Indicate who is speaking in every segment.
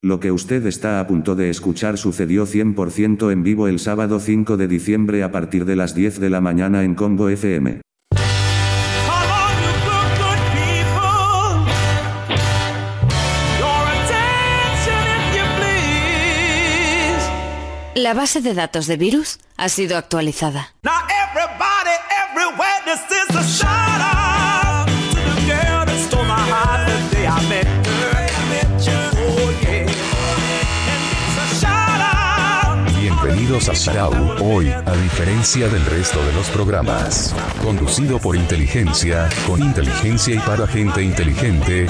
Speaker 1: Lo que usted está a punto de escuchar sucedió 100% en vivo el sábado 5 de diciembre a partir de las 10 de la mañana en Congo FM.
Speaker 2: La base de datos de virus ha sido actualizada.
Speaker 3: Now everybody, everywhere, this is a shout out to the girl that stole my heart the day I met her. Oh yeah. And it's a shout out.
Speaker 4: Bienvenidos a Sharau, hoy, a diferencia del resto de los programas, conducido por inteligencia, con inteligencia y para gente inteligente,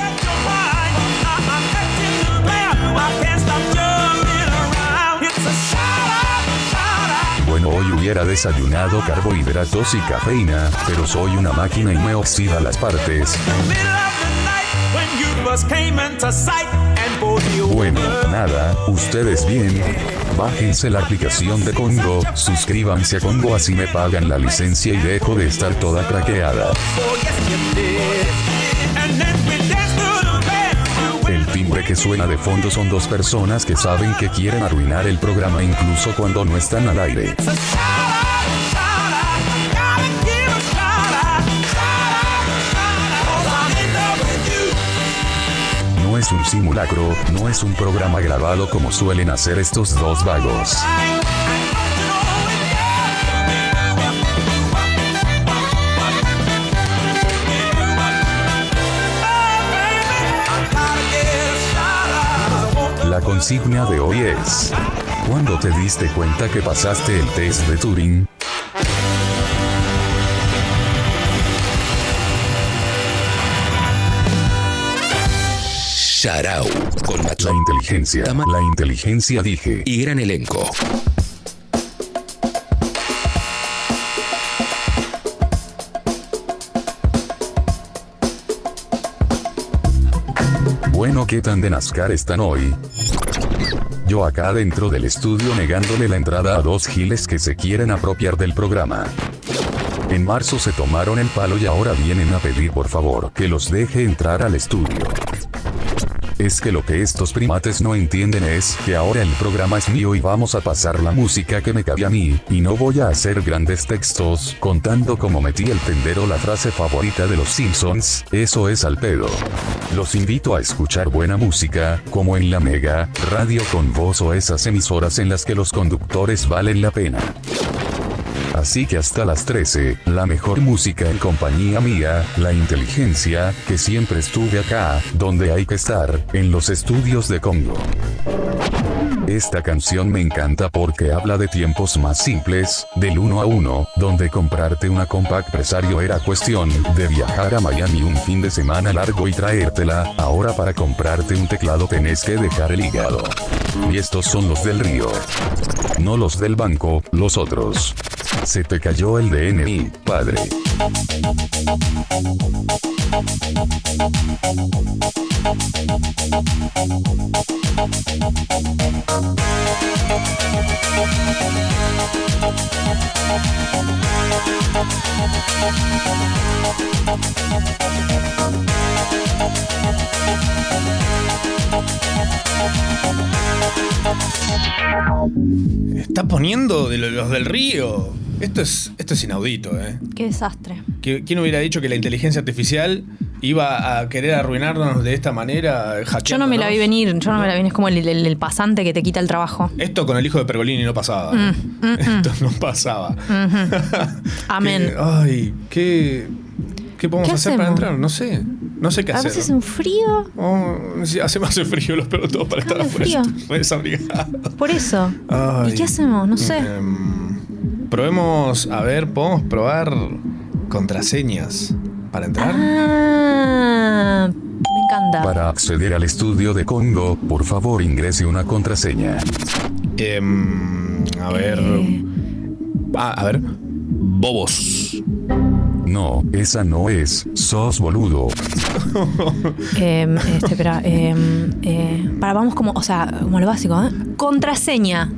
Speaker 4: bueno hoy hubiera desayunado carbohidratos y cafeína, pero soy una máquina y me oxida las partes,
Speaker 3: Came into sight and boy, you
Speaker 4: Bueno, nada, ustedes bien. Bájense la aplicación de Congo, suscríbanse a Congo así me pagan la licencia y dejo de estar toda craqueada.
Speaker 3: oh yes you did. And then we danced through the bed.
Speaker 4: El timbre que suena de fondo son dos personas que saben que quieren arruinar el programa incluso cuando no están al aire.
Speaker 3: It's a shout out, shout out. Gotta give a shout out, shout out, shout out. 'Cause I'm in love with you.
Speaker 4: No es un simulacro, no es un programa grabado como suelen hacer estos dos vagos. La consigna de hoy es... ¿Cuándo te diste cuenta que pasaste el test de Turing?
Speaker 5: Sharau, con
Speaker 4: La
Speaker 5: Matlán
Speaker 4: inteligencia.
Speaker 5: Tama-
Speaker 4: La inteligencia dije.
Speaker 5: y gran elenco.
Speaker 4: Bueno, ¿qué tan de NASCAR están hoy? Yo acá dentro del estudio negándole la entrada a dos giles que se quieren apropiar del programa. En marzo se tomaron el palo y ahora vienen a pedir por favor que los deje entrar al estudio. Es que lo que estos primates no entienden es que ahora el programa es mío y vamos a pasar la música que me cabe a mí, y no voy a hacer grandes textos contando cómo metí el tendero la frase favorita de los Simpsons, eso es al pedo. Los invito a escuchar buena música, como en la Mega, Radio con Voz o esas emisoras en las que los conductores valen la pena. Así que hasta las 13, la mejor música en compañía mía, la inteligencia, que siempre estuve acá, donde hay que estar, en los estudios de Congo. Esta canción me encanta porque habla de tiempos más simples, del uno a uno, donde comprarte una compact presario era cuestión de viajar a Miami un fin de semana largo y traértela, ahora para comprarte un teclado tenés que dejar el hígado. Y estos son los del río. No los del banco, los otros. Se te cayó el DNI, padre.
Speaker 6: Está poniendo de lo- los del río. Esto es, esto es inaudito, ¿eh?
Speaker 7: Qué desastre.
Speaker 6: ¿Qui- ¿Quién hubiera dicho que la inteligencia artificial iba a querer arruinarnos de esta manera?
Speaker 7: Yo no me la vi
Speaker 6: hackeándonos?
Speaker 7: venir, yo no me la vi venir. Es como el, el- el pasante que te quita el trabajo.
Speaker 6: Esto con el hijo de Pergolini no pasaba. ¿eh?
Speaker 7: Mm,
Speaker 6: Esto no pasaba.
Speaker 7: Amén.
Speaker 6: Que- ay, ¿qué, qué podemos
Speaker 7: ¿Qué
Speaker 6: hacer para
Speaker 7: hacemos?
Speaker 6: entrar? No sé. No sé qué
Speaker 7: A
Speaker 6: hacer.
Speaker 7: veces es un frío.
Speaker 6: Oh, sí, hace más frío, los peor de todo para estar
Speaker 7: Hace
Speaker 6: afuera.
Speaker 7: frío.
Speaker 6: Re desabrigado.
Speaker 7: Por eso.
Speaker 6: Ay.
Speaker 7: ¿Y qué hacemos? No sé.
Speaker 6: Em, probemos, a ver, podemos probar contraseñas para entrar.
Speaker 7: Ah, me encanta.
Speaker 4: Para acceder al estudio de Congo, por favor ingrese una contraseña.
Speaker 6: Em, a ver.
Speaker 7: Eh,
Speaker 6: Ah, a ver. Bobos.
Speaker 4: No, esa no es, sos boludo.
Speaker 7: em, este, espera, em, eh, para, vamos como, o sea, como lo básico, ¿eh? Contraseña.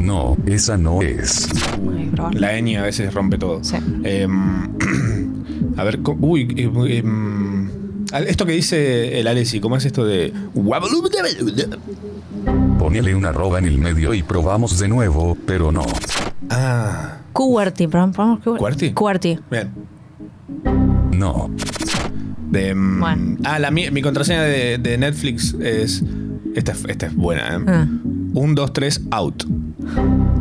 Speaker 4: No, esa no es.
Speaker 7: Voy a probar.
Speaker 6: La ñ a veces rompe todo.
Speaker 7: Sí.
Speaker 6: eh, Em, a ver, co- uy, em, em, Al- Esto que dice el Alessi, ¿cómo es esto de...
Speaker 4: Ponele una arroba en el medio y probamos de nuevo, pero no.
Speaker 6: Ah,
Speaker 7: QWERTY, perdón, vamos, QWERTY.
Speaker 6: ¿Qwerty?
Speaker 7: E QWERTY.
Speaker 6: bien.
Speaker 4: No.
Speaker 6: De, mm,
Speaker 7: Bueno.
Speaker 6: Ah, la, mi, mi contraseña de, de Netflix es... Esta, es- esta es buena, ¿eh?
Speaker 7: Ah.
Speaker 6: 1, 2, 3, out.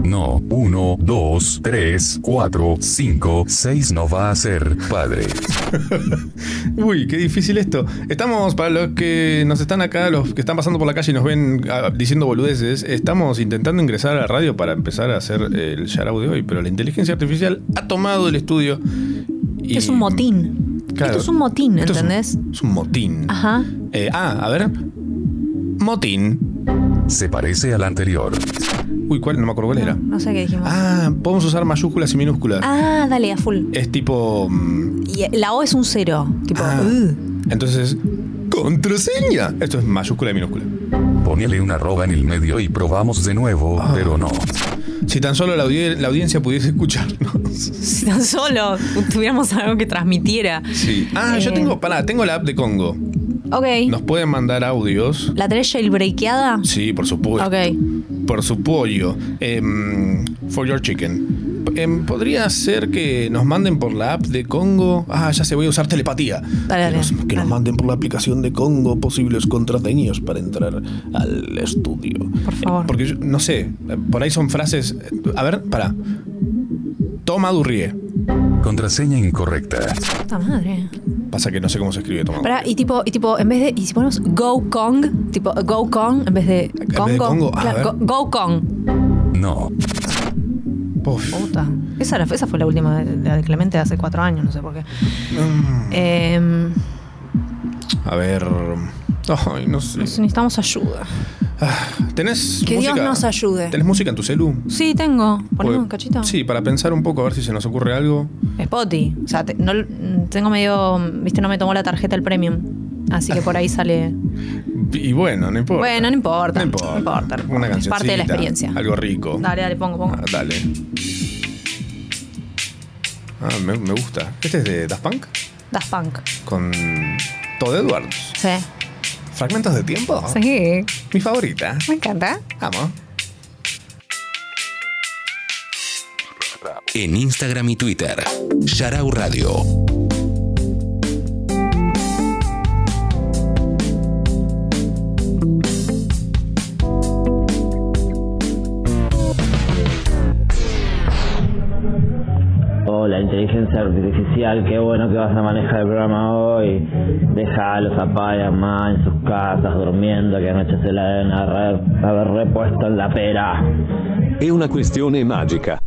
Speaker 4: No, 1, 2, 3, 4, 5, 6 no va a ser, padre.
Speaker 6: Uy, qué difícil esto. Estamos, para los que nos están acá, los que están pasando por la calle y nos ven ah, diciendo boludeces, estamos intentando ingresar a la radio para empezar a hacer eh, el yarau de hoy, pero la inteligencia artificial ha tomado el estudio. y-
Speaker 7: Es un motín.
Speaker 6: Claro.
Speaker 7: Esto es un motín,
Speaker 6: Esto es un-
Speaker 7: ¿entendés?
Speaker 6: Es un, motín.
Speaker 7: Ajá.
Speaker 6: Eh, ah, a ver. Motín.
Speaker 4: Se parece al anterior.
Speaker 6: Uy, ¿cuál? No me acuerdo cuál era.
Speaker 7: No sé qué dijimos. Ah,
Speaker 6: Ah, podemos usar mayúsculas y minúsculas.
Speaker 7: dale, a full.
Speaker 6: Es tipo. mm,
Speaker 7: Y la O es un cero. Tipo,
Speaker 6: ah.
Speaker 7: uh.
Speaker 6: Entonces, contraseña. Esto es mayúscula y minúscula.
Speaker 4: Ponele una arroba en el medio y probamos de nuevo, pero no.
Speaker 6: Si tan solo la, audi- la audiencia pudiese escucharnos.
Speaker 7: si tan solo tuviéramos algo que transmitiera.
Speaker 6: Sí. Ah, yo
Speaker 7: Eh.
Speaker 6: tengo, pará, tengo la app de Congo.
Speaker 7: Ok.
Speaker 6: Nos pueden mandar audios.
Speaker 7: ¿La tenés jailbreakeada?
Speaker 6: Sí, por supuesto.
Speaker 7: Ok.
Speaker 6: Por su pollo. Em, for your chicken. Em, Podría ser que nos manden por la app de Congo. Ah, ya se voy a usar telepatía.
Speaker 7: Dale,
Speaker 6: que nos,
Speaker 7: dale,
Speaker 6: que nos
Speaker 7: dale.
Speaker 6: manden por la aplicación de Congo posibles contraseñas para entrar al estudio.
Speaker 7: Por favor.
Speaker 6: Eh, porque yo, no sé, eh, por ahí son frases. A ver, pará. Toma Durrie.
Speaker 4: Contraseña incorrecta.
Speaker 7: Puta madre.
Speaker 6: Pasa que no sé cómo se escribe Toma
Speaker 7: Pará, y tipo, y tipo, en vez de. Y si ponemos Go Kong, tipo Go Kong, en vez de
Speaker 6: vez de
Speaker 7: Congo.
Speaker 6: Congo, ah,
Speaker 7: claro,
Speaker 6: a ver.
Speaker 7: go, Go Kong.
Speaker 4: No.
Speaker 6: Puf.
Speaker 7: Puta. Esa, era- esa fue la última de, la de Clemente de hace cuatro años, no sé por qué. Em,
Speaker 6: Mm, A ver. Ay, no sé. Ah,
Speaker 7: necesitamos ayuda.
Speaker 6: ¿Tenés
Speaker 7: Que Dios
Speaker 6: música?
Speaker 7: nos ayude.
Speaker 6: ¿Tenés música en tu celu?
Speaker 7: Sí, tengo.
Speaker 6: Porque-
Speaker 7: Ponemos un cachito.
Speaker 6: Sí, para pensar un poco, a ver si se nos ocurre algo.
Speaker 7: Spotty. O sea, te- no, mm, tengo medio. mm, Viste, no me tomó la tarjeta el premium. Así que por ahí sale.
Speaker 6: Y bueno, no importa.
Speaker 7: Bueno, no importa.
Speaker 6: No importa.
Speaker 7: No importa, no importa.
Speaker 6: Una
Speaker 7: Es
Speaker 6: canción.
Speaker 7: parte de la experiencia.
Speaker 6: Algo rico.
Speaker 7: Dale, dale, pongo, pongo.
Speaker 6: Ah, dale. Ah, me, me gusta. Este es de Daft Punk
Speaker 7: Daft Punk.
Speaker 6: con Todd Edwards.
Speaker 7: Sí.
Speaker 6: Ah. ¿Fragmentos de tiempo?
Speaker 7: Sí.
Speaker 6: Mi favorita.
Speaker 7: Me encanta.
Speaker 6: Vamos.
Speaker 5: En Instagram y Twitter. Sharau Radio.
Speaker 8: Hola, Oh, inteligencia artificial, qué bueno que vas a manejar el programa hoy. Dejalos a papá y a mamá en sus casas durmiendo, que anoche se la deben haber, haber repuesto en la pera.
Speaker 9: È una questione magica.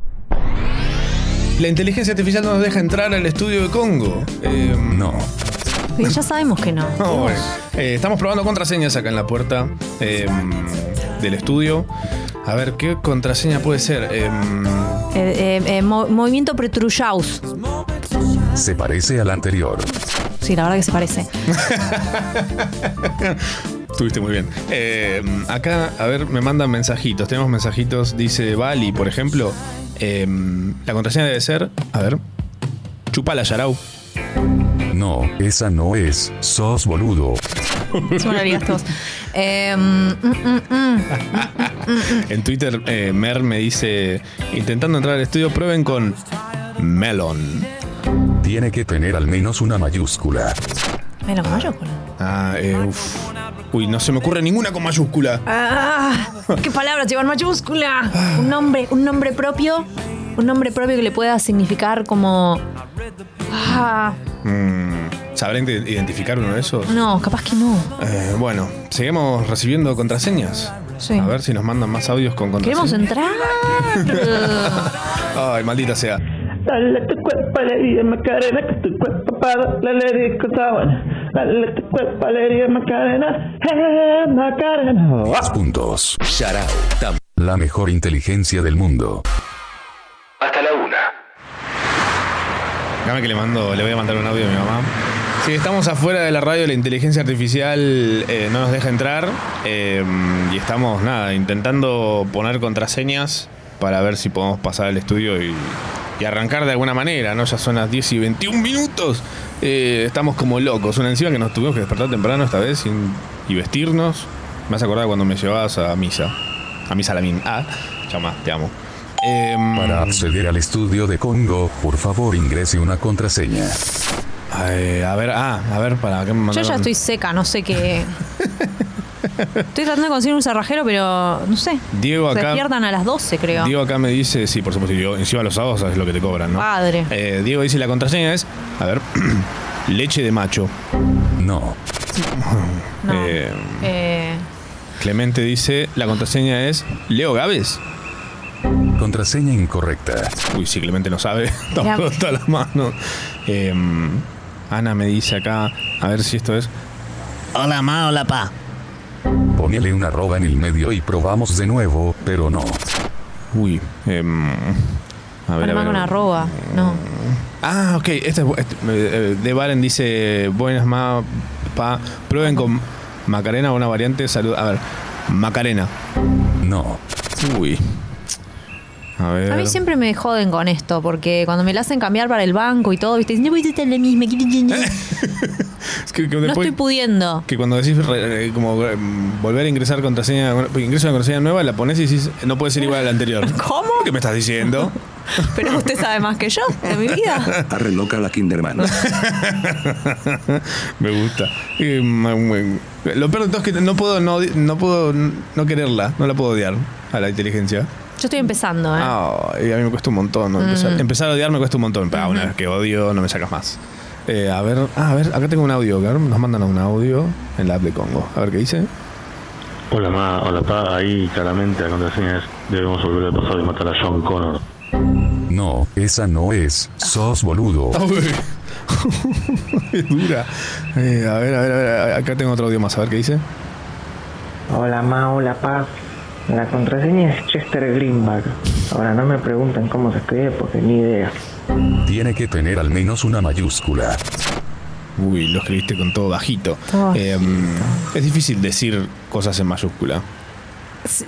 Speaker 6: La inteligencia artificial no nos deja entrar al estudio de Congo. Em,
Speaker 4: No.
Speaker 7: Y ya sabemos que no.
Speaker 6: No, bueno. Eh, estamos probando contraseñas acá en la puerta eh, del estudio. A ver, ¿qué contraseña puede ser? Eh,
Speaker 7: Eh, eh, eh, mo- movimiento Petrushaus.
Speaker 4: Se parece al anterior.
Speaker 7: Sí, la verdad que se parece.
Speaker 6: estuviste muy bien. Eh, acá, a ver, me mandan mensajitos. Tenemos mensajitos, dice Bali, por ejemplo. Eh, la contraseña debe ser, a ver, chupala Yarau.
Speaker 4: No, esa no es. Sos boludo.
Speaker 7: Sí, bueno, digas todos. Eh, mm, mm, mm.
Speaker 6: En Twitter, eh, Mer me dice, intentando entrar al estudio, prueben con Melon.
Speaker 4: Tiene que tener al menos una mayúscula.
Speaker 7: Ay, la mayúscula.
Speaker 6: Ah, eh, uf. Uy, no se me ocurre ninguna con mayúscula.
Speaker 7: Ah, ¿Qué palabras llevan mayúscula? Un nombre, un nombre propio. Un nombre propio que le pueda significar como. Ah,
Speaker 6: Mm, ¿Sabrán de- identificar uno de esos?
Speaker 7: no, capaz que no.
Speaker 6: Eh, bueno, seguimos recibiendo contraseñas.
Speaker 7: Sí.
Speaker 6: A ver si nos mandan más audios con
Speaker 7: Queremos
Speaker 6: contraseñas.
Speaker 7: entrar.
Speaker 6: Ay, maldita sea.
Speaker 8: Dale tu cuerpo alegría, Macarena, que tu cuerpo para darle alegría y cosa buena. Dale tu cuerpo alegría, Macarena, eh, Macarena.
Speaker 4: Más puntos.
Speaker 5: Sharau. Tam-
Speaker 4: La mejor inteligencia del mundo.
Speaker 10: Hasta la una.
Speaker 6: Dame que le mando, le voy a mandar un audio a mi mamá. Sí, estamos afuera de la radio, la inteligencia artificial eh, no nos deja entrar. eh, y estamos, nada, intentando poner contraseñas para ver si podemos pasar al estudio y y arrancar de alguna manera, ¿no? Ya son las 10 y 21 minutos. Eh, estamos como locos. Una encima que nos tuvimos que despertar temprano esta vez sin- y vestirnos. Me has acordado cuando me llevabas a misa. A misa Lamin. Ah, chama, te amo. Eh,
Speaker 4: Para Mm. acceder al estudio de Congo, por favor ingrese una contraseña.
Speaker 6: Ay, a ver, ah, a ver, para que me
Speaker 7: Yo ya
Speaker 6: mandaron?
Speaker 7: estoy seca, no sé qué. Estoy tratando de conseguir un cerrajero, pero no sé.
Speaker 6: Diego
Speaker 7: Se
Speaker 6: acá.
Speaker 7: despiertan a las 12, creo.
Speaker 6: Diego acá me dice, sí, por supuesto, Diego, encima los sábados es lo que te cobran, ¿no?
Speaker 7: Padre.
Speaker 6: Eh, Diego dice la contraseña es, a ver, leche de macho.
Speaker 4: No.
Speaker 7: No.
Speaker 6: Eh,
Speaker 7: Eh,
Speaker 6: Clemente dice, la contraseña es Leo Gávez.
Speaker 4: Contraseña incorrecta.
Speaker 6: Uy, sí, Clemente no sabe. Tampoco está a la mano. Eh, Ana me dice acá, a ver si esto es. Hola, ma, hola, pa.
Speaker 4: Ponele una arroba en el medio y probamos de nuevo, pero no.
Speaker 6: Uy, em, a ver, a
Speaker 7: armar
Speaker 6: ver.
Speaker 7: una arroba. No.
Speaker 6: Ah, ok. Este es, bu- este, eh, eh, de Valen dice, buenas ma, pa, prueben con Macarena una variante, salud. A ver, Macarena.
Speaker 4: No.
Speaker 6: Uy. A ver.
Speaker 7: A mí siempre me joden con esto, porque cuando me la hacen cambiar para el banco y todo, viste, dicen, no voy a hacer la misma.
Speaker 6: Es que- que
Speaker 7: No
Speaker 6: Eh, después-
Speaker 7: estoy pudiendo.
Speaker 6: Que cuando decís re- re- como eh, volver a ingresar contraseña, bueno, pues, ingreso una contraseña nueva, la pones y decís, no puede ser igual a la anterior.
Speaker 7: ¿Cómo?
Speaker 6: ¿Qué me estás diciendo?
Speaker 7: Pero usted sabe más que yo de mi vida.
Speaker 1: Arre loca la Kinderman.
Speaker 6: me gusta. Eh, mm, mm, lo peor de todo es que no puedo no, odi- no puedo no quererla, no la puedo odiar a la inteligencia.
Speaker 7: Yo estoy empezando, ¿eh?
Speaker 6: Ah, y a mí me cuesta un montón. ¿no? Empezar,
Speaker 7: Mm.
Speaker 6: empezar a odiar me cuesta un montón. Pero ah, una vez que odio, no me sacas más. Eh, a ver, ah, a ver, acá tengo un audio. que ahora Nos mandan un audio en la app de Congo. A ver qué dice.
Speaker 11: Hola ma, hola pa, ahí claramente la contraseña es debemos volver al pasado y matar a John Connor.
Speaker 4: No, esa no es. Sos boludo.
Speaker 6: es dura. Eh, a ver, a ver, a ver, acá tengo otro audio más, a ver qué dice.
Speaker 12: Hola Ma, hola Pa. La contraseña es Chester Greenback. Ahora no me pregunten cómo se escribe porque ni idea.
Speaker 4: Tiene que tener al menos una mayúscula.
Speaker 6: Uy, lo escribiste con todo bajito.
Speaker 7: Todo
Speaker 6: Eh, es difícil decir cosas en mayúscula.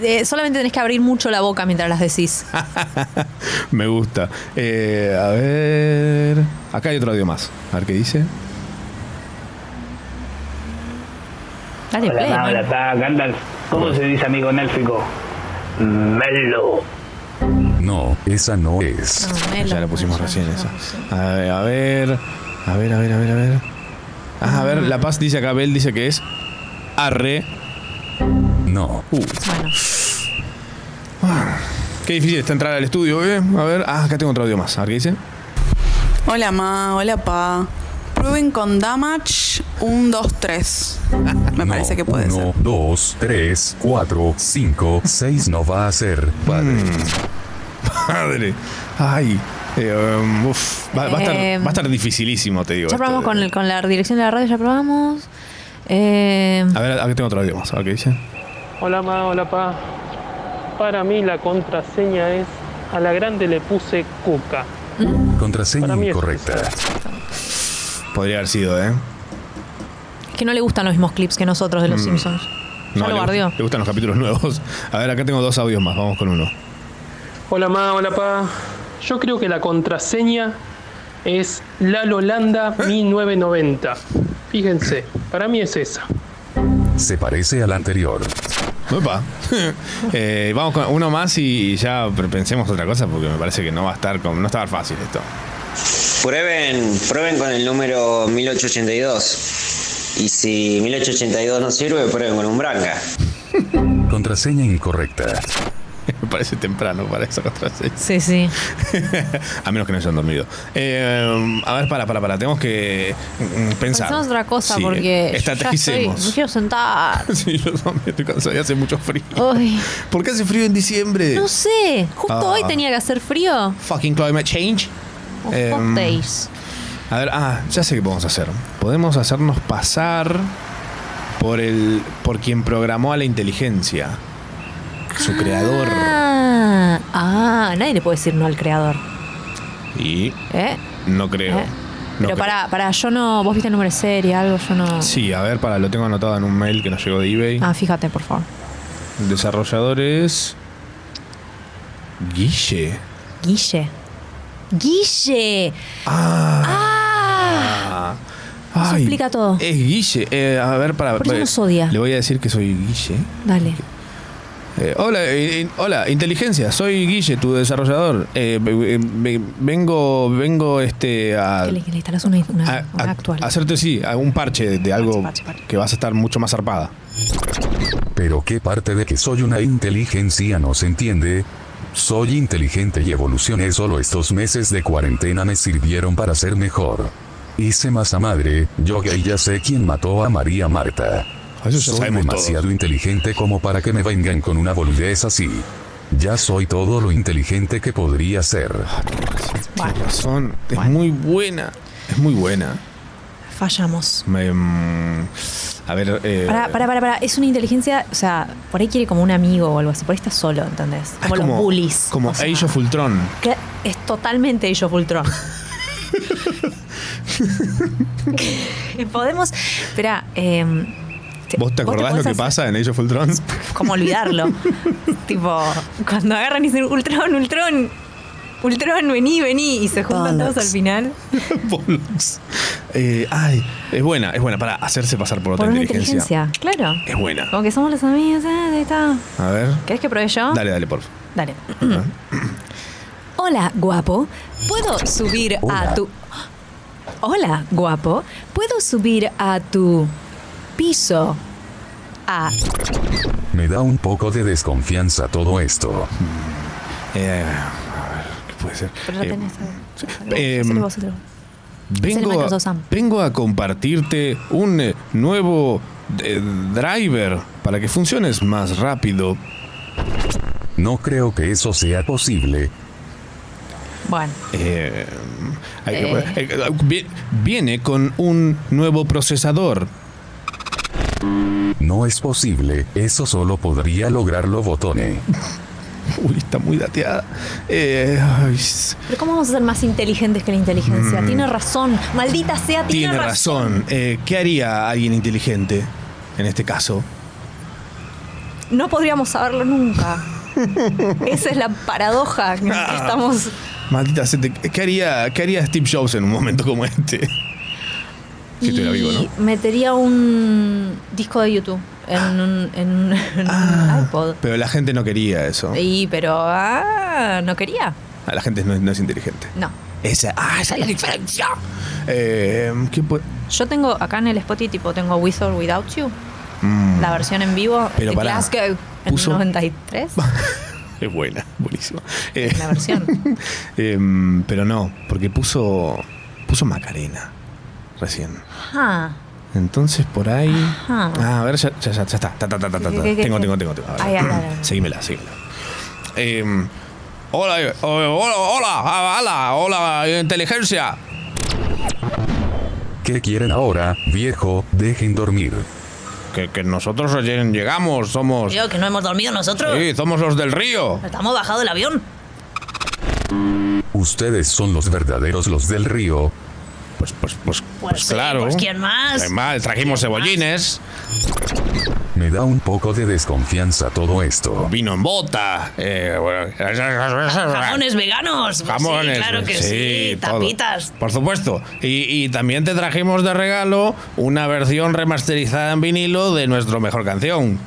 Speaker 7: Eh, solamente tenés que abrir mucho la boca mientras las decís.
Speaker 6: Ah. Me gusta. Eh, a ver. Acá hay otro audio más. A ver qué dice.
Speaker 7: Dale
Speaker 13: Hola,
Speaker 7: play,
Speaker 13: ma,
Speaker 7: man.
Speaker 13: hola, ta, Gandalf. ¿Cómo se dice amigo nélfico? Melo.
Speaker 4: No, esa no es.
Speaker 14: Ah.
Speaker 6: ya la pusimos recién esa. A ver, a ver. A ver, a ver, a ver, a ver. Ah, a ver, La Paz dice acá, Bel dice que es arre.
Speaker 4: No.
Speaker 6: Qué difícil está entrar al estudio, ¿eh? A ver, ah, acá tengo otro audio más. A ver qué dice.
Speaker 14: Hola ma, hola pa. Prueben con damage 1, 2, 3. Me parece que puede ser.
Speaker 4: 1, 2, 3, 4, 5, 6 no va a ser. Padre.
Speaker 6: Padre. Ay. eh, um, uf. Va, va a estar,
Speaker 7: Eh,
Speaker 6: va a estar dificilísimo, te digo.
Speaker 7: Ya
Speaker 6: esto
Speaker 7: probamos
Speaker 6: de-
Speaker 7: con, el- con la dirección de la radio, ya probamos. Eh,
Speaker 6: A ver, acá tengo otro audio más. A ver qué dice.
Speaker 15: Hola ma, hola pa. Para mí la contraseña es a la grande le puse cuca.
Speaker 14: Mm.
Speaker 4: Contraseña
Speaker 15: mí es-
Speaker 4: incorrecta.
Speaker 6: Podría haber sido, ¿eh?
Speaker 7: es que no le gustan los mismos clips que nosotros de los
Speaker 6: Ah. Mm.
Speaker 7: Simpsons. Ya lo
Speaker 6: le,
Speaker 7: guardió.
Speaker 6: le gustan los capítulos nuevos. A ver, acá tengo dos audios más. Vamos con uno.
Speaker 15: Hola ma, hola pa. Yo creo que la contraseña es la Lolanda 1990. Fíjense, para mí es esa.
Speaker 4: Se parece al anterior.
Speaker 6: Opa. Eh, vamos con uno más y ya pensemos otra cosa porque me parece que no va a estar, con- no está fácil esto.
Speaker 16: Prueben, prueben con el número 1882. Y si 1882 no sirve, prueben con un branga.
Speaker 4: Contraseña incorrecta.
Speaker 6: Me parece temprano para esa contraseña.
Speaker 7: Sí, sí.
Speaker 6: a menos que no hayan dormido. Eh, a ver, para, para, para. Tenemos que mm, pensar.
Speaker 7: Pensamos otra cosa
Speaker 6: Sí, eh,
Speaker 7: porque. yo ya estoy,
Speaker 6: Estrategicemos.
Speaker 7: me quiero sentar.
Speaker 6: Sí, yo también estoy cansado y hace mucho frío.
Speaker 7: Ay,
Speaker 6: Oh. ¿Por qué hace frío en diciembre?
Speaker 7: no sé. Justo
Speaker 6: Ah.
Speaker 7: hoy tenía que hacer frío.
Speaker 6: Fucking climate change.
Speaker 7: O
Speaker 6: Em,
Speaker 7: hot days.
Speaker 6: a ver, ah, ya sé qué podemos hacer. Podemos hacernos pasar por el por quien programó a la inteligencia. Su creador.
Speaker 7: Ah, ah, nadie le puede decir no al creador.
Speaker 6: Y
Speaker 7: ¿Eh?
Speaker 6: no creo.
Speaker 7: Eh,
Speaker 6: No
Speaker 7: Pero
Speaker 6: creo.
Speaker 7: para, para, yo no. Vos viste el número de serie, algo, yo no.
Speaker 6: Sí, a ver, para, lo tengo anotado en un mail que nos llegó de eBay.
Speaker 7: Ah, fíjate, por favor.
Speaker 6: Desarrolladores. Guille.
Speaker 7: Guille. Guille. Ah. Eso
Speaker 6: Ay,
Speaker 7: explica todo.
Speaker 6: Es Guille. Eh, a ver, para.
Speaker 7: Por eso
Speaker 6: para-
Speaker 7: nos odia.
Speaker 6: Le voy a decir que soy Guille.
Speaker 7: Dale.
Speaker 6: Eh, hola, eh, eh, hola, inteligencia. Soy Guille, tu desarrollador. Eh, ve- ve- vengo, vengo, este, a,
Speaker 7: Que le, que le instalas una, una-
Speaker 6: a-
Speaker 7: una Ah, actual.
Speaker 6: a hacerte sí, a un parche de, de algo que vas a estar mucho más zarpada.
Speaker 4: Pero qué parte de que soy una inteligencia no se entiende. Soy inteligente y evolucioné solo estos meses de cuarentena me sirvieron para ser mejor. Hice masa madre, yoga y ya sé quién mató a María Marta.
Speaker 6: Eso ya
Speaker 4: soy
Speaker 6: sabemos
Speaker 4: demasiado inteligente como para que me vengan con una boludez así. Ya soy todo lo inteligente que podría ser.
Speaker 6: Tienes razón. Es muy buena. Es muy buena.
Speaker 7: Fallamos.
Speaker 6: Me, mm, a ver. eh,
Speaker 7: Pará, pará, pará, pará. Es una inteligencia, o sea, por ahí quiere como un amigo o algo así. Por ahí está solo, ¿entendés?
Speaker 6: ah,
Speaker 7: Como, los bullies.
Speaker 6: Como
Speaker 7: o sea,
Speaker 6: Age of Ultron.
Speaker 7: que es totalmente ello Fultrón. Podemos. Espera, em,
Speaker 6: ¿Vos te acordás lo
Speaker 7: podés
Speaker 6: que
Speaker 7: hacer-
Speaker 6: pasa en Age of Ultron?
Speaker 7: ¿cómo olvidarlo? tipo, cuando agarran y dicen Ultron, Ultron, Ultron, vení, vení, y se juntan
Speaker 6: Bollocks.
Speaker 7: todos al final.
Speaker 6: Bollocks. Eh, ay, es buena, es buena. Para hacerse pasar por otra
Speaker 7: Por una
Speaker 6: inteligencia.
Speaker 7: inteligencia, claro.
Speaker 6: Es buena.
Speaker 7: Como que somos los amigos, ah, ahí está.
Speaker 6: A ver.
Speaker 7: ¿Querés que pruebe yo?
Speaker 6: Dale, dale, por favor.
Speaker 7: Dale. Hola, guapo. ¿Puedo subir
Speaker 6: Hola.
Speaker 7: a tu. Hola, guapo. ¿Puedo subir a tu piso? Ah, A.
Speaker 6: Eh,
Speaker 4: Me da un poco de desconfianza todo esto.
Speaker 6: Eh, ¿Qué puede ser?
Speaker 7: Pero lo
Speaker 6: Eh,
Speaker 7: tenés.
Speaker 6: eh,
Speaker 7: Hacelo vos, hacelo vos. Hacelo
Speaker 6: Vengo a,
Speaker 7: Microsoft Sam.
Speaker 6: vengo a compartirte un eh, nuevo eh, driver para que funciones más rápido.
Speaker 4: No creo que eso sea posible.
Speaker 7: Bueno.
Speaker 6: Eh, hay que-
Speaker 7: Eh.
Speaker 6: eh, vi- viene con un nuevo procesador.
Speaker 4: No es posible, eso solo podría lograrlo Botone.
Speaker 6: Uy, está muy dateada. Eh, ay, s-
Speaker 7: Pero ¿cómo vamos a ser más inteligentes que la inteligencia?
Speaker 6: Mm.
Speaker 7: Tiene razón. Maldita sea, tiene,
Speaker 6: tiene
Speaker 7: razón.
Speaker 6: razón. Eh, ¿Qué haría alguien inteligente en este caso?
Speaker 7: No podríamos saberlo nunca. Esa es la paradoja en la que
Speaker 6: Ah.
Speaker 7: estamos.
Speaker 6: Maldita, sea, te- ¿qué haría, ¿qué haría Steve Jobs en un momento como este? Si estuviera vivo, ¿no?
Speaker 7: Y metería un disco de YouTube en un, en un- en un iPod.
Speaker 6: Ah. Pero la gente no quería eso.
Speaker 7: Y, pero, ah, no quería.
Speaker 6: Ah, La gente no, no es inteligente.
Speaker 7: No.
Speaker 6: Esa, ah, esa es la diferencia. Eh, ¿qué pu-
Speaker 7: Yo tengo acá en el Spotify, tipo, tengo With or Without You,
Speaker 6: Mm.
Speaker 7: la versión en vivo.
Speaker 6: Pero
Speaker 7: de
Speaker 6: pará,
Speaker 7: Glasgow en
Speaker 6: puso-
Speaker 7: 93.
Speaker 6: Es buena, buenísima. Eh,
Speaker 7: La versión.
Speaker 6: em, pero no, porque puso, puso Macarena recién.
Speaker 7: Ajá.
Speaker 6: Entonces por ahí.
Speaker 7: Ajá.
Speaker 6: Ah, a ver, ya, ya, ya, ya está. Ta, ta, ta, ta, ta, ta.
Speaker 7: ¿Qué, qué, qué,
Speaker 6: Tengo,
Speaker 7: qué?
Speaker 6: tengo, tengo, tengo. A ver.
Speaker 7: Ay, ay, ay, ay.
Speaker 6: Seguímela, seguímela. Em, hola, eh, hola, hola, hola, hola, eh, inteligencia.
Speaker 4: ¿Qué quieren ahora, viejo? Dejen dormir.
Speaker 6: Que, que nosotros recién llegamos, somos.
Speaker 7: Creo que no hemos dormido nosotros.
Speaker 6: Sí, somos los del río.
Speaker 7: Estamos bajado del avión.
Speaker 4: Ustedes son los verdaderos los del río.
Speaker 6: Pues, pues, pues,
Speaker 7: Pues sí, claro. pues, ¿quién más?
Speaker 6: Además, trajimos cebollines.
Speaker 4: Me da un poco de desconfianza todo esto.
Speaker 6: Vino en bota. Eh, bueno.
Speaker 7: Jamones veganos.
Speaker 6: Jamones,
Speaker 7: Sí, claro que sí.
Speaker 6: todo.
Speaker 7: Tapitas.
Speaker 6: Por supuesto. Y, y también te trajimos de regalo una versión remasterizada en vinilo de nuestra mejor canción.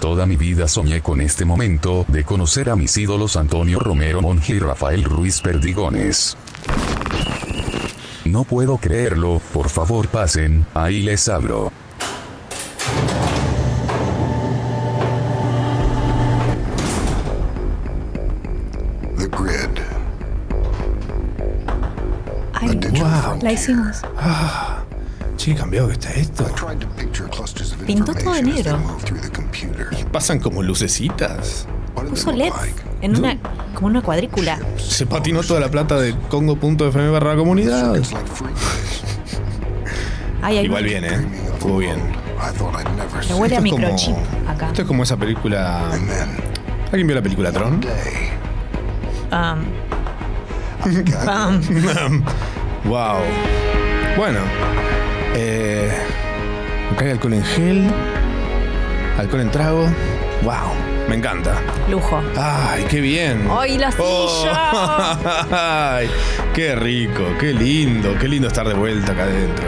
Speaker 4: Toda mi vida soñé con este momento de conocer a mis ídolos Antonio Romero Monge y Rafael Ruiz Perdigones. No puedo creerlo, por favor pasen, ahí les hablo.
Speaker 17: The grid.
Speaker 7: Ay,
Speaker 6: wow.
Speaker 7: la hicimos.
Speaker 6: Ah, sí, cambiado que está esto.
Speaker 7: Pintó todo de negro.
Speaker 6: Pasan como lucecitas.
Speaker 7: Puso LED en una, como una cuadrícula.
Speaker 6: Se patinó toda la plata de congo.fm barra comunidad.
Speaker 7: Ay, ay,
Speaker 6: Igual
Speaker 7: ay.
Speaker 6: bien, ¿eh? Estuvo bien.
Speaker 7: Me huele a
Speaker 6: Esto es como-
Speaker 7: microchip acá.
Speaker 6: Esto es como esa película. ¿Alguien vio la película Tron?
Speaker 7: Um, um,
Speaker 6: wow. Bueno. Eh, acá hay alcohol en gel. Alcohol en trago. Wow. Me encanta.
Speaker 7: Lujo.
Speaker 6: Ay, qué bien.
Speaker 7: ¡Ay, la silla!
Speaker 6: Ay, qué rico, qué lindo, qué lindo estar de vuelta acá adentro.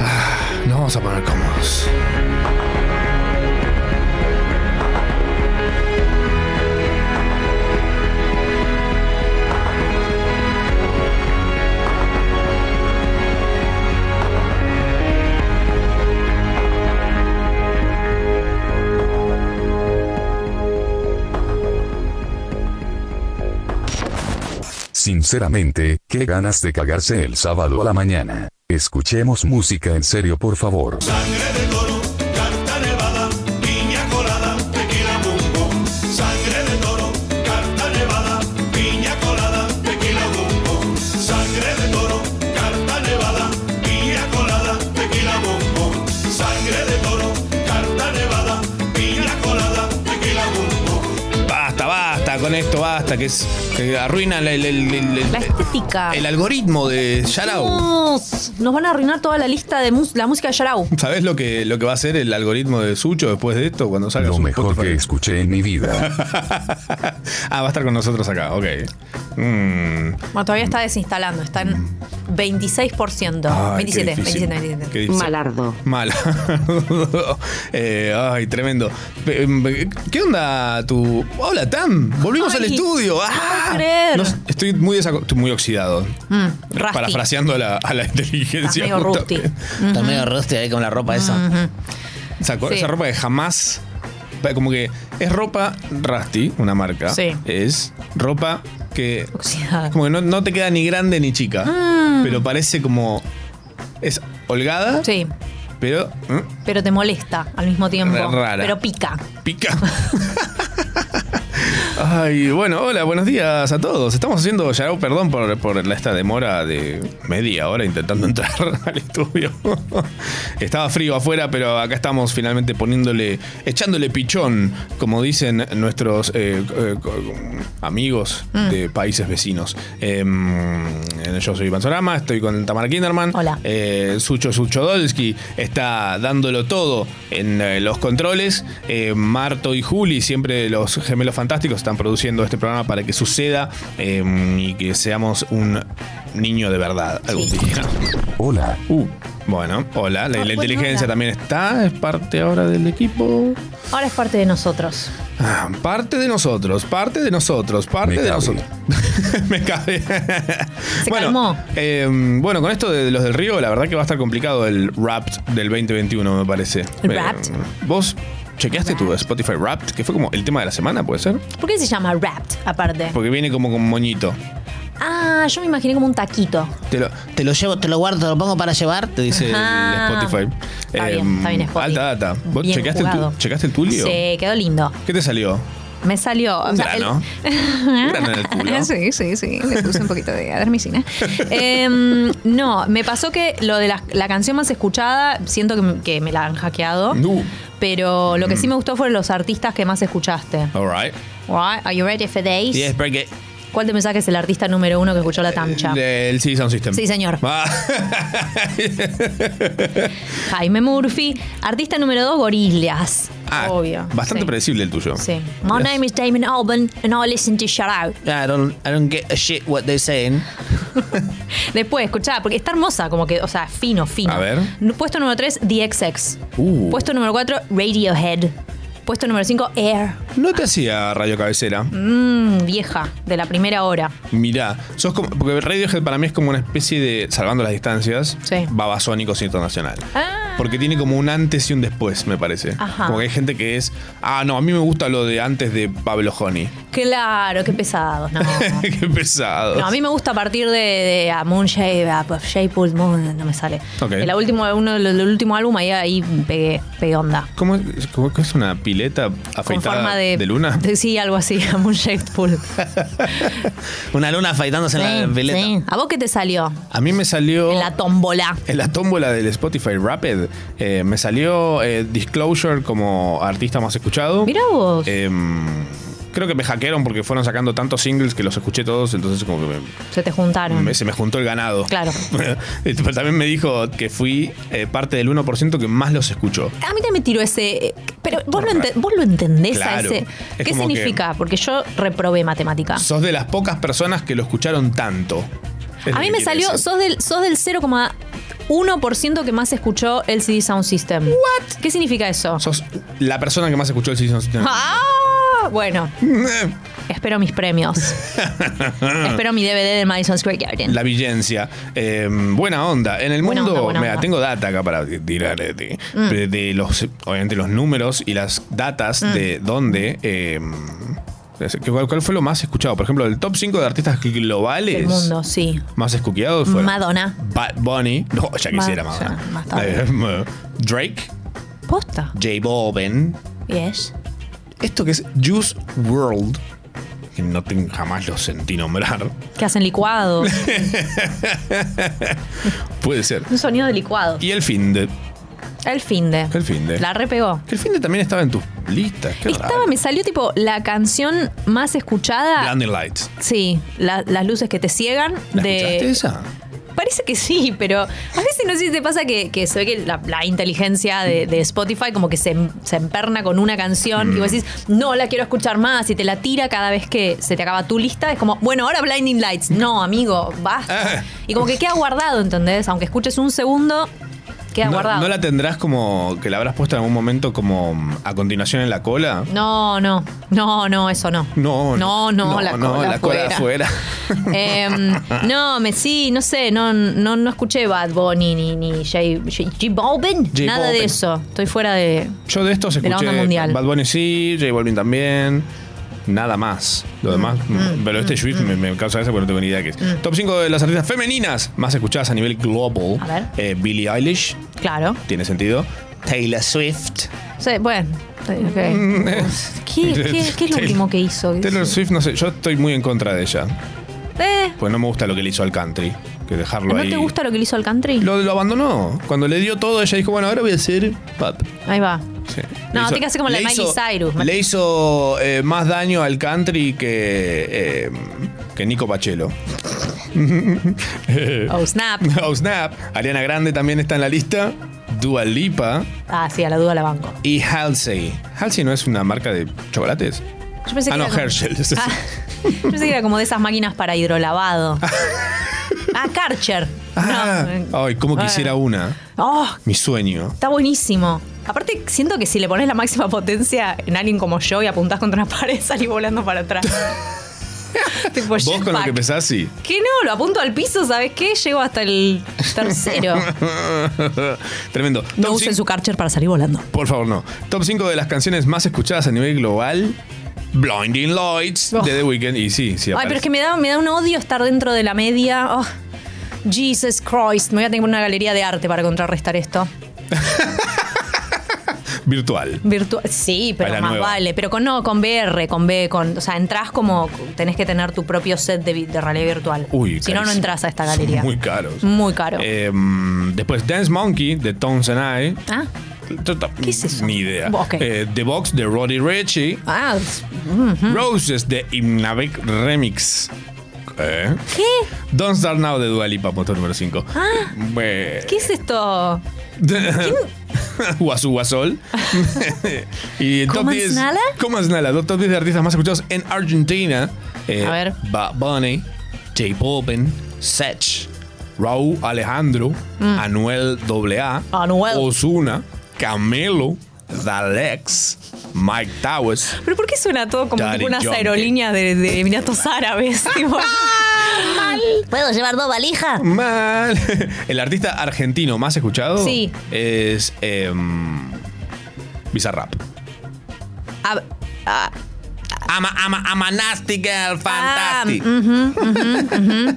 Speaker 6: Ah, Nos vamos a poner cómodos.
Speaker 4: Sinceramente, qué ganas de cagarse el sábado a la mañana. Escuchemos música en serio, por favor.
Speaker 3: Carta nevada, piña colada, tequila bum bum. Sangre de toro, carta nevada, piña colada, tequila bum bum. Sangre de toro, carta nevada, piña colada, tequila bum bum. Sangre de toro, carta nevada, piña colada, tequila bum
Speaker 6: Basta, basta, con esto basta, que, es, que arruina el, el- el- el- el-
Speaker 7: La estética.
Speaker 6: el algoritmo de Sharau.
Speaker 7: Dios, Nos van a arruinar toda la lista de mus- la música de Yarau.
Speaker 6: ¿Sabes lo que, lo que va a hacer el algoritmo de Sucho después de esto cuando salga Lo mejor que
Speaker 4: escuché en mi vida.
Speaker 6: ah, va a estar con nosotros acá, ok. Mm.
Speaker 7: Bueno, todavía está desinstalando, está en 26%.
Speaker 6: Ay, qué
Speaker 7: 27,
Speaker 6: difícil.
Speaker 7: 27, 27.
Speaker 6: Qué difícil. Malardo. Eh, ay, tremendo. Pe- em, ¿Qué onda tu. Hola, Tam. Volvimos al
Speaker 7: Ay,
Speaker 6: estudio.
Speaker 7: no
Speaker 6: ¡Ah!
Speaker 7: puedo creer.
Speaker 6: No sé, estoy muy, desaco- estoy muy oxidado.
Speaker 7: Mm, Rusty.
Speaker 6: Parafraseando a la, a la
Speaker 7: Estás
Speaker 6: inteligencia.
Speaker 7: medio rusty.
Speaker 6: justamente.
Speaker 7: Ujú.
Speaker 6: rusty ahí con la ropa
Speaker 7: Ujú.
Speaker 6: Esa, co-
Speaker 7: Sí.
Speaker 6: esa ropa que jamás. Como que es ropa Rusty, una marca.
Speaker 7: Sí.
Speaker 6: Es ropa que. Como que no, no te queda ni grande ni chica.
Speaker 7: Mm.
Speaker 6: Pero parece como. Es holgada.
Speaker 7: Sí,
Speaker 6: Pero. ¿eh?
Speaker 7: pero te molesta al mismo tiempo.
Speaker 6: Ra- rara.
Speaker 7: Pero pica.
Speaker 6: Pica. Ay, bueno, hola, buenos días a todos. Estamos haciendo, Yarao, perdón por, por la- esta demora de media hora intentando entrar al estudio. Estaba frío afuera, pero acá estamos finalmente poniéndole, echándole pichón, como dicen nuestros eh, eh, co- amigos
Speaker 7: Mm.
Speaker 6: de países vecinos. Em, yo soy Iván Sorama, estoy con Tamara Kinderman.
Speaker 7: Hola.
Speaker 6: Eh, Sucho Suchodolski está dándolo todo en eh, los controles. Eh, Marto y Juli, siempre los gemelos fantásticos, están produciendo este programa para que suceda eh, y que seamos un niño de verdad algún día. Uh,
Speaker 4: Hola.
Speaker 6: bueno, hola. La, la
Speaker 7: Ah, bueno,
Speaker 6: inteligencia
Speaker 7: hola.
Speaker 6: también está, es parte ahora del equipo.
Speaker 7: Ahora es parte de nosotros.
Speaker 6: Ah, Parte de nosotros, parte de nosotros, parte
Speaker 4: Me
Speaker 6: de
Speaker 4: cabe.
Speaker 6: nosotros. Me cabe. bueno,
Speaker 7: calmó.
Speaker 6: eh, bueno, con esto de los del río, la verdad que va a estar complicado el Wrapped del 2021, me parece.
Speaker 7: ¿El
Speaker 6: Eh,
Speaker 7: Wrapped?
Speaker 6: ¿Vos chequeaste tu Spotify Wrapped? Que fue como el tema de la semana, ¿puede ser?
Speaker 7: ¿Por qué se llama wrapped aparte?
Speaker 6: Porque viene como con moñito.
Speaker 7: Ah, yo me imaginé como un taquito.
Speaker 6: Te lo, te lo llevo, te lo guardo, te lo pongo para llevar, te dice el
Speaker 7: Ajá.
Speaker 6: Spotify. Em,
Speaker 7: Ah. Está bien, está bien Spotify.
Speaker 6: Eh, mm, Alta data. ¿Vos
Speaker 7: Bien
Speaker 6: chequeaste el, tu-
Speaker 7: jugado.
Speaker 6: chequeaste el tulio?
Speaker 7: Sí, quedó lindo.
Speaker 6: ¿Qué te salió?
Speaker 7: Me salió. o
Speaker 6: Un
Speaker 7: sea,
Speaker 6: grano. Un grano en el culo.
Speaker 7: Sí, sí, sí. Le puse un poquito de adermicina. Em, no, me pasó que lo de la, la canción más escuchada, siento que, m- que me la han hackeado.
Speaker 6: No.
Speaker 7: Pero lo que sí
Speaker 6: Mm.
Speaker 7: me gustó fueron los artistas que más escuchaste.
Speaker 6: All right.
Speaker 7: Right? Are you ready for days?
Speaker 6: Yes, Eh, porque
Speaker 7: ¿Cuál te pensás que es el artista número uno que escuchó la Tamcha?
Speaker 6: El CD Sound System.
Speaker 7: Sí, señor.
Speaker 6: Ah,
Speaker 7: Jaime Murphy. Artista número dos, Gorillas.
Speaker 6: ah,
Speaker 7: Obvio.
Speaker 6: Bastante
Speaker 7: sí.
Speaker 6: predecible el tuyo.
Speaker 7: Sí. My name is Damon Alban and I listen to Shout Out.
Speaker 6: I don't, I don't get a shit what they're saying.
Speaker 7: Después, escuchá, porque está hermosa, como que, o sea, fino, fino.
Speaker 6: A ver.
Speaker 7: Puesto número 3, DXX.
Speaker 6: Uh.
Speaker 7: Puesto número 4, Radiohead. Puesto número 5, Air.
Speaker 6: No te hacía radio cabecera.
Speaker 7: Mmm, vieja, de la primera hora.
Speaker 6: Mirá, sos como. Porque Radiohead para mí es como una especie de. Salvando las distancias.
Speaker 7: Sí.
Speaker 6: Babasónicos internacional.
Speaker 7: Ah.
Speaker 6: Porque tiene como un antes y un después, me parece.
Speaker 7: Ajá.
Speaker 6: Como que hay gente que es. Ah, no, a mí me gusta lo de antes de Pablo Honey.
Speaker 7: Claro, qué pesados, no.
Speaker 6: Qué pesado.
Speaker 7: No, a mí me gusta a partir de, de ah, a Moonshade, a Puff Shape, Pull Moon, no me sale.
Speaker 6: Ok.
Speaker 7: El, último, uno, del del último álbum, ahí, ahí pegué, pegué onda.
Speaker 6: ¿Cómo, cómo- qué es una pileta afeitada
Speaker 7: Con forma de,
Speaker 6: de luna?
Speaker 7: de- sí, algo así, a Moonshade Pool.
Speaker 6: Una luna afeitándose
Speaker 7: ¿A vos qué te salió?
Speaker 6: A mí me salió. En
Speaker 7: la tómbola.
Speaker 6: En la tómbola del Spotify Rapid. eh, me salió eh, Disclosure como artista más escuchado.
Speaker 7: Mirá vos.
Speaker 6: Em, creo que me hackearon porque fueron sacando tantos singles que los escuché todos, entonces como que
Speaker 7: Se te
Speaker 6: me,
Speaker 7: juntaron.
Speaker 6: me- se me juntó el ganado.
Speaker 7: Claro.
Speaker 6: Pero también me dijo que fui eh, parte del 1% que más los escuchó.
Speaker 7: A mí también me tiró ese. eh, Pero vos lo, ente- vos lo entendés a
Speaker 6: Claro.
Speaker 7: ese.
Speaker 6: Es
Speaker 7: ¿Qué
Speaker 6: como que-
Speaker 7: significa? Porque yo reprobé matemática.
Speaker 6: Sos de las pocas personas que lo escucharon tanto. Es lo
Speaker 7: A mí
Speaker 6: que
Speaker 7: me
Speaker 6: quiere
Speaker 7: salió,
Speaker 6: decir.
Speaker 7: sos del, sos del 0,1% que más escuchó el CD Sound System. ¿What? ¿Qué significa eso?
Speaker 6: Sos la persona que más escuchó el Season System.
Speaker 7: Ah, bueno. Espero mis premios. Espero mi DVD de Madison Square Garden.
Speaker 6: La vigencia. Eh, buena onda. En el
Speaker 7: Buena
Speaker 6: mundo,
Speaker 7: onda, buena
Speaker 6: mira,
Speaker 7: onda.
Speaker 6: tengo data acá para tirar eh, de,
Speaker 7: Mm.
Speaker 6: de- de los, obviamente, los números y las datas
Speaker 7: Mm.
Speaker 6: de dónde. eh, ¿Cuál cuál fue lo más escuchado? Por ejemplo, el top 5 de artistas globales
Speaker 7: Del mundo, sí.
Speaker 6: más escuqueados fueron
Speaker 7: Madonna.
Speaker 6: Bad Bunny. No, ya
Speaker 7: Ma-
Speaker 6: quisiera Madonna.
Speaker 7: ya, más tarde.
Speaker 6: Eh, Drake.
Speaker 7: Posta.
Speaker 6: J Balvin.
Speaker 7: Yes.
Speaker 6: Esto que es Juice World. Que no tengo- jamás lo sentí nombrar.
Speaker 7: Que hacen licuados.
Speaker 6: Puede ser.
Speaker 7: Un sonido de licuado.
Speaker 6: Y el fin de.
Speaker 7: El fin de.
Speaker 6: El fin de.
Speaker 7: La repegó.
Speaker 6: Que el fin de también estaba en tus listas. Qué raro.
Speaker 7: Estaba, me salió tipo la canción más escuchada.
Speaker 6: Blinding Lights.
Speaker 7: Sí, la- las luces que te ciegan.
Speaker 6: ¿La
Speaker 7: de...
Speaker 6: escuchaste esa?
Speaker 7: Parece que sí, pero a veces no sé si te pasa que, que se ve que la, la inteligencia de, de Spotify como que se, se emperna con una canción y vos
Speaker 6: Mm.
Speaker 7: decís, no, la quiero escuchar más y te la tira cada vez que se te acaba tu lista. Es como, bueno, ahora Blinding Lights. No, amigo, basta.
Speaker 6: Ah.
Speaker 7: Y como que queda guardado, ¿entendés? Aunque escuches un segundo, queda
Speaker 6: No,
Speaker 7: guardado.
Speaker 6: ¿No la tendrás como que la habrás puesto en algún momento como mm, a continuación en la cola?
Speaker 7: No, no, no, no, eso no.
Speaker 6: No,
Speaker 7: No, no, la cola afuera.
Speaker 6: afuera.
Speaker 7: Em, no, me sí, no sé, no, no, no escuché Bad Bunny ni, ni J, J- J Balvin,
Speaker 6: J
Speaker 7: nada de
Speaker 6: Balvin.
Speaker 7: eso. Estoy fuera de.
Speaker 6: Yo de estos
Speaker 7: De la
Speaker 6: escuché
Speaker 7: onda mundial.
Speaker 6: Bad Bunny sí, J Balvin también. Nada más. Lo demás, mm, pero este Swift me, me causa gracia porque no tengo ni idea qué es.
Speaker 7: Mm.
Speaker 6: Top 5 de las artistas femeninas más escuchadas a nivel global.
Speaker 7: A ver.
Speaker 6: Eh, Billie Eilish,
Speaker 7: Claro.
Speaker 6: tiene sentido. Taylor Swift.
Speaker 7: Sí, bueno. ok.
Speaker 6: Mm,
Speaker 7: ¿Qué, qué, qué es lo
Speaker 6: eh. Taylor-
Speaker 7: último que hizo?
Speaker 6: Taylor Swift, no sé, yo estoy muy en contra de ella.
Speaker 7: Eh,
Speaker 6: Pues no me gusta lo que le hizo al country. Que dejarlo
Speaker 7: ¿No
Speaker 6: ahí.
Speaker 7: te gusta lo que le hizo al country?
Speaker 6: Lo, lo abandonó. Cuando le dio todo, ella dijo, bueno, ahora voy a hacer pop.
Speaker 7: Ahí va.
Speaker 6: Sí. Le
Speaker 7: No,
Speaker 6: hizo-
Speaker 7: tiene que hacer como la
Speaker 6: le
Speaker 7: de Miley
Speaker 6: hizo-
Speaker 7: Cyrus.
Speaker 6: Le hizo eh, más daño al country que, eh, que Nico Pachelo.
Speaker 7: Oh, snap.
Speaker 6: oh, snap. Ariana Grande también está en la lista. Dua Lipa
Speaker 7: Ah, sí, a la duda la banco.
Speaker 6: y Halsey. Halsey no es una marca de chocolates.
Speaker 7: Yo pensé
Speaker 6: ah,
Speaker 7: que
Speaker 6: no,
Speaker 7: era como-
Speaker 6: Herschel.
Speaker 7: Ah, yo pensé que era como de esas máquinas para hidrolavado. Ah, Karcher.
Speaker 6: Ah, Ay, cómo quisiera una.
Speaker 7: Oh,
Speaker 6: Mi sueño.
Speaker 7: Está buenísimo. Aparte, siento que si le pones la máxima potencia en alguien como yo y apuntás contra una pared, salís volando para atrás. tipo
Speaker 6: Vos con lo
Speaker 7: jetpack.
Speaker 6: que pensás, sí.
Speaker 7: ¿Qué no? Lo apunto al piso, ¿sabes qué? Llego hasta el tercero.
Speaker 6: Tremendo.
Speaker 7: No
Speaker 6: Top
Speaker 7: usen
Speaker 6: cinco-
Speaker 7: su Karcher para salir volando.
Speaker 6: Por favor, no. Top 5 de las canciones más escuchadas a nivel global. Blinding Lights de The Weeknd. Y sí, sí.
Speaker 7: Oh. Ay, pero
Speaker 6: aparece.
Speaker 7: es que me da, me da un odio estar dentro de la media. Oh, Jesus Christ. Me voy a tener que poner una galería de arte para contrarrestar esto.
Speaker 6: Virtual.
Speaker 7: Virtu- sí, pero
Speaker 6: Para la
Speaker 7: más
Speaker 6: nueva.
Speaker 7: vale. Pero con no, con VR, con B, con. O sea, entras como. Tenés que tener tu propio set de, vi- de realidad virtual.
Speaker 6: Uy,
Speaker 7: si no, no
Speaker 6: carísimo.
Speaker 7: entras a esta
Speaker 6: Son
Speaker 7: galería.
Speaker 6: Muy caros.
Speaker 7: Muy caro.
Speaker 6: Eh, mm, después Dance Monkey de Tones and I.
Speaker 7: ah,
Speaker 6: ¿Qué es eso? Ni idea.
Speaker 7: Ok.
Speaker 6: Eh, The Box de Roddy Ritchie.
Speaker 7: ah. es- mhm.
Speaker 6: Roses de Imnavik Remix. ¿Eh?
Speaker 7: ¿Qué?
Speaker 6: Don't Start Now de Dua Lipa, puesto número 5.
Speaker 7: Ah, ¿Qué es esto?
Speaker 6: Guasu Guasol. y top
Speaker 7: ¿Cómo es
Speaker 6: 10.
Speaker 7: nada?
Speaker 6: ¿Cómo es nada? Los top 10 de artistas más escuchados en Argentina. Eh,
Speaker 7: A ver.
Speaker 6: Bad Bunny, J Balvin, Sech, Raúl Alejandro, Anuel AA,
Speaker 7: Mm. Anuel.
Speaker 6: Ozuna, Camelo, Dalex, Mike Towers.
Speaker 7: ¿Pero por qué suena todo como
Speaker 6: Daddy
Speaker 7: tipo unas
Speaker 6: Yankee.
Speaker 7: aerolíneas de, de Emiratos Árabes? tipo? ¿Puedo llevar dos valijas?
Speaker 6: Mal. El artista argentino más escuchado
Speaker 7: Sí.
Speaker 6: es em, Bizarrap.
Speaker 7: Ah, ah,
Speaker 6: Ama, ama, ama nasty girl,
Speaker 7: ah,
Speaker 6: fantastic.
Speaker 7: ujú, ujú, ujú.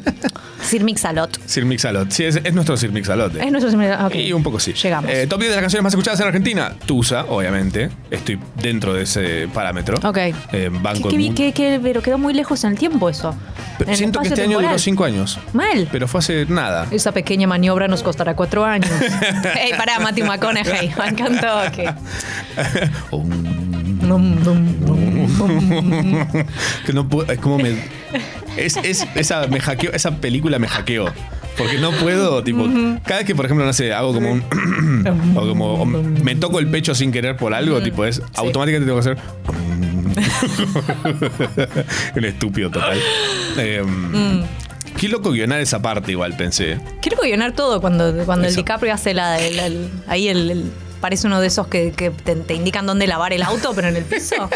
Speaker 7: Sir Mixalot.
Speaker 6: Sir Mixalot. Sí, es, es nuestro Sir Mixalot. eh.
Speaker 7: Es nuestro similar. ok.
Speaker 6: Y un poco sí.
Speaker 7: Llegamos.
Speaker 6: Eh, top 10 de las canciones más escuchadas en Argentina. Tusa, obviamente. Estoy dentro de ese parámetro.
Speaker 7: Ok.
Speaker 6: Eh,
Speaker 7: ¿Qué-
Speaker 6: banco
Speaker 7: qué-
Speaker 6: el mundo.
Speaker 7: qué- qué- pero quedó muy lejos en el tiempo eso. En
Speaker 6: Pero
Speaker 7: el
Speaker 6: Siento que
Speaker 7: espacio
Speaker 6: este año
Speaker 7: temporal.
Speaker 6: duró 5 años.
Speaker 7: Mal.
Speaker 6: Pero fue hace nada.
Speaker 7: Esa pequeña maniobra nos costará cuatro años. Ey, pará, Matthew McConaughey. Me encantó. que- Dum, dum, dum, dum.
Speaker 6: que no puedo. Es como me. Es, es- esa, me hackeo, esa película me hackeó. Porque no puedo, tipo.
Speaker 7: Ujú.
Speaker 6: Cada vez que, por ejemplo, no sé, hago como un. o como. o me toco el pecho sin querer por algo, tipo, es. Automáticamente tengo que hacer. un estúpido total. Eh,
Speaker 7: Mm.
Speaker 6: Qué loco guionar esa parte, igual pensé.
Speaker 7: Quiero guionar todo cuando, cuando el
Speaker 6: Eso.
Speaker 7: DiCaprio hace la. el- el- ahí el, el- Parece uno de esos que, que te, te indican dónde lavar el auto, pero en el piso.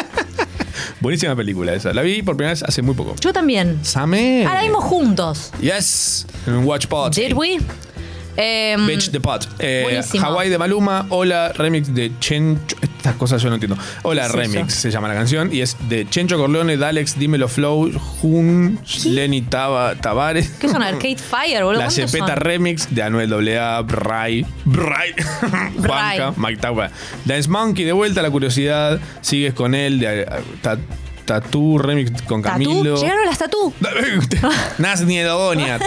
Speaker 6: Buenísima película esa. La vi por primera vez hace muy poco.
Speaker 7: Yo también.
Speaker 6: Same.
Speaker 7: Ahora vimos juntos.
Speaker 6: Yes. En un Watch Pod.
Speaker 7: ¿Did we? Em,
Speaker 6: Bitch Oh, the Pot. Eh,
Speaker 7: buenísimo.
Speaker 6: Hawaii de Maluma. Hola, remix de Chencho. Estas cosas yo no entiendo. Hola,
Speaker 7: ¿Qué es
Speaker 6: remix
Speaker 7: eso?
Speaker 6: se llama la canción. Y es de Chencho Corleone, Dalex, Dímelo Flow, Jun, Lenny Tava, Tavares.
Speaker 7: ¿Qué son? Arcade Fire, boludo.
Speaker 6: La
Speaker 7: ¿Cuántos
Speaker 6: Cepeta
Speaker 7: son?
Speaker 6: Remix de Anuel AA, Bray, Bray, Juanca, Mike Tauba. Dance Monkey, de vuelta a la curiosidad. Sigues con él, de eh, Ta- Tatú Remix con
Speaker 7: ¿Tatú?
Speaker 6: Camilo.
Speaker 7: Llegaron las tatú.
Speaker 6: Nazni Edogonia.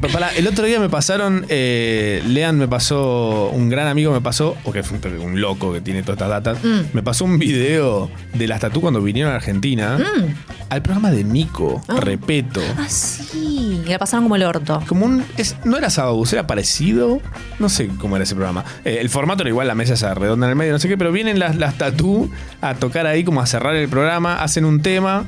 Speaker 6: Pa- pará, el otro día me pasaron, eh, Lean me pasó, un gran amigo me pasó, o que fue un, un loco que tiene todas estas datas,
Speaker 7: Mm.
Speaker 6: me pasó un video de las tatú cuando vinieron a Argentina
Speaker 7: Mm.
Speaker 6: al programa de Nico,
Speaker 7: Ah.
Speaker 6: Repeto.
Speaker 7: Ah, sí. Y la pasaron como el orto.
Speaker 6: Como un. es- no era Sábado era parecido. No sé cómo era ese programa. Eh, el formato era igual, la mesa se redonda en el medio, no sé qué, pero vienen las, las tatú a tocar ahí, como a cerrar el programa, hacen un tema.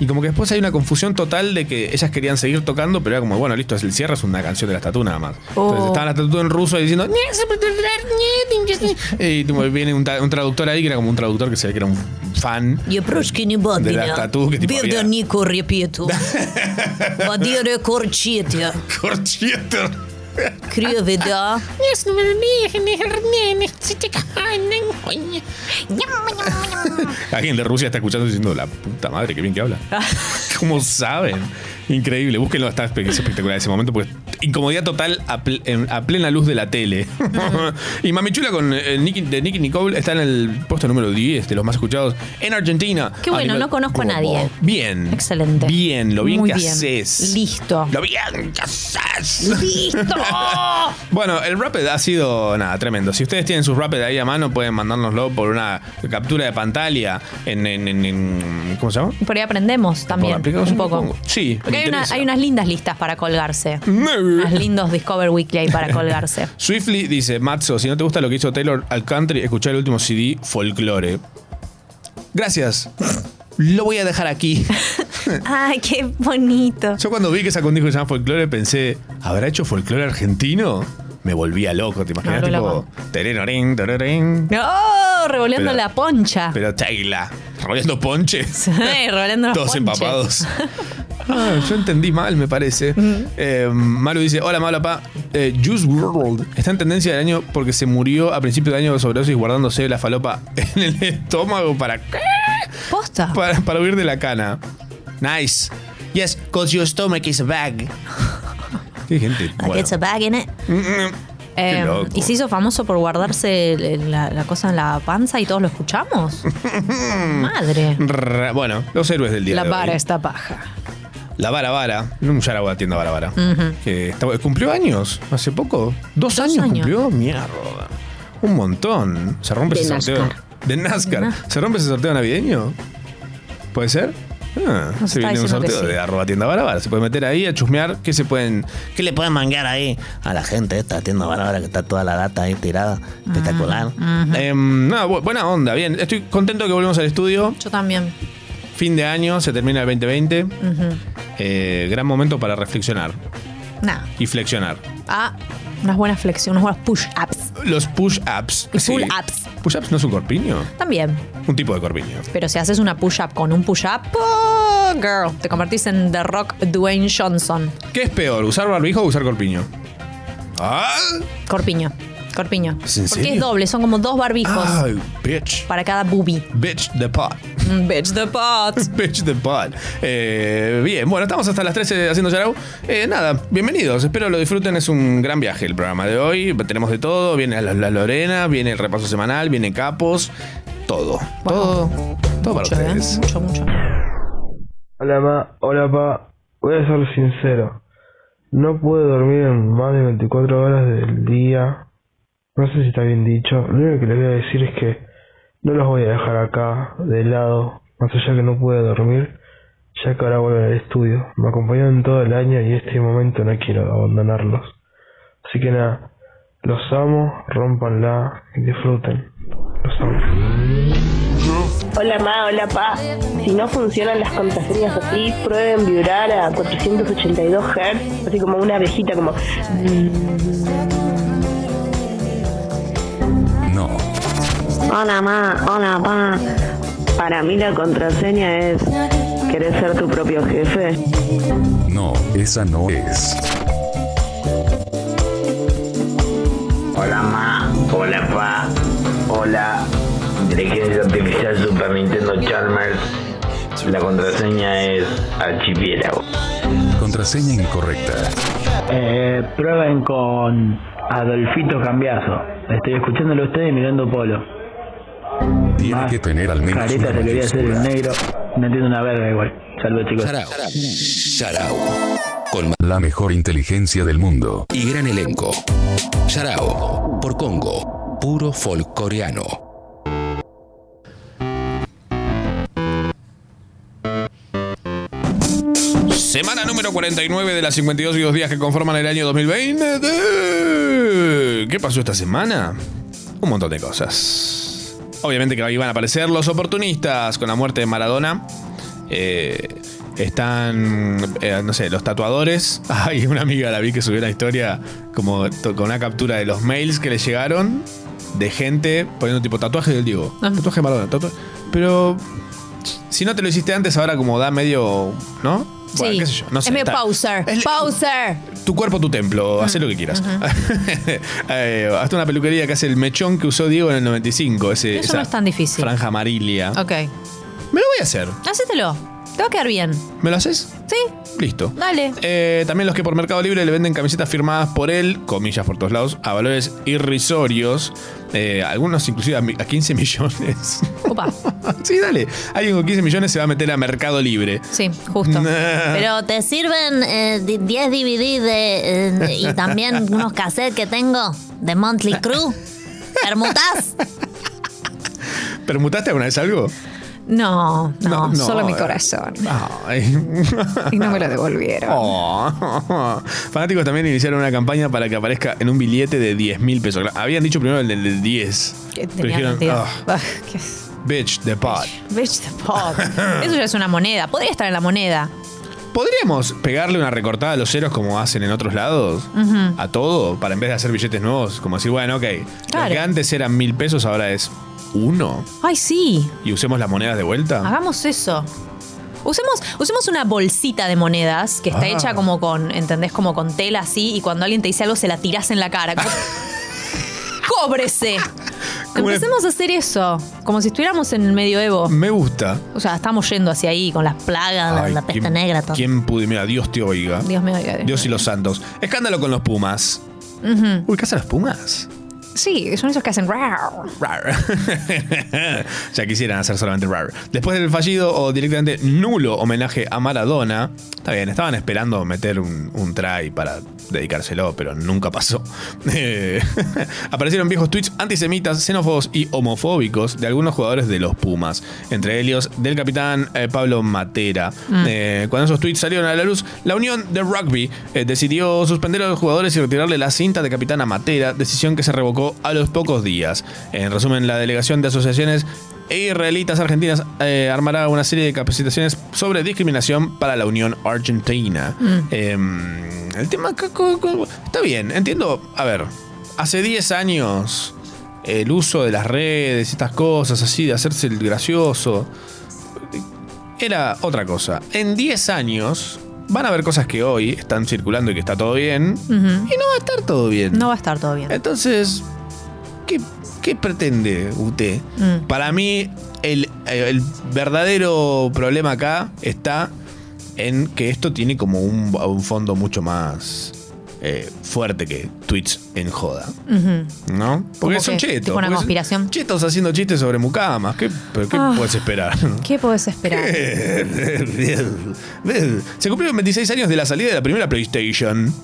Speaker 6: Y como que después hay una confusión total de que ellas querían seguir tocando, pero era como, bueno, listo, es el cierre, es una canción de las tatú nada más. Entonces
Speaker 7: Oh.
Speaker 6: estaban las tatú en ruso ahí diciendo. "Nie". Y tipo, viene un, ta- un traductor ahí que era como un traductor que se ve que era un fan.
Speaker 7: Я прошки не
Speaker 6: De la
Speaker 7: бадина.
Speaker 6: tatú que tipo
Speaker 7: Берда
Speaker 6: había-
Speaker 7: Нико репету. Бадира корчетя.
Speaker 6: Corchieto.
Speaker 7: Криве да.
Speaker 6: Alguien de Rusia está escuchando diciendo, la puta madre, qué bien que habla. ¿Cómo saben? Increíble, búsquenlo, está espe- es espectacular ese momento, porque incomodidad total a, pl- en- a plena luz de la tele. y Mami Chula con eh, Nicki- de Nicky Nicole está en el puesto número 10 de los más escuchados en Argentina.
Speaker 7: Qué bueno,
Speaker 6: A nivel
Speaker 7: no conozco a
Speaker 6: global.
Speaker 7: nadie.
Speaker 6: Bien.
Speaker 7: Excelente.
Speaker 6: Bien, lo bien
Speaker 7: Muy
Speaker 6: que
Speaker 7: bien.
Speaker 6: haces.
Speaker 7: Listo.
Speaker 6: Lo bien que haces.
Speaker 7: ¡Listo!
Speaker 6: Bueno, el Rapid ha sido nada tremendo. Si ustedes tienen sus Rapid ahí a mano, pueden mandárnoslo por una captura de pantalla en. en- en- en- ¿Cómo se llama?
Speaker 7: Por ahí aprendemos también.
Speaker 6: ¿Por la aplicación?
Speaker 7: Un poco.
Speaker 6: Sí,
Speaker 7: Porque
Speaker 6: me
Speaker 7: hay, una-
Speaker 6: interesa. Mm.
Speaker 7: hay unas lindas listas para colgarse. Unos lindos Discover Weekly ahí para colgarse.
Speaker 6: Swiftly dice: Matzo, si no te gusta lo que hizo Taylor al country, escuchá el último CD Folklore. Gracias. Lo voy a dejar aquí.
Speaker 7: Ay, qué bonito.
Speaker 6: Yo cuando vi que sacó un disco que se llama Folklore pensé, ¿habrá hecho folclore argentino? Me volvía loco, ¿te imaginas?
Speaker 7: Me
Speaker 6: Tipo,
Speaker 7: volvió
Speaker 6: terenorín, terenorín.
Speaker 7: ¡Oh! Revoleando
Speaker 6: Pero-
Speaker 7: la poncha.
Speaker 6: Pero Taylor, rodeando ponches.
Speaker 7: Ay, revoleando los
Speaker 6: Todos
Speaker 7: ponches.
Speaker 6: empapados. Ah, yo entendí mal, me parece. Eh, Maru dice: Hola, Mala Pa. Eh, Juice World está en tendencia del año porque se murió a principio de año de sobredosis guardándose la falopa en el estómago para,
Speaker 7: Posta.
Speaker 6: para, para huir de la cana. Nice. Yes, cause your stomach is a bag. Qué gente.
Speaker 7: I
Speaker 6: bueno.
Speaker 7: get a bag in it.
Speaker 6: Qué
Speaker 7: Em,
Speaker 6: loco.
Speaker 7: y se hizo famoso por guardarse el- el- la, la cosa en la panza y todos lo escuchamos. Madre.
Speaker 6: Ra- Bueno, los héroes del día.
Speaker 7: La
Speaker 6: de hoy.
Speaker 7: vara está paja.
Speaker 6: La vara vara. No, ya la voy a tienda vara vara.
Speaker 7: Ujú.
Speaker 6: que está- cumplió años hace poco. Dos, años,
Speaker 7: años.
Speaker 6: cumplió, mierda. Un montón. Se rompe
Speaker 7: De
Speaker 6: ese sorteo.
Speaker 7: NASCAR.
Speaker 6: De NASCAR.
Speaker 7: De
Speaker 6: ¿Se rompe ese sorteo navideño? ¿Puede ser? Ah,
Speaker 7: Nos
Speaker 6: se
Speaker 7: está
Speaker 6: viene un
Speaker 7: diciendo que
Speaker 6: sorteo
Speaker 7: sí.
Speaker 6: de arroba tienda barabara. Se puede meter ahí a chusmear. ¿Qué se pueden. ¿Qué le pueden manguear ahí?
Speaker 18: a la gente esta tienda bárbara que está toda la data ahí tirada. Espectacular.
Speaker 6: Em, no, bu- buena onda, bien. Estoy contento que volvemos al estudio.
Speaker 7: Yo también.
Speaker 6: Fin de año, se termina el 2020.
Speaker 7: Ujú.
Speaker 6: Eh, gran momento para reflexionar
Speaker 7: Nada.
Speaker 6: y flexionar.
Speaker 7: Ah, unas buenas flexiones, unos buenos push-ups.
Speaker 6: Los push-ups.
Speaker 7: Y
Speaker 6: sí.
Speaker 7: pull-ups.
Speaker 6: ¿Push-ups no es un corpiño?
Speaker 7: También.
Speaker 6: Un tipo de corpiño.
Speaker 7: Pero si haces una push-up con un push-up, oh, girl, te convertís en The Rock Dwayne Johnson.
Speaker 6: ¿Qué es peor, usar barbijo o usar corpiño? Ah,
Speaker 7: Corpiño. Corpiño.
Speaker 6: ¿Es en
Speaker 7: Porque
Speaker 6: serio?
Speaker 7: es doble, son como dos barbijos
Speaker 6: Ay, bitch.
Speaker 7: para cada bubi.
Speaker 6: Bitch the pot.
Speaker 7: Bitch the pot.
Speaker 6: Bitch the pot. Eh, bien, bueno, estamos hasta las 13 haciendo Yarau. Eh, nada, bienvenidos. Espero lo disfruten. Es un gran viaje el programa de hoy. Tenemos de todo. Viene la, la Lorena, viene el repaso semanal, viene capos. Todo. todo. Todo para ustedes.
Speaker 7: Mucho, mucho.
Speaker 19: Hola ma, hola pa, voy a ser sincero. No pude dormir en más de 24 horas del día. No sé si está bien dicho. Lo único que le voy a decir es que no los voy a dejar acá, de lado, más allá que no pude dormir, ya que ahora vuelven al estudio. Me acompañaron todo el año y este momento no quiero abandonarlos. Así que nada, los amo, rompanla y disfruten. Los amo.
Speaker 20: Hola ma, hola pa. Si no funcionan las contraseñas así, prueben vibrar a 482 Hz, así como una abejita, como...
Speaker 4: No.
Speaker 21: Hola, ma. Hola, pa. Para mí la contraseña es... ¿Querés ser tu propio jefe?
Speaker 4: No, esa no es.
Speaker 22: Hola ma, hola pa, hola inteligencia artificial Super Nintendo Chalmers. La contraseña es archipiélago.
Speaker 4: Contraseña incorrecta.
Speaker 22: Eh, prueben con Adolfito Cambiazo. Estoy escuchándolo a ustedes y mirando Polo.
Speaker 4: Tiene que tener al menos
Speaker 22: Careta
Speaker 4: una
Speaker 22: se le voy a hacer el
Speaker 4: mayúscula.
Speaker 22: negro. No entiendo una verga igual. Saludos chicos.
Speaker 5: Sharao. Con ma-
Speaker 4: La mejor inteligencia del mundo.
Speaker 5: y gran elenco. Sharao. Por Congo. Puro folk coreano.
Speaker 6: Semana número 49 de las 52 y dos días que conforman el año 2020. ¿Qué pasó esta semana? Un montón de cosas. Obviamente que ahí van a aparecer los oportunistas con la muerte de Maradona. Eh, están, eh, no sé, los tatuadores. Hay una amiga la vi que subió una historia como to- con una captura de los mails que le llegaron de gente poniendo tipo tatuaje del Diego.
Speaker 7: Ah.
Speaker 6: Tatuaje de Maradona. tatua- Pero si no te lo hiciste antes, ahora como da medio, ¿no? Bueno,
Speaker 7: sí.
Speaker 6: qué sé yo, no sé,
Speaker 7: es medio
Speaker 6: está-
Speaker 7: pauser. Pauser.
Speaker 6: tu cuerpo, tu templo, haz lo que quieras. Eh, hasta una peluquería que hace el mechón que usó Diego en el 95. Ese,
Speaker 7: Eso
Speaker 6: esa
Speaker 7: no es tan difícil.
Speaker 6: Franja amarilla.
Speaker 7: Ok.
Speaker 6: Me lo voy a hacer.
Speaker 7: Hacételo. Te va a quedar bien.
Speaker 6: ¿Me lo haces?
Speaker 7: Sí,
Speaker 6: Listo.
Speaker 7: dale.
Speaker 6: Eh, también los que por Mercado Libre le venden camisetas firmadas por él, comillas por todos lados, a valores irrisorios. eh, algunos inclusive a, mi- a 15 millones.
Speaker 7: Opa.
Speaker 6: sí, dale. Alguien con 15 millones se va a meter a Mercado Libre.
Speaker 7: Sí, justo.
Speaker 6: Ah.
Speaker 23: Pero te sirven eh, di- 10 DVD de, eh, y también unos cassettes que tengo de Monthly Crew. ¿Permutás?
Speaker 6: ¿Permutaste alguna vez algo?
Speaker 7: No, no,
Speaker 6: No, no.
Speaker 7: solo mi corazón.
Speaker 6: Ay.
Speaker 7: Y no me lo devolvieron.
Speaker 6: Oh. Fanáticos también iniciaron una campaña para que aparezca en un billete de 10 mil pesos. Claro, Habían dicho primero el del del 10.
Speaker 7: Que
Speaker 6: Pero
Speaker 7: tenía cantidad.
Speaker 6: "Ah,
Speaker 7: Ah, qué es-
Speaker 6: bitch, the pot.
Speaker 7: bitch the pop. Eso ya es una moneda. Podría estar en la moneda.
Speaker 6: ¿Podríamos pegarle una recortada a los ceros como hacen en otros lados?
Speaker 7: Ujú.
Speaker 6: A todo, para en vez de hacer billetes nuevos, como decir, bueno, ok,
Speaker 7: Claro.
Speaker 6: lo que antes eran mil pesos, ahora es uno.
Speaker 7: Ay, sí.
Speaker 6: Y usemos las monedas de vuelta.
Speaker 7: Hagamos eso. Usemos, usemos una bolsita de monedas que está
Speaker 6: Ah.
Speaker 7: hecha como con, ¿entendés? Como con tela así y cuando alguien te dice algo se la tirás en la cara. Como- ¡Cóbrese!
Speaker 6: Como una-
Speaker 7: Empecemos a hacer eso, como si estuviéramos en el medioevo.
Speaker 6: Me gusta.
Speaker 7: O sea, estamos yendo hacia ahí con las plagas, la-
Speaker 6: Ay,
Speaker 7: la peste
Speaker 6: ¿quién-
Speaker 7: negra, todo.
Speaker 6: ¿Quién pude? Mira, Dios te oiga.
Speaker 7: Dios me oiga. Dios.
Speaker 6: Dios y los santos. Escándalo con los Pumas.
Speaker 7: Ujú.
Speaker 6: Uy, ¿qué hacen los Pumas?
Speaker 7: Sí, son esos que hacen. rar.
Speaker 6: Rar. ya quisieran hacer solamente rar. Después del fallido o directamente nulo homenaje a Maradona, está bien, estaban esperando meter un, un try para dedicárselo, pero nunca pasó. Eh, Aparecieron viejos tweets antisemitas, xenófobos y homofóbicos de algunos jugadores de los Pumas, entre ellos del capitán eh, Pablo Matera.
Speaker 24: Mm.
Speaker 6: Eh, cuando esos tweets salieron a la luz, la Unión de Rugby eh, decidió suspender a los jugadores y retirarle la cinta de capitán a Matera, decisión que se revocó a los pocos días. En resumen, la delegación de asociaciones e israelitas argentinas eh, armará una serie de capacitaciones sobre discriminación para la Unión Argentina.
Speaker 24: Mm.
Speaker 6: Em, el tema acá co- co- está bien, entiendo. A ver, hace 10 años el uso de las redes, estas cosas así, de hacerse el gracioso, era otra cosa. En 10 años van a haber cosas que hoy están circulando y que está todo bien.
Speaker 7: Ujú.
Speaker 6: Y no va a estar todo bien. Eh.
Speaker 7: No va a estar todo bien.
Speaker 6: Entonces, ¿qué, qué pretende usted?
Speaker 7: Mm.
Speaker 6: Para mí, el, el verdadero problema acá está en que esto tiene como un, un fondo mucho más eh, fuerte que tweets en joda.
Speaker 7: Ujú.
Speaker 6: ¿No? Porque
Speaker 7: Como
Speaker 6: son
Speaker 7: que,
Speaker 6: chetos.
Speaker 7: tipo
Speaker 6: porque
Speaker 7: una
Speaker 6: son
Speaker 7: conspiración.
Speaker 6: Chetos haciendo chistes sobre mucamas. ¿Qué, pero qué
Speaker 7: Ah.
Speaker 6: puedes esperar?
Speaker 7: ¿Qué podés esperar?
Speaker 6: Se cumplieron 26 años de la salida de la primera PlayStation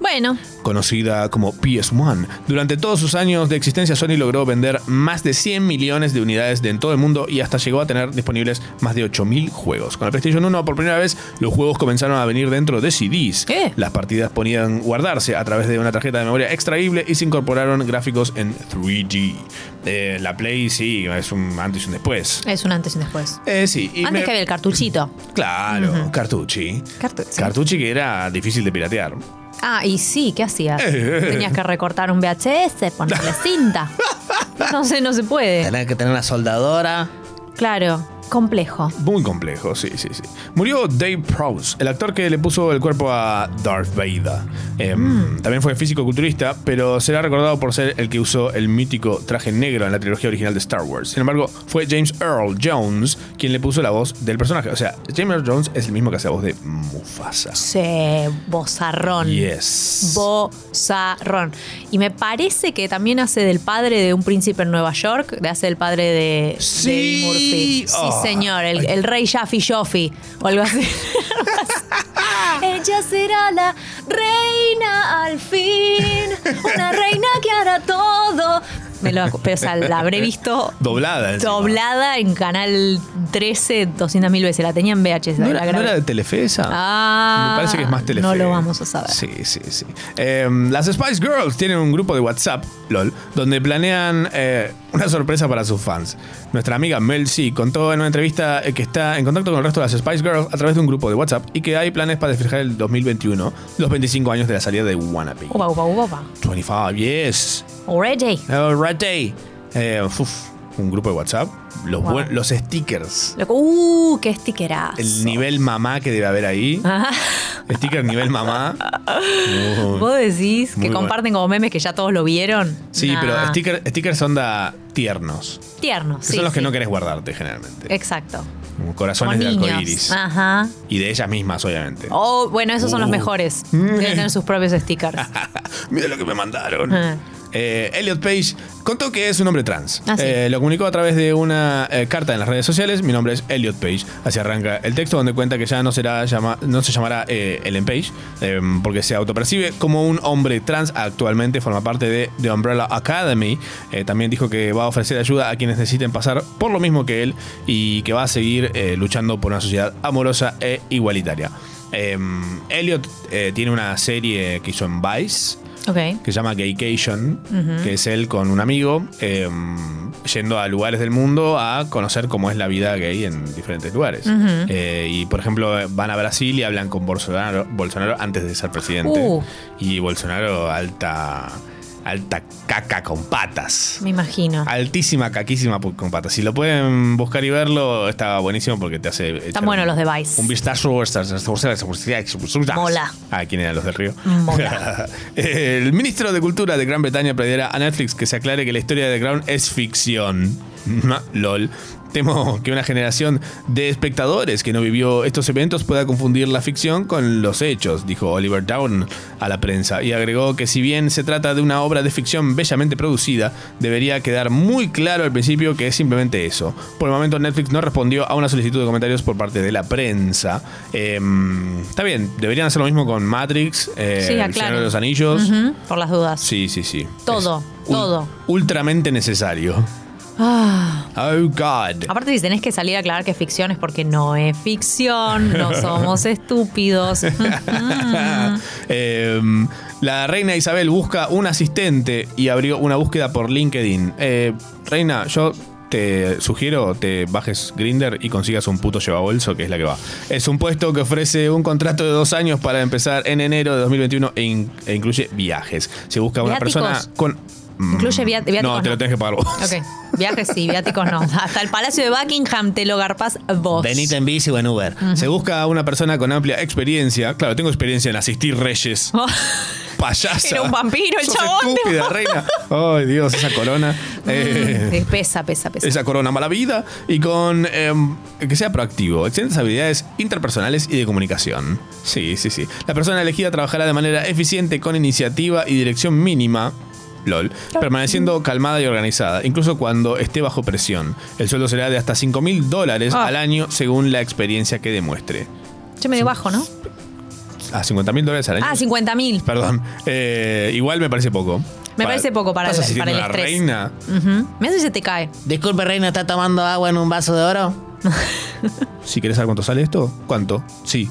Speaker 7: Bueno,
Speaker 6: conocida como PS1. Durante todos sus años de existencia, Sony logró vender más de 100 millones de unidades de en todo el mundo y hasta llegó a tener disponibles más de 8.000 juegos. Con la PlayStation 1, por primera vez, los juegos comenzaron a venir dentro de CDs. Las partidas podían guardarse a través de una tarjeta de memoria extraíble y se incorporaron gráficos en 3D. Eh, la Play sí, es un antes y un después.
Speaker 7: es un antes y un después.
Speaker 6: Eh, sí, y
Speaker 7: Antes
Speaker 6: me-
Speaker 7: que había el cartuchito.
Speaker 6: Claro, Cartucci.
Speaker 7: Cartuchis.
Speaker 6: Cartucci que era difícil de piratear.
Speaker 7: Ah, y sí, ¿qué hacías? Tenías que recortar un VHS, ponerle cinta. No sé, no se puede.
Speaker 18: Tenés que tener una soldadora.
Speaker 7: Claro, complejo.
Speaker 6: Muy complejo, sí, sí, sí. Murió Dave Prowse, el actor que le puso el cuerpo a Darth Vader. Eh, También fue físico-culturista, pero será recordado por ser el que usó el mítico traje negro en la trilogía original de Star Wars. Sin embargo, fue James Earl Jones quien le puso la voz del personaje. O sea, James Earl Jones es el mismo que hace la voz de Mufasa.
Speaker 7: Sí, bozarrón.
Speaker 6: Yes.
Speaker 7: Bozarrón. Y me parece que también hace del padre de un príncipe en Nueva York, le hace del padre de, sí. Murphy. Sí,
Speaker 3: Ah.
Speaker 7: señor, el, el rey Jaffi Joffi o algo así. Ella será la reina al fin, una reina que hará todo. Me lo, acu- pero, o sea, la habré visto
Speaker 6: Doblada. encima.
Speaker 7: doblada en Canal 13 200.000 veces. La tenía en VHS.
Speaker 6: ¿No
Speaker 7: la
Speaker 6: era,
Speaker 7: grabé.
Speaker 6: no era de Telefe esa?
Speaker 7: Ah,
Speaker 6: Me parece que es más Telefe.
Speaker 7: no lo vamos a saber.
Speaker 6: Sí, sí, sí. Eh, las Spice Girls tienen un grupo de WhatsApp, LOL, donde planean eh, una sorpresa para sus fans. Nuestra amiga Mel C contó en una entrevista eh, que está en contacto con el resto de las Spice Girls a través de un grupo de WhatsApp y que hay planes para festejar el 2021, los 25 años de la salida de Wannabe.
Speaker 7: Upa, upa, upa, upa.
Speaker 6: 25, yes.
Speaker 7: Already.
Speaker 6: Alrighty. Eh, uf, un grupo de WhatsApp. Los,
Speaker 7: Wow.
Speaker 6: buen- los stickers.
Speaker 7: Loco, Uh, qué Ah, stickerá.
Speaker 6: El nivel mamá que debe haber ahí.
Speaker 7: Ajá.
Speaker 6: Sticker nivel mamá. Uy.
Speaker 7: Vos decís que
Speaker 6: Muy bueno.
Speaker 7: comparten como memes que ya todos lo vieron.
Speaker 6: Sí,
Speaker 7: Nah.
Speaker 6: pero sticker, stickers onda tiernos.
Speaker 7: Tiernos,
Speaker 6: Que
Speaker 7: sí.
Speaker 6: son los que
Speaker 7: sí.
Speaker 6: no querés guardarte generalmente.
Speaker 7: Exacto.
Speaker 6: Como
Speaker 7: Como
Speaker 6: corazones de
Speaker 7: niños.
Speaker 6: arcoiris.
Speaker 7: Ajá.
Speaker 6: Y de ellas mismas, obviamente.
Speaker 7: Oh, bueno, esos son los
Speaker 6: Uh.
Speaker 7: mejores. Deben tener sus propios stickers.
Speaker 6: Mira lo que me mandaron.
Speaker 7: Ah.
Speaker 6: Eh, Elliot Page contó que es un hombre trans.
Speaker 7: Ah, sí.
Speaker 6: Eh, lo comunicó a través de una eh, carta en las redes sociales. Mi nombre es Elliot Page. Así arranca el texto donde cuenta que ya no, será llama- no se llamará eh, Ellen Page eh, porque se autopercibe como un hombre trans. Actualmente forma parte de The Umbrella Academy. Eh, también dijo que va a ofrecer ayuda a quienes necesiten pasar por lo mismo que él y que va a seguir eh, luchando por una sociedad amorosa e igualitaria. Eh, Elliot eh, tiene una serie que hizo en Vice
Speaker 7: Ok.
Speaker 6: que se llama Gaycation,
Speaker 7: Ujú.
Speaker 6: que es él con un amigo eh, yendo a lugares del mundo a conocer cómo es la vida gay en diferentes lugares.
Speaker 7: Ujú.
Speaker 6: Eh, y por ejemplo, van a Brasil y hablan con Bolsonaro, Bolsonaro antes de ser presidente.
Speaker 7: Uh.
Speaker 6: Y Bolsonaro alta, alta caca con patas.
Speaker 7: Me imagino.
Speaker 6: Ah, Altísima, caquísima pu- con patas. Si lo pueden buscar y verlo, está buenísimo porque te hace. echar
Speaker 7: Están buenos los de Vice.
Speaker 6: Un vistazo.
Speaker 7: Mola.
Speaker 6: Ah, ¿quién eran los del río?
Speaker 7: Mola.
Speaker 6: el ministro de Cultura de Gran Bretaña pedirá a Netflix que se aclare que la historia de The Crown es ficción. LOL. Temo que una generación de espectadores que no vivió estos eventos pueda confundir la ficción con los hechos, dijo Oliver Down a la prensa, y agregó que si bien se trata de una obra de ficción bellamente producida, debería quedar muy claro al principio que es simplemente eso. Por el momento Netflix no respondió a una solicitud de comentarios por parte de la prensa. Em, está bien, deberían hacer lo mismo con Matrix, eh,
Speaker 7: Sí,
Speaker 6: El
Speaker 7: aclaro.
Speaker 6: Señor de los Anillos.
Speaker 7: Ujú, Por las dudas.
Speaker 6: Sí, sí, sí.
Speaker 7: Todo,
Speaker 6: Un-
Speaker 7: todo.
Speaker 6: Ultramente necesario.
Speaker 7: Ah.
Speaker 6: Oh, God.
Speaker 7: Aparte, si tenés que salir a aclarar que es ficción es porque no es ficción, no somos estúpidos. Mm.
Speaker 6: Em, la reina Isabel busca un asistente y abrió una búsqueda por LinkedIn. Eh, reina, yo te sugiero te bajes Grinder y consigas un puto llevabolso, que es la que va. Es un puesto que ofrece un contrato de dos años para empezar en enero de 2021 e, in- e incluye viajes. Se busca una
Speaker 7: ¿Viáticos?
Speaker 6: persona con...
Speaker 7: Incluye via- viáticos,
Speaker 6: No, te
Speaker 7: no.
Speaker 6: lo tenés que pagar vos.
Speaker 7: ok, viajes sí, viáticos no. Hasta el Palacio de Buckingham te lo garpas vos.
Speaker 18: Venite en bici o en Uber.
Speaker 6: Se busca una persona con amplia experiencia. Claro, tengo experiencia en asistir reyes. payasa.
Speaker 7: Era un vampiro el
Speaker 6: Sos
Speaker 7: chabón,
Speaker 6: Estúpida,
Speaker 7: tipo.
Speaker 6: reina. Ay, Dios, esa corona. Eh,
Speaker 7: Eh, Pesa, pesa, pesa.
Speaker 6: esa corona mala vida. Y con em, que sea proactivo. Excelentes habilidades interpersonales y de comunicación. Sí, sí, sí. La persona elegida trabajará de manera eficiente con iniciativa y dirección mínima. LOL. Permaneciendo calmada y organizada, incluso cuando esté bajo presión. El sueldo será de hasta 5 mil dólares
Speaker 7: Ah.
Speaker 6: al año según la experiencia que demuestre.
Speaker 7: Yo me debajo, ¿no?
Speaker 6: Ah, 50 mil dólares al año.
Speaker 7: Ah, 50 mil.
Speaker 6: Perdón. Eh, igual me parece poco.
Speaker 7: Me parece poco para
Speaker 6: ¿Estás
Speaker 7: el, para el
Speaker 6: asistiendo a la
Speaker 7: estrés.
Speaker 6: reina?
Speaker 7: Ujú. Me hace que se te cae.
Speaker 18: Disculpe, reina, ¿está tomando agua en un vaso de oro?
Speaker 6: Si quieres saber cuánto sale esto, ¿cuánto? Sí.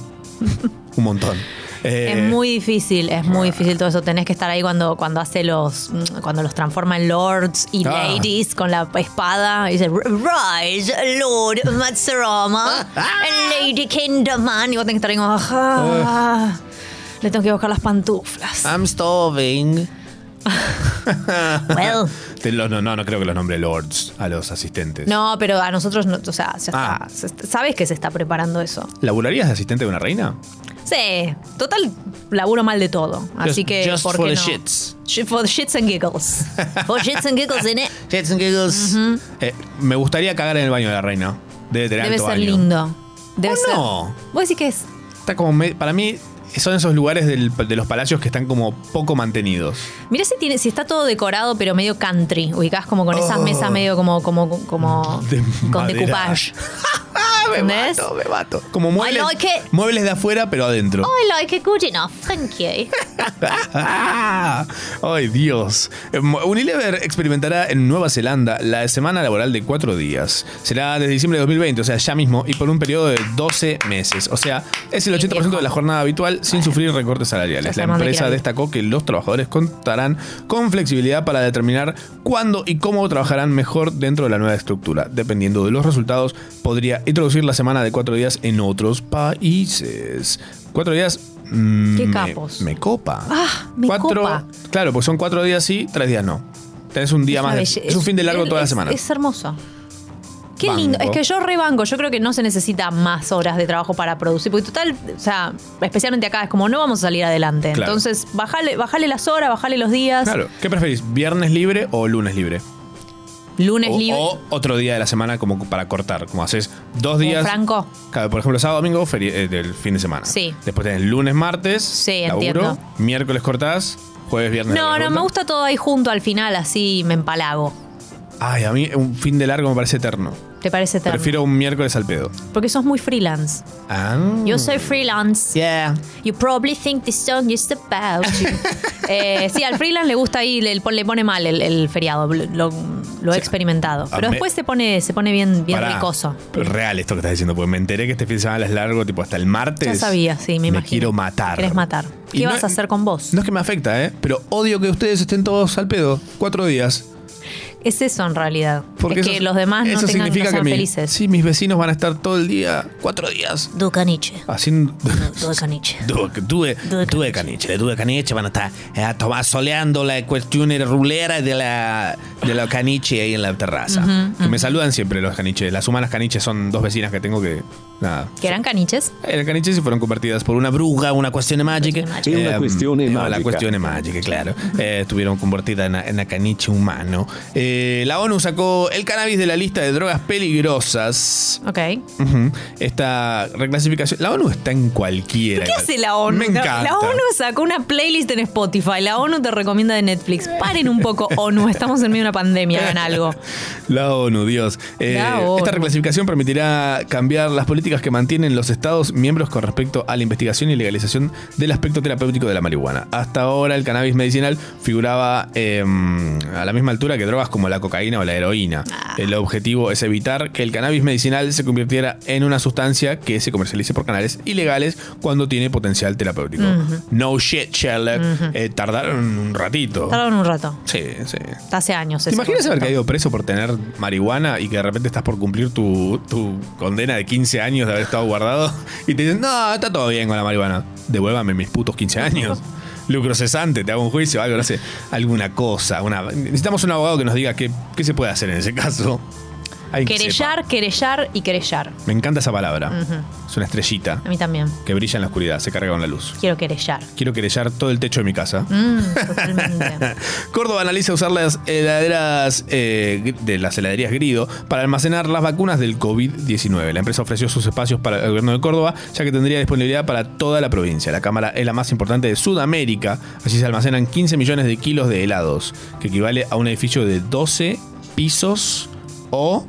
Speaker 6: Un montón. Eh, Ah.
Speaker 7: es muy difícil, es muy difícil todo eso. Tenés que estar ahí cuando, cuando hace los. mm, cuando los transforma en lords y
Speaker 6: Ah.
Speaker 7: ladies con la espada. Y dice, Rise, Lord Matsurama,
Speaker 6: Ah.
Speaker 7: and Lady Kinderman. Y vos tenés que estar ahí como. "Ah, Le tengo que buscar las pantuflas.
Speaker 6: Ah.
Speaker 18: I'm starving.
Speaker 7: Well.
Speaker 6: te lo- no, no, no creo que los nombre lords a los asistentes.
Speaker 7: No, pero a nosotros, no, o sea, ya
Speaker 6: Ah.
Speaker 7: está, se está- sabes que se está preparando eso.
Speaker 6: ¿Laburarías de asistente de una reina?
Speaker 7: Sí, total, laburo mal de todo. Así
Speaker 6: Just-
Speaker 7: que,
Speaker 6: just
Speaker 7: ¿por
Speaker 6: for
Speaker 7: qué
Speaker 6: the
Speaker 7: no?
Speaker 6: shits.
Speaker 7: Shit for the shits and giggles. For shits and giggles, ¿eh?
Speaker 18: Shits and giggles.
Speaker 6: Eh, me gustaría cagar en el baño de la reina. Debe tener
Speaker 7: Debe
Speaker 6: alto
Speaker 7: ser
Speaker 6: baño.
Speaker 7: lindo. Debe
Speaker 6: ¿O
Speaker 7: ser.
Speaker 6: no?
Speaker 7: Vos decís que es.
Speaker 6: Está como me- para mí son esos lugares del- de los palacios que están como poco mantenidos.
Speaker 7: Mirá si tiene, si está todo decorado, pero medio country. Ubicás como con esas mesas medio como, como, como con
Speaker 6: Oh. madera.
Speaker 7: decoupage. ¿Entendés?
Speaker 6: Como muebles,
Speaker 23: like it.
Speaker 6: muebles de afuera pero adentro.
Speaker 23: I like it good enough, thank you.
Speaker 6: ¡Ah! ¡Ay, Dios! Em, Unilever experimentará en Nueva Zelanda la semana laboral de cuatro días. Será desde diciembre de 2020, o sea, ya mismo, y por un periodo de 12 meses. O sea, es el 80% de la jornada habitual sin sufrir recortes salariales. La
Speaker 7: sabemos de qué
Speaker 6: empresa
Speaker 7: hablo.
Speaker 6: destacó que los trabajadores contarán con flexibilidad para determinar cuándo y cómo trabajarán mejor dentro de la nueva estructura. Dependiendo de los resultados, podría introducir la semana de cuatro días en otros países. Cuatro días... mm,
Speaker 7: Qué
Speaker 6: me-
Speaker 7: capos.
Speaker 6: Me, copa.
Speaker 7: Ah, me
Speaker 6: Cuatro-
Speaker 7: copa.
Speaker 6: Claro, porque son cuatro días sí, tres días no. Tenés un día
Speaker 7: una
Speaker 6: más. de-
Speaker 7: belle-
Speaker 6: es un fin de largo
Speaker 7: es-
Speaker 6: toda la
Speaker 7: es-
Speaker 6: semana.
Speaker 7: Es hermoso. Qué lindo. Es
Speaker 6: Banco.
Speaker 7: que yo rebanco. Yo creo que no se necesita más horas de trabajo para producir. Porque total, o sea, especialmente acá, es como no vamos a salir adelante.
Speaker 6: Claro.
Speaker 7: Entonces, bajale, bajale las horas, bajale los días.
Speaker 6: Claro. ¿Qué preferís? ¿Viernes libre o lunes libre?
Speaker 7: Lunes
Speaker 6: o,
Speaker 7: libre.
Speaker 6: o otro día de la semana como para cortar. Como haces dos días.
Speaker 7: franco.
Speaker 6: Claro, por ejemplo, sábado, domingo, feri- eh, del fin de semana.
Speaker 7: Sí.
Speaker 6: Después tenés lunes, martes.
Speaker 7: Sí,
Speaker 6: laburo,
Speaker 7: entiendo.
Speaker 6: Miércoles cortás, jueves, viernes.
Speaker 7: No,
Speaker 6: laburo.
Speaker 7: no, me gusta todo ahí junto al final, así me empalago.
Speaker 6: Ay, a mí un fin de largo me parece eterno.
Speaker 7: ¿Te parece eterno?
Speaker 6: Prefiero un miércoles al pedo.
Speaker 7: Porque sos muy freelance.
Speaker 6: Ah.
Speaker 7: Yo soy freelance.
Speaker 18: Yeah.
Speaker 7: You probably think this song is about you. Eh, sí, al freelance le gusta ahí, le, le pone mal el, el feriado. Lo, lo he experimentado.
Speaker 6: a
Speaker 7: Pero
Speaker 6: me-
Speaker 7: después se pone, se pone bien, bien
Speaker 6: Pará.
Speaker 7: ricoso.
Speaker 6: Real esto que estás diciendo, porque me enteré que este fin de semana es largo, tipo hasta el martes.
Speaker 7: Ya sabía, sí, me imagino.
Speaker 6: quiero matar.
Speaker 7: Querés matar.
Speaker 6: Y
Speaker 7: ¿Qué
Speaker 6: no-
Speaker 7: vas a hacer con vos?
Speaker 6: No es que me afecta, ¿eh? Pero odio que ustedes estén todos al pedo. Cuatro días.
Speaker 7: Es eso en realidad.
Speaker 6: Porque
Speaker 7: es
Speaker 6: eso-
Speaker 7: que los demás no
Speaker 6: eso
Speaker 7: tengan que
Speaker 6: significa
Speaker 7: sean
Speaker 6: que mi-
Speaker 7: felices.
Speaker 6: Sí, mis vecinos van a estar todo el día, cuatro días.
Speaker 23: Do caniche,
Speaker 6: Haciendo.
Speaker 23: do caniche.
Speaker 18: Due, due, due caniche, le due caniche vanno a stare eh, a tomare soleando la questione rulera della, della caniche ahí en la terraza.
Speaker 7: Ujú,
Speaker 6: Que me saludan siempre los caniches. Las humanas caniches son dos vecinas que tengo que. Nada.
Speaker 7: ¿Que eran caniches?
Speaker 6: Eran caniches y fueron convertidas por una bruja, una cuestión mágica.
Speaker 18: È una questione
Speaker 6: eh, La
Speaker 18: magica.
Speaker 6: cuestión mágica, claro. Eh, estuvieron convertidas en, en la caniche humano. Eh, la ONU sacó el cannabis de la lista de drogas peligrosas.
Speaker 7: Ok.
Speaker 6: Ujú. Esta reclasificación. La ONU está en cualquiera.
Speaker 7: ¿Qué hace la ONU?
Speaker 6: Me
Speaker 7: La-
Speaker 6: encanta.
Speaker 7: La ONU sacó una playlist en Spotify. La ONU te recomienda de Netflix. Paren un poco, ONU. Estamos en medio de una pandemia. Hagan algo.
Speaker 6: La ONU, Dios. Eh,
Speaker 7: La ONU.
Speaker 6: Esta reclasificación permitirá cambiar las políticas que mantienen los Estados miembros con respecto a la investigación y legalización del aspecto terapéutico de la marihuana. Hasta ahora el cannabis medicinal figuraba eh, a la misma altura que drogas como la cocaína o la heroína.
Speaker 7: Ah.
Speaker 6: El objetivo es evitar que el cannabis medicinal se convirtiera en una sustancia que se comercialice por canales ilegales cuando tiene potencial terapéutico.
Speaker 7: Ujú.
Speaker 6: No shit, Sherlock.
Speaker 7: Ujú.
Speaker 6: Eh, tardaron un ratito.
Speaker 7: Tardaron un rato.
Speaker 6: Sí, sí.
Speaker 7: Hasta hace años.
Speaker 6: ¿Te
Speaker 7: ese
Speaker 6: imaginas haber
Speaker 7: concepto.
Speaker 6: caído preso por tener marihuana y que de repente estás por cumplir tu, tu condena de 15 años de haber estado guardado y te dicen, no, está todo bien con la marihuana, devuélvame mis putos 15 años? Lucro cesante, te hago un juicio, algo, no sé, alguna cosa. Una... Necesitamos un abogado que nos diga qué, qué se puede hacer en ese caso. Alguien que
Speaker 7: Querellar, querellar y querellar.
Speaker 6: Me encanta esa palabra.
Speaker 7: Ujú.
Speaker 6: Es una estrellita
Speaker 7: A mí también.
Speaker 6: que brilla en la oscuridad, se carga con la luz.
Speaker 7: Quiero querellar.
Speaker 6: Quiero querellar todo el techo de mi casa.
Speaker 7: Mm, totalmente.
Speaker 6: Córdoba analiza usar las heladeras eh, gr- de las heladerías Grido para almacenar las vacunas del COVID-19. La empresa ofreció sus espacios para el gobierno de Córdoba, ya que tendría disponibilidad para toda la provincia. La cámara es la más importante de Sudamérica. Allí se almacenan 15 millones de kilos de helados, que equivale a un edificio de 12 pisos o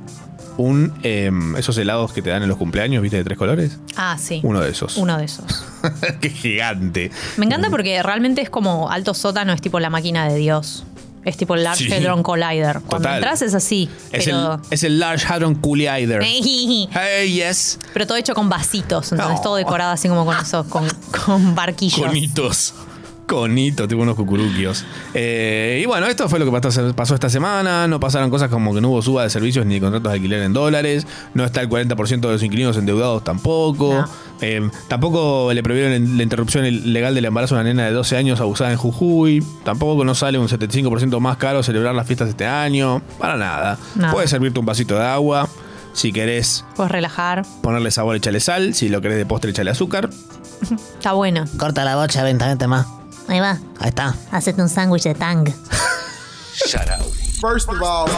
Speaker 6: un em, esos helados que te dan en los cumpleaños, ¿viste? De tres colores.
Speaker 7: Ah, sí.
Speaker 6: Uno de esos.
Speaker 7: Uno de esos.
Speaker 6: ¡Qué gigante!
Speaker 7: Me encanta porque realmente es como alto sótano, es tipo la máquina de Dios. Es tipo el Large
Speaker 6: Sí.
Speaker 7: Hadron Collider. Cuando
Speaker 6: Total.
Speaker 7: entras es así,
Speaker 6: Es,
Speaker 7: pero.
Speaker 6: el, es el Large Hadron Collider. yes.
Speaker 7: Pero todo hecho con vasitos, entonces todo decorado así como con esos, con, con barquillos.
Speaker 6: Conitos. Conitos, tipo unos cucuruquios. Eh, y bueno, esto fue lo que pasó, pasó esta semana. No pasaron cosas como que no hubo suba de servicios ni de contratos de alquiler en dólares. No está el 40% de los inquilinos endeudados tampoco. Eh, tampoco le prohibieron en- la interrupción il- legal del embarazo a una nena de 12 años abusada en Jujuy. Tampoco no sale un 75% más caro celebrar las fiestas este año. Para nada.
Speaker 7: Nada.
Speaker 6: Puedes servirte un vasito de agua. Si querés
Speaker 7: Puedes relajar.
Speaker 6: ponerle sabor, échale sal. Si lo querés de postre, échale azúcar.
Speaker 7: Está bueno.
Speaker 18: Corta la bocha, vente, vente más.
Speaker 23: Ahí va.
Speaker 18: Ahí está.
Speaker 23: Hacete un sándwich de tang.
Speaker 2: First of all,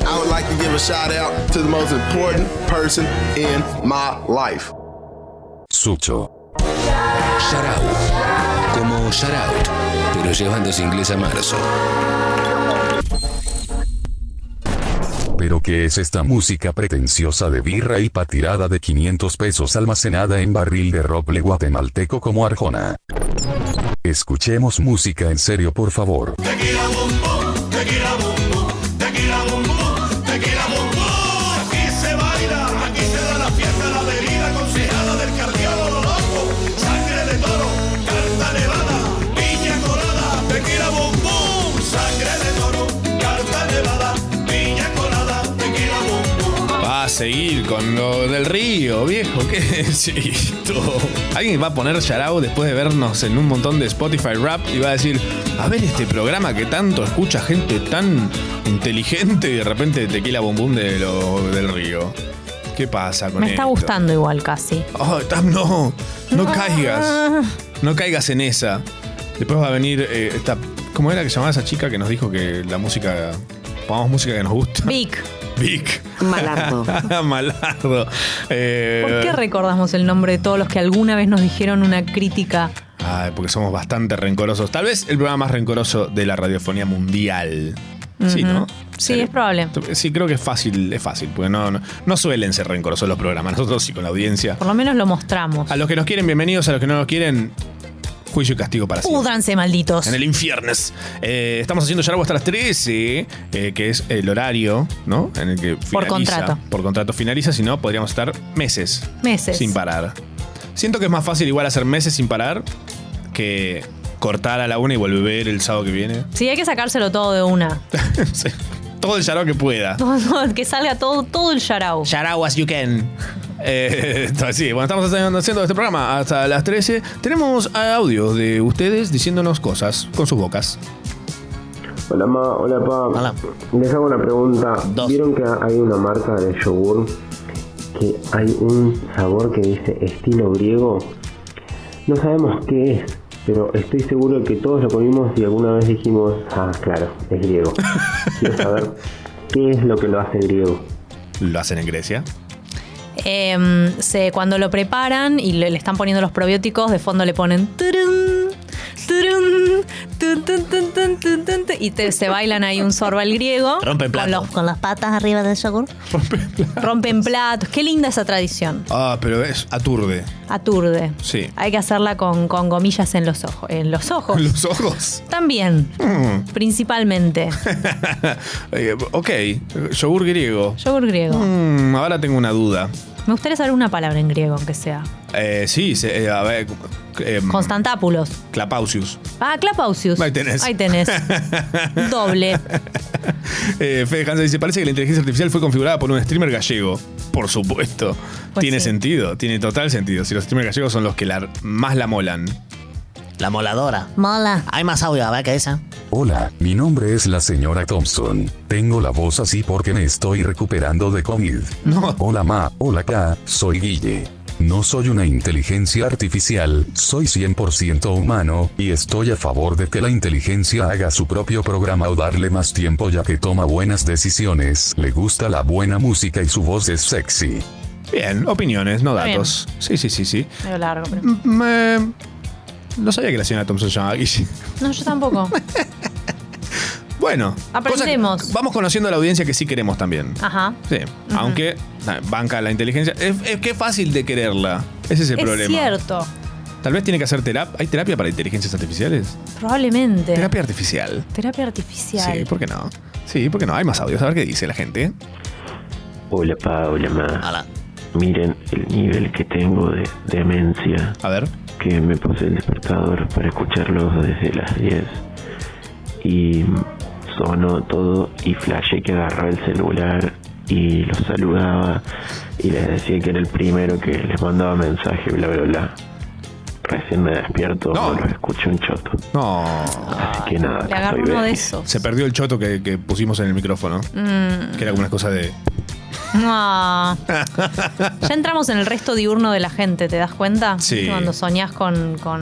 Speaker 2: I would like to give a shout out to the most important person in my life.
Speaker 4: Sucho.
Speaker 5: Shoutout. Como shoutout, pero llevándose inglés a marzo.
Speaker 4: ¿Pero qué es esta música pretenciosa de birra y patirada de 500 pesos almacenada en barril de roble guatemalteco como Arjona? Escuchemos música en serio por favor.
Speaker 3: Tequila bum bum, tequila bum bum, tequila bum bum, tequila bum bum. Aquí se baila, aquí se da la fiesta, la bebida aconsejada del cardiólogo loco. Sangre de toro, carta nevada, piña colada, tequila bum bum. Sangre de toro, carta nevada, piña colada, tequila bum bum.
Speaker 6: Va a seguir con lo del río, viejo. ¿Qué es esto? Alguien va a poner Yarao después de vernos en un montón de Spotify rap y va a decir: A ver, este programa que tanto escucha gente tan inteligente y de repente tequila bum bum de lo, del río. ¿Qué pasa con
Speaker 7: Me está
Speaker 6: esto?
Speaker 7: gustando igual casi.
Speaker 6: Oh, Tam, no, no caigas. No caigas en esa. Después va a venir eh, esta. ¿Cómo era que se llamaba esa chica que nos dijo que la música. Pongamos música que nos gusta?
Speaker 7: Vic,
Speaker 6: Vic.
Speaker 7: Malardo.
Speaker 6: Malardo. Eh,
Speaker 7: ¿por qué recordamos el nombre de todos los que alguna vez nos dijeron una crítica?
Speaker 6: ay, porque somos bastante rencorosos. Tal vez el programa más rencoroso de la radiofonía mundial. Sí,
Speaker 7: Ujú.
Speaker 6: ¿no?
Speaker 7: Sí, es probable.
Speaker 6: Sí, creo que es fácil, es fácil, porque no, no, no suelen ser rencorosos los programas, nosotros sí con la audiencia.
Speaker 7: Por lo menos lo mostramos.
Speaker 6: A los que nos quieren, bienvenidos, a los que no nos quieren, juicio y castigo para siempre.
Speaker 7: Púdranse, malditos.
Speaker 6: En el infierno. Eh, estamos haciendo Yarbo hasta las 13, eh, que es el horario, ¿no? En el que finaliza.
Speaker 7: contrato.
Speaker 6: Por contrato finaliza, si no, podríamos estar meses.
Speaker 7: Meses.
Speaker 6: Sin parar. Siento que es más fácil igual hacer meses sin parar que cortar a la una y volver el sábado que viene.
Speaker 7: Sí, hay que sacárselo todo de una.
Speaker 6: Sí. Todo el yarao que pueda.
Speaker 7: Todo- que salga todo, todo el yarao.
Speaker 6: Yarao as you can. Eh, sí, bueno, estamos haciendo haciendo este programa hasta las 13. Tenemos audios de ustedes diciéndonos cosas con sus bocas.
Speaker 8: Hola ma, hola pa. Les hago una pregunta. ¿Vieron que hay una marca de yogur que hay un sabor que dice estilo griego? No sabemos qué es, pero estoy seguro que todos lo comimos y alguna vez dijimos, ah, claro, es griego. Quiero saber qué es lo que lo hace griego.
Speaker 6: ¿Lo hacen en Grecia?
Speaker 7: Em, se, cuando lo preparan y le, le están poniendo los probióticos, de fondo le ponen. turun, turun, tun, tun, tun, tun, tun, tun, tun, y te- se bailan ahí un sorbal griego.
Speaker 6: Rompen platos.
Speaker 7: Con, los- con las patas arriba del yogur. Rompen platos. Qué linda esa tradición.
Speaker 6: Ah, pero es aturde.
Speaker 7: Aturde.
Speaker 6: Sí.
Speaker 7: Hay que hacerla con, con gomillas en los ojos. En los ojos.
Speaker 6: ¿Con los ojos?
Speaker 7: También.
Speaker 6: Mm.
Speaker 7: Principalmente.
Speaker 6: Eh, ok, yogur griego.
Speaker 7: Yogur griego.
Speaker 6: Mm, ahora tengo una duda.
Speaker 7: Me gustaría saber una palabra en griego, aunque sea.
Speaker 6: Eh, sí, se- eh, a ver. em,
Speaker 7: Constantápulos.
Speaker 6: Clapausius.
Speaker 7: Ah, clapausius.
Speaker 6: Ahí tenés.
Speaker 7: Ahí tenés. Doble.
Speaker 6: Eh, Fede Hansen dice: Parece que la inteligencia artificial fue configurada por un streamer gallego. Por supuesto.
Speaker 7: Pues
Speaker 6: tiene sentido, tiene total sentido. Si los streamers gallegos son los que la- más la molan.
Speaker 1: La moladora.
Speaker 23: Mola.
Speaker 1: Hay más audio, a ver qué dice.
Speaker 4: Hola, mi nombre es la señora Thompson. Tengo la voz así porque me estoy recuperando de COVID. Hola ma, hola K, soy Guille. No soy una inteligencia artificial, soy 100% humano, y estoy a favor de que la inteligencia haga su propio programa o darle más tiempo ya que toma buenas decisiones, le gusta la buena música y su voz es sexy.
Speaker 6: Bien, opiniones, no
Speaker 7: Está bien.
Speaker 6: datos. Sí, sí, sí, sí.
Speaker 7: Medio largo, pero.
Speaker 6: Me- No sabía que la señora Thompson llamaba Guille.
Speaker 7: No, yo tampoco.
Speaker 6: Bueno,
Speaker 7: Aprendemos. Ah.
Speaker 6: vamos conociendo a la audiencia que sí queremos también.
Speaker 7: Ajá.
Speaker 6: Sí, aunque na, banca la inteligencia. Es, es que es fácil de quererla. Ese es el
Speaker 7: es
Speaker 6: problema.
Speaker 7: cierto,
Speaker 6: Tal vez tiene que hacer terapia. ¿Hay terapia para inteligencias artificiales?
Speaker 7: probablemente.
Speaker 6: Terapia artificial.
Speaker 7: Terapia artificial.
Speaker 6: Sí, ¿por qué no? Sí, ¿por qué no? Hay más audios. A ver qué dice la gente.
Speaker 9: Hola, pa, hola, ma. Miren el nivel que tengo de demencia.
Speaker 6: A ver.
Speaker 9: Que me puse el despertador para escucharlos desde las 10. Y sonó todo y flashé que agarraba el celular y los saludaba y les decía que era el primero que les mandaba mensaje, bla, bla, bla. Recién me despierto, no. los escuché un choto.
Speaker 6: No.
Speaker 9: Así que nada,
Speaker 7: Le agarro
Speaker 9: estoy
Speaker 7: uno de
Speaker 9: bien.
Speaker 7: esos.
Speaker 6: Se perdió el choto que, que pusimos en el micrófono.
Speaker 7: Mm.
Speaker 6: Que era como una cosa de.
Speaker 7: No. Ah. Ya entramos en el resto diurno de la gente, ¿te das cuenta?
Speaker 6: Sí.
Speaker 7: ¿Viste Cuando soñás con, con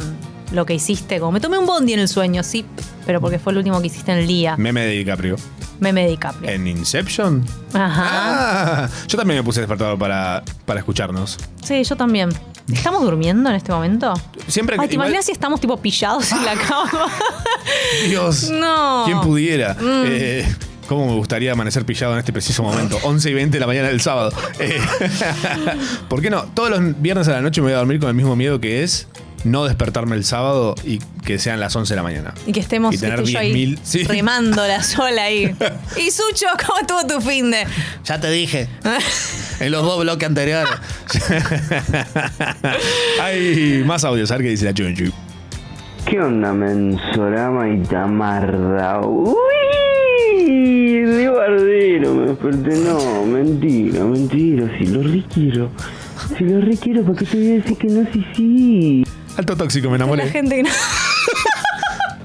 Speaker 7: lo que hiciste, como me tomé un bondi en el sueño, sí, pero porque fue el último que hiciste en el día.
Speaker 6: Meme de DiCaprio.
Speaker 7: Meme DiCaprio.
Speaker 6: En Inception.
Speaker 7: Ajá.
Speaker 6: Ah, yo también me puse despertador para, para escucharnos.
Speaker 7: Sí, yo también. ¿Estamos durmiendo en este momento?
Speaker 6: Siempre que-
Speaker 7: Ay, ¿te
Speaker 6: igual-
Speaker 7: imaginas si estamos tipo pillados en la cama?
Speaker 6: Dios.
Speaker 7: No.
Speaker 6: ¿Quién pudiera?
Speaker 7: Mm.
Speaker 6: Eh, ¿Cómo me gustaría amanecer pillado en este preciso momento? 11 y 20 de la mañana del sábado. Eh, ¿Por qué no? Todos los viernes a la noche me voy a dormir con el mismo miedo que es no despertarme el sábado y que sean las 11 de la mañana.
Speaker 7: Y que estemos
Speaker 6: Y tener
Speaker 7: tú y yo ahí
Speaker 6: 10.000, sí.
Speaker 7: remando la sola ahí. y Sucho, ¿cómo estuvo tu fin de?
Speaker 1: Ya te dije.
Speaker 6: En los dos bloques anteriores. Hay más audios, a ver qué dice la Chunchu.
Speaker 10: ¿Qué onda, Mensorama y Tamarda? ¡Uy! ¡De bardero! Me desperté. No, mentira, mentira. Si lo requiero. Si lo requiero, ¿para qué te voy a decir que no? Sí, sí.
Speaker 6: Alto tóxico, me
Speaker 7: La
Speaker 6: enamoré.
Speaker 7: gente que no-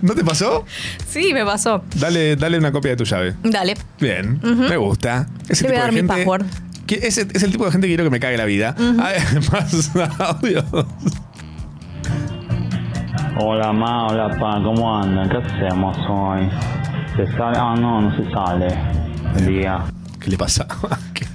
Speaker 6: ¿No te pasó?
Speaker 7: Sí, me pasó.
Speaker 6: Dale, dale una copia de tu llave.
Speaker 7: Dale.
Speaker 6: Bien,
Speaker 7: Ujú.
Speaker 6: me gusta. Ese
Speaker 7: Te voy
Speaker 6: tipo
Speaker 7: a dar
Speaker 6: de
Speaker 7: mi
Speaker 6: gente,
Speaker 7: password.
Speaker 6: que ese es el tipo de gente que quiero que me cague la vida. Además, audios.
Speaker 22: Hola ma, hola pa, ¿cómo andan? ¿Qué hacemos hoy? ¿Se sale? Ah, no, no se sale. El día.
Speaker 6: ¿Qué le pasa? ¿Qué?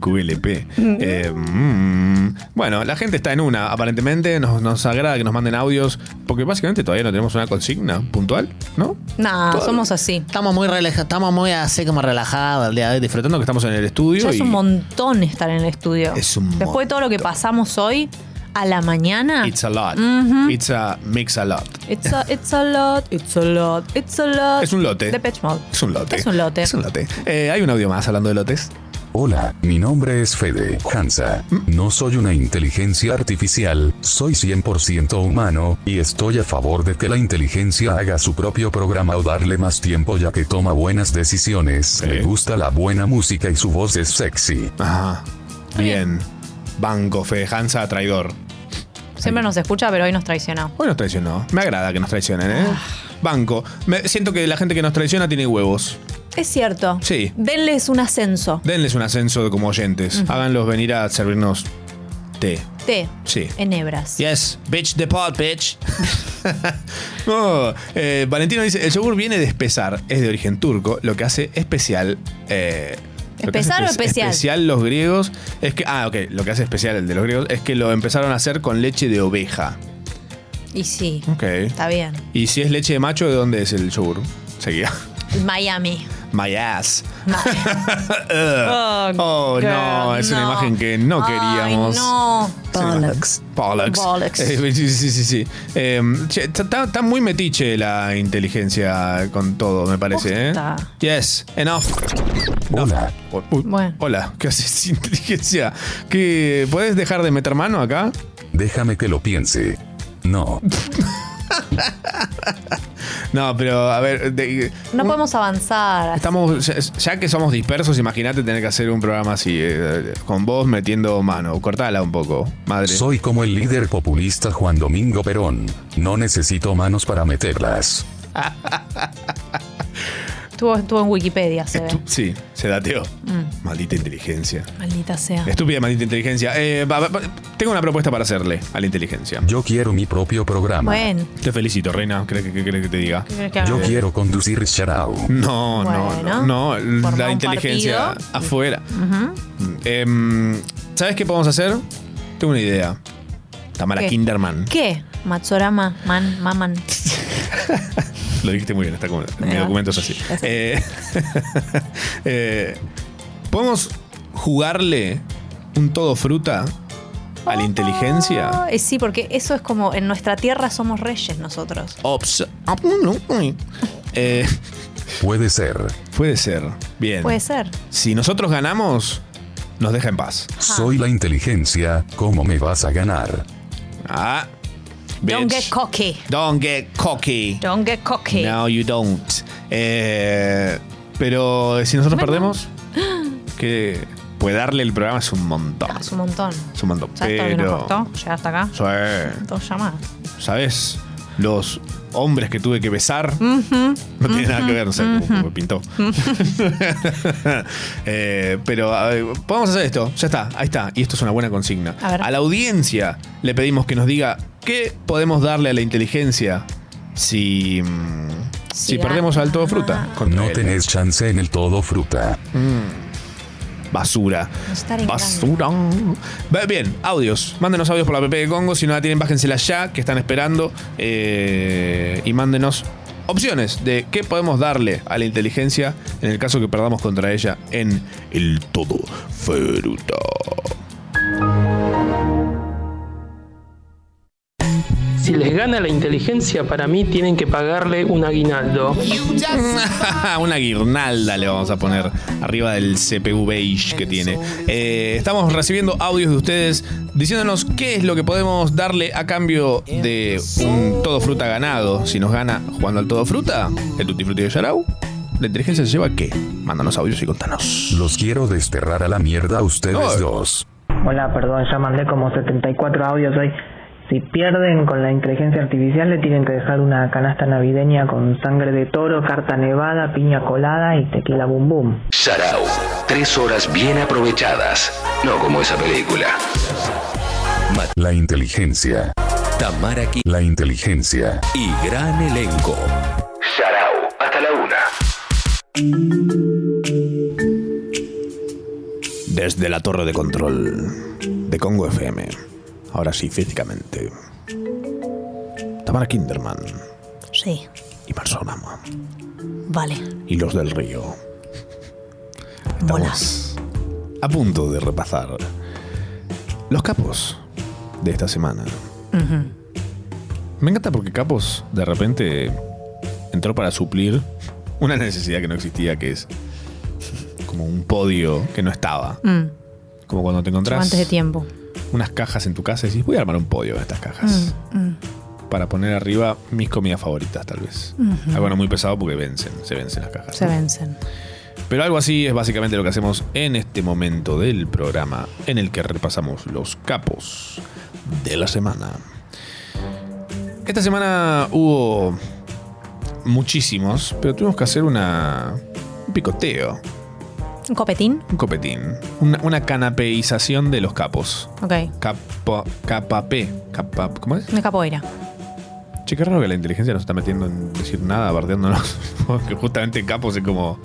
Speaker 6: QLP. Eh, mm. bueno, la gente está en una, aparentemente. Nos, nos agrada que nos manden audios. Porque básicamente todavía no tenemos una consigna puntual, ¿no?
Speaker 7: No, somos así.
Speaker 1: Estamos muy relajados, estamos muy así como relajados el día de hoy.
Speaker 6: Disfrutando que estamos en el estudio.
Speaker 7: Ya es
Speaker 6: y
Speaker 7: un montón estar en el estudio.
Speaker 6: Es un
Speaker 7: Después de todo lo que pasamos hoy, a la mañana.
Speaker 6: It's a lot.
Speaker 7: Ujú.
Speaker 6: It's a mix a lot.
Speaker 7: It's a, it's a lot, it's a lot, it's a lot.
Speaker 6: Es un lote.
Speaker 7: De Pitch Mode.
Speaker 6: Es un lote.
Speaker 7: Es un lote.
Speaker 6: Es un lote. Eh, hay un audio más hablando de lotes.
Speaker 4: Hola, mi nombre es Fede Hansa. No soy una inteligencia artificial, soy 100% humano, y estoy a favor de que la inteligencia haga su propio programa o darle más tiempo ya que toma buenas decisiones, le gusta la buena música y su voz es sexy.
Speaker 6: Ajá. Bien. Banco, Fede Hansa, traidor.
Speaker 7: Siempre nos escucha, pero hoy nos traicionó.
Speaker 6: Hoy nos traicionó. Me agrada que nos traicionen, ¿eh? Banco. Me, siento que la gente que nos traiciona tiene huevos.
Speaker 7: Es cierto.
Speaker 6: Sí.
Speaker 7: Denles un ascenso.
Speaker 6: Denles un ascenso como oyentes.
Speaker 7: Ujú.
Speaker 6: Háganlos venir a servirnos té.
Speaker 7: T.
Speaker 6: Sí.
Speaker 7: En hebras.
Speaker 6: Yes, bitch the pot, bitch. No, eh, Valentino dice, el yogur viene de espesar, es de origen turco, lo que hace especial... Eh, lo que hace
Speaker 7: ¿Espesar o
Speaker 6: espe-
Speaker 7: especial?
Speaker 6: Especial los griegos es que... Ah, ok, lo que hace especial el de los griegos es que lo empezaron a hacer con leche de oveja.
Speaker 7: Y sí,
Speaker 6: Ok.
Speaker 7: está bien.
Speaker 6: Y si es leche de macho, ¿de dónde es el yogur? Seguía.
Speaker 7: Miami.
Speaker 6: My ass. Ugh.
Speaker 7: Oh,
Speaker 6: oh, no,
Speaker 7: girl,
Speaker 6: es una
Speaker 7: no.
Speaker 6: imagen que no
Speaker 7: Ay,
Speaker 6: queríamos.
Speaker 7: no.
Speaker 6: Bollocks. Bollocks.
Speaker 7: Bollocks.
Speaker 6: Eh, sí, sí, sí. sí. Eh, che, está, está- está muy metiche la inteligencia con todo, me parece. ¿eh?
Speaker 7: Posta.
Speaker 6: Yes, enough. Hola. Hola, ¿qué haces inteligencia? ¿Qué, ¿Puedes dejar de meter mano acá?
Speaker 4: Déjame que lo piense. No.
Speaker 6: No, pero a ver, de-
Speaker 7: No podemos avanzar.
Speaker 6: estamos ya, ya que somos dispersos, imagínate tener que hacer un programa así, eh, con vos metiendo mano. Cortala un poco, madre.
Speaker 4: Soy como el líder populista Juan Domingo Perón. No necesito manos para meterlas.
Speaker 7: Estuvo, estuvo en Wikipedia, se ve.
Speaker 6: Sí, se dateó.
Speaker 7: Mm.
Speaker 6: Maldita inteligencia.
Speaker 7: Maldita sea.
Speaker 6: Estúpida maldita inteligencia. Eh, va- va- va- tengo una propuesta para hacerle a la inteligencia.
Speaker 4: Yo quiero mi propio programa.
Speaker 7: Bueno.
Speaker 6: Te felicito, reina. ¿Qué qué- qué querés que te diga?
Speaker 7: ¿Qué querés que haga? Yo
Speaker 4: quiero conducir Sharau.
Speaker 6: No,
Speaker 7: Bueno.
Speaker 6: no, no, no.
Speaker 7: Formá
Speaker 6: La
Speaker 7: un
Speaker 6: inteligencia
Speaker 7: partido.
Speaker 6: afuera.
Speaker 7: Ujú.
Speaker 6: Em, ¿Sabes qué podemos hacer? Tengo una idea. Tamara
Speaker 7: ¿Qué?
Speaker 6: Kinderman.
Speaker 7: ¿Qué? Matsorama, man, maman.
Speaker 6: Lo dijiste muy bien, está como, mi
Speaker 7: va.
Speaker 6: documento es así. Eh, eh, Podemos jugarle un todo fruta a la inteligencia.
Speaker 7: Ay, Oh, sí, porque eso es como en nuestra tierra somos reyes nosotros.
Speaker 6: Ops. Eh,
Speaker 4: Puede ser.
Speaker 6: Puede ser. Bien.
Speaker 7: Puede ser.
Speaker 6: Si nosotros ganamos, nos deja en paz.
Speaker 4: Soy la inteligencia, ¿cómo me vas a ganar?
Speaker 6: Ah.
Speaker 7: Don't
Speaker 6: bitch.
Speaker 7: get cocky.
Speaker 6: Don't get cocky.
Speaker 7: Don't get cocky.
Speaker 6: No, you don't. Eh, pero eh, si nosotros
Speaker 7: Bueno.
Speaker 6: perdemos, que puede darle el programa es un montón.
Speaker 7: Es un montón.
Speaker 6: Es un montón.
Speaker 7: ¿Sabes todo lo que nos
Speaker 6: Pero.
Speaker 7: costó? Llegar hasta acá.
Speaker 6: Sí.
Speaker 7: Dos llamadas.
Speaker 6: ¿Sabes? Los hombres que tuve que besar. No tiene nada que ver, no sé,
Speaker 7: Ujú.
Speaker 6: como me pintó. Eh, pero a ver, podemos hacer esto, ya está, ahí está. Y esto es una buena consigna.
Speaker 7: A ver.
Speaker 6: la audiencia le pedimos que nos diga qué podemos darle a la inteligencia si, mm, si perdemos al todo fruta.
Speaker 4: No tenés chance en el todo fruta.
Speaker 6: Basura.
Speaker 7: Estar en
Speaker 6: Basura. Ve- Bien, audios. Mándenos audios por la PP de Congo. Si no la tienen, bájensela ya, que están esperando. Eh, y mándenos opciones de qué podemos darle a la inteligencia en el caso que perdamos contra ella en el todo fruta.
Speaker 15: Si les gana la inteligencia, para mí tienen que pagarle un aguinaldo.
Speaker 6: Una guirnalda le vamos a poner arriba del CPU beige que tiene. Eh, estamos recibiendo audios de ustedes diciéndonos qué es lo que podemos darle a cambio de un todo fruta ganado. Si nos gana jugando al todo fruta, el tutti frutti de Yarau, la inteligencia se lleva qué? Mándanos audios y contanos.
Speaker 4: Los quiero desterrar a la mierda a ustedes dos.
Speaker 11: Hola, perdón, ya mandé como 74 audios hoy. Si pierden con la inteligencia artificial, le tienen que dejar una canasta navideña con sangre de toro, carta nevada, piña colada y tequila bum bum.
Speaker 5: Sharau, tres horas bien aprovechadas, no como esa película.
Speaker 4: La inteligencia.
Speaker 5: Tamara Ki-
Speaker 4: La inteligencia.
Speaker 5: Y gran elenco. Sharau, hasta la una.
Speaker 6: Desde la torre de control de Congo FM. Ahora sí, físicamente. Tamara Kinderman
Speaker 23: Sí,
Speaker 6: y Marzonama
Speaker 23: vale.
Speaker 6: y los del río. Estamos a punto de repasar los capos de esta semana. Me encanta porque Capos de repente entró para suplir una necesidad que no existía, que es como un podio que no estaba.
Speaker 7: Mm,
Speaker 6: Como cuando te
Speaker 7: llegó
Speaker 6: encontrás
Speaker 7: antes de tiempo.
Speaker 6: unas cajas en tu casa y decís, voy a armar un podio de estas cajas
Speaker 7: Mm, mm.
Speaker 6: para poner arriba mis comidas favoritas, tal vez.
Speaker 7: Ujú.
Speaker 6: Algo no muy pesado porque vencen, se vencen las cajas.
Speaker 7: Se vencen.
Speaker 6: Pero algo así es básicamente lo que hacemos en este momento del programa en el que repasamos los capos de la semana. Esta semana hubo muchísimos, pero tuvimos que hacer una, un picoteo,
Speaker 7: ¿Un copetín?
Speaker 6: un copetín, una, una canapeización de los capos.
Speaker 7: Ok.
Speaker 6: Capo, capapé, capa, ¿cómo es?
Speaker 7: Una capoeira.
Speaker 6: Che, qué raro que la inteligencia no se está metiendo en decir nada, bardeándonos. Porque justamente Capos es como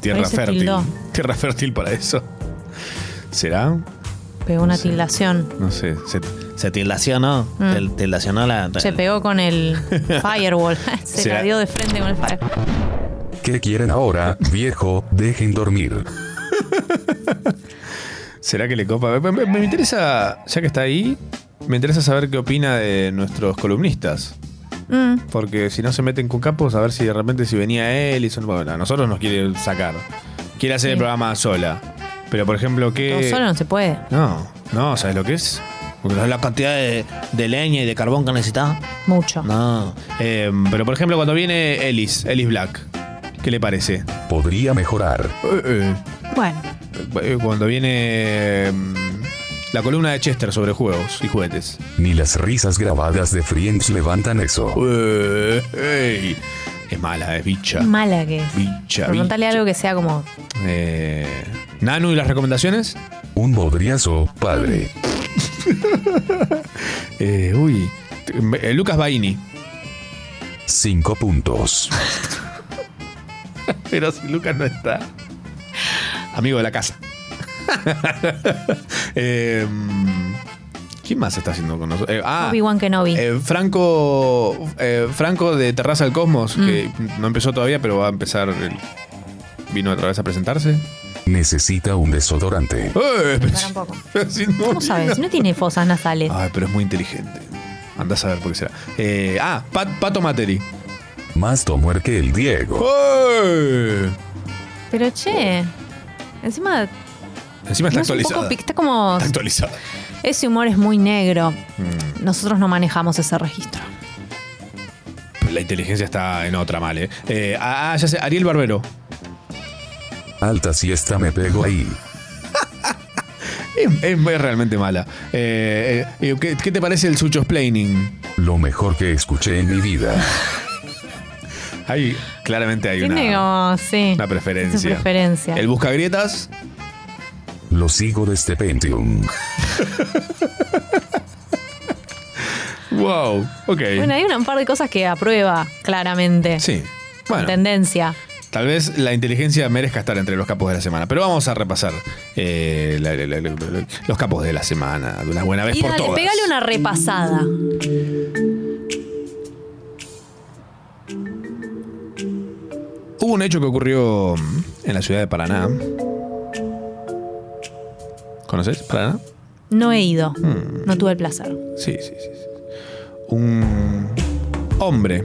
Speaker 6: tierra
Speaker 7: Ahí se
Speaker 6: fértil.
Speaker 7: tildó.
Speaker 6: Tierra fértil para eso. ¿Será?
Speaker 7: Pegó una tildación.
Speaker 6: No sé. Se,
Speaker 1: tildacionó.
Speaker 7: Mm.
Speaker 1: Til- tildacionó
Speaker 6: Ah,
Speaker 1: la.
Speaker 7: Se pegó con el firewall. Se
Speaker 1: Será-
Speaker 7: la dio de frente con el firewall.
Speaker 4: ¿Qué quieren ahora, viejo? Dejen dormir.
Speaker 6: ¿Será que le copa? Me, me- me interesa, ya que está ahí, me interesa saber qué opina de nuestros columnistas.
Speaker 7: Mm.
Speaker 6: Porque si no se meten con Capos, a ver si de repente si venía él y son. Bueno, a nosotros nos quiere sacar. Quiere hacer el
Speaker 7: Sí.
Speaker 6: programa sola. Pero por ejemplo,
Speaker 7: Todo
Speaker 6: ¿qué.
Speaker 7: solo no se puede.
Speaker 6: No, no, ¿sabes lo que es?
Speaker 18: Porque no es la cantidad de, de leña y de carbón que necesitas.
Speaker 7: Mucho.
Speaker 18: No.
Speaker 6: Eh, pero por ejemplo, cuando viene Ellis, Ellis Black, ¿qué le parece?
Speaker 4: Podría mejorar.
Speaker 6: Eh,
Speaker 7: Bueno.
Speaker 6: Cuando viene mm, la columna de Chester sobre juegos y juguetes.
Speaker 4: Ni las risas grabadas de Friends levantan eso.
Speaker 6: Eh, ey. Es mala, es bicha.
Speaker 7: Es mala que es.
Speaker 6: Bicha, bicha.
Speaker 7: Preguntale algo que sea como.
Speaker 6: Eh, Nanu, ¿y las recomendaciones?
Speaker 4: Un bodriazo, padre.
Speaker 6: Eh, uy. Eh, Lucas Baini.
Speaker 4: Cinco puntos.
Speaker 6: Pero si Lucas no está. Amigo de la casa. Eh, ¿Quién más está haciendo con nosotros? Eh, ah,
Speaker 7: Obi-Wan Kenobi.
Speaker 6: eh, Franco, eh, Franco de Terraza del Cosmos,
Speaker 7: Mm.
Speaker 6: que no empezó todavía, pero va a empezar. el- vino otra vez a presentarse.
Speaker 4: Necesita un desodorante.
Speaker 6: Eh,
Speaker 7: Para un poco. ¿Cómo sabes? Si no tiene fosas nasales.
Speaker 6: Ay, pero es muy inteligente. Andás a ver por qué será. Eh, ah, Pat- Pato Materi.
Speaker 4: Más tomuer que el Diego.
Speaker 6: ¡Eh!
Speaker 7: Pero che. Encima.
Speaker 6: Encima está
Speaker 7: no es un
Speaker 6: actualizada.
Speaker 7: poco pic- está como.
Speaker 6: Está actualizada.
Speaker 7: Ese humor es muy negro.
Speaker 6: Mm.
Speaker 7: Nosotros no manejamos ese registro.
Speaker 6: La inteligencia está en otra mal, eh. Eh, ah, ah, ya sé, Ariel Barbero.
Speaker 4: Alta siesta me pego ahí.
Speaker 6: Es, es- es realmente mala. Eh, eh, ¿qué, qué te parece el Sucho Splaining?
Speaker 4: Lo mejor que escuché en mi vida.
Speaker 6: Hay, claramente hay
Speaker 7: Tiene
Speaker 6: una,
Speaker 7: como. Sí.
Speaker 6: una preferencia.
Speaker 7: Su preferencia.
Speaker 6: El busca grietas.
Speaker 4: Lo sigo desde Pentium.
Speaker 6: Wow, ok.
Speaker 7: Bueno, hay un par de cosas que aprueba, claramente.
Speaker 6: Sí.
Speaker 7: Con
Speaker 6: Bueno.
Speaker 7: tendencia.
Speaker 6: Tal vez la inteligencia merezca estar entre los capos de la semana, pero vamos a repasar eh, la- la- la- la- los capos de la semana de una buena vez
Speaker 7: Y
Speaker 6: por
Speaker 7: dale,
Speaker 6: todas.
Speaker 7: pégale una repasada.
Speaker 6: Hubo un hecho que ocurrió en la ciudad de Paraná. ¿Conoces Paraná?
Speaker 7: No he ido.
Speaker 6: Hmm.
Speaker 7: No tuve el placer.
Speaker 6: Sí, sí, sí. sí. Un hombre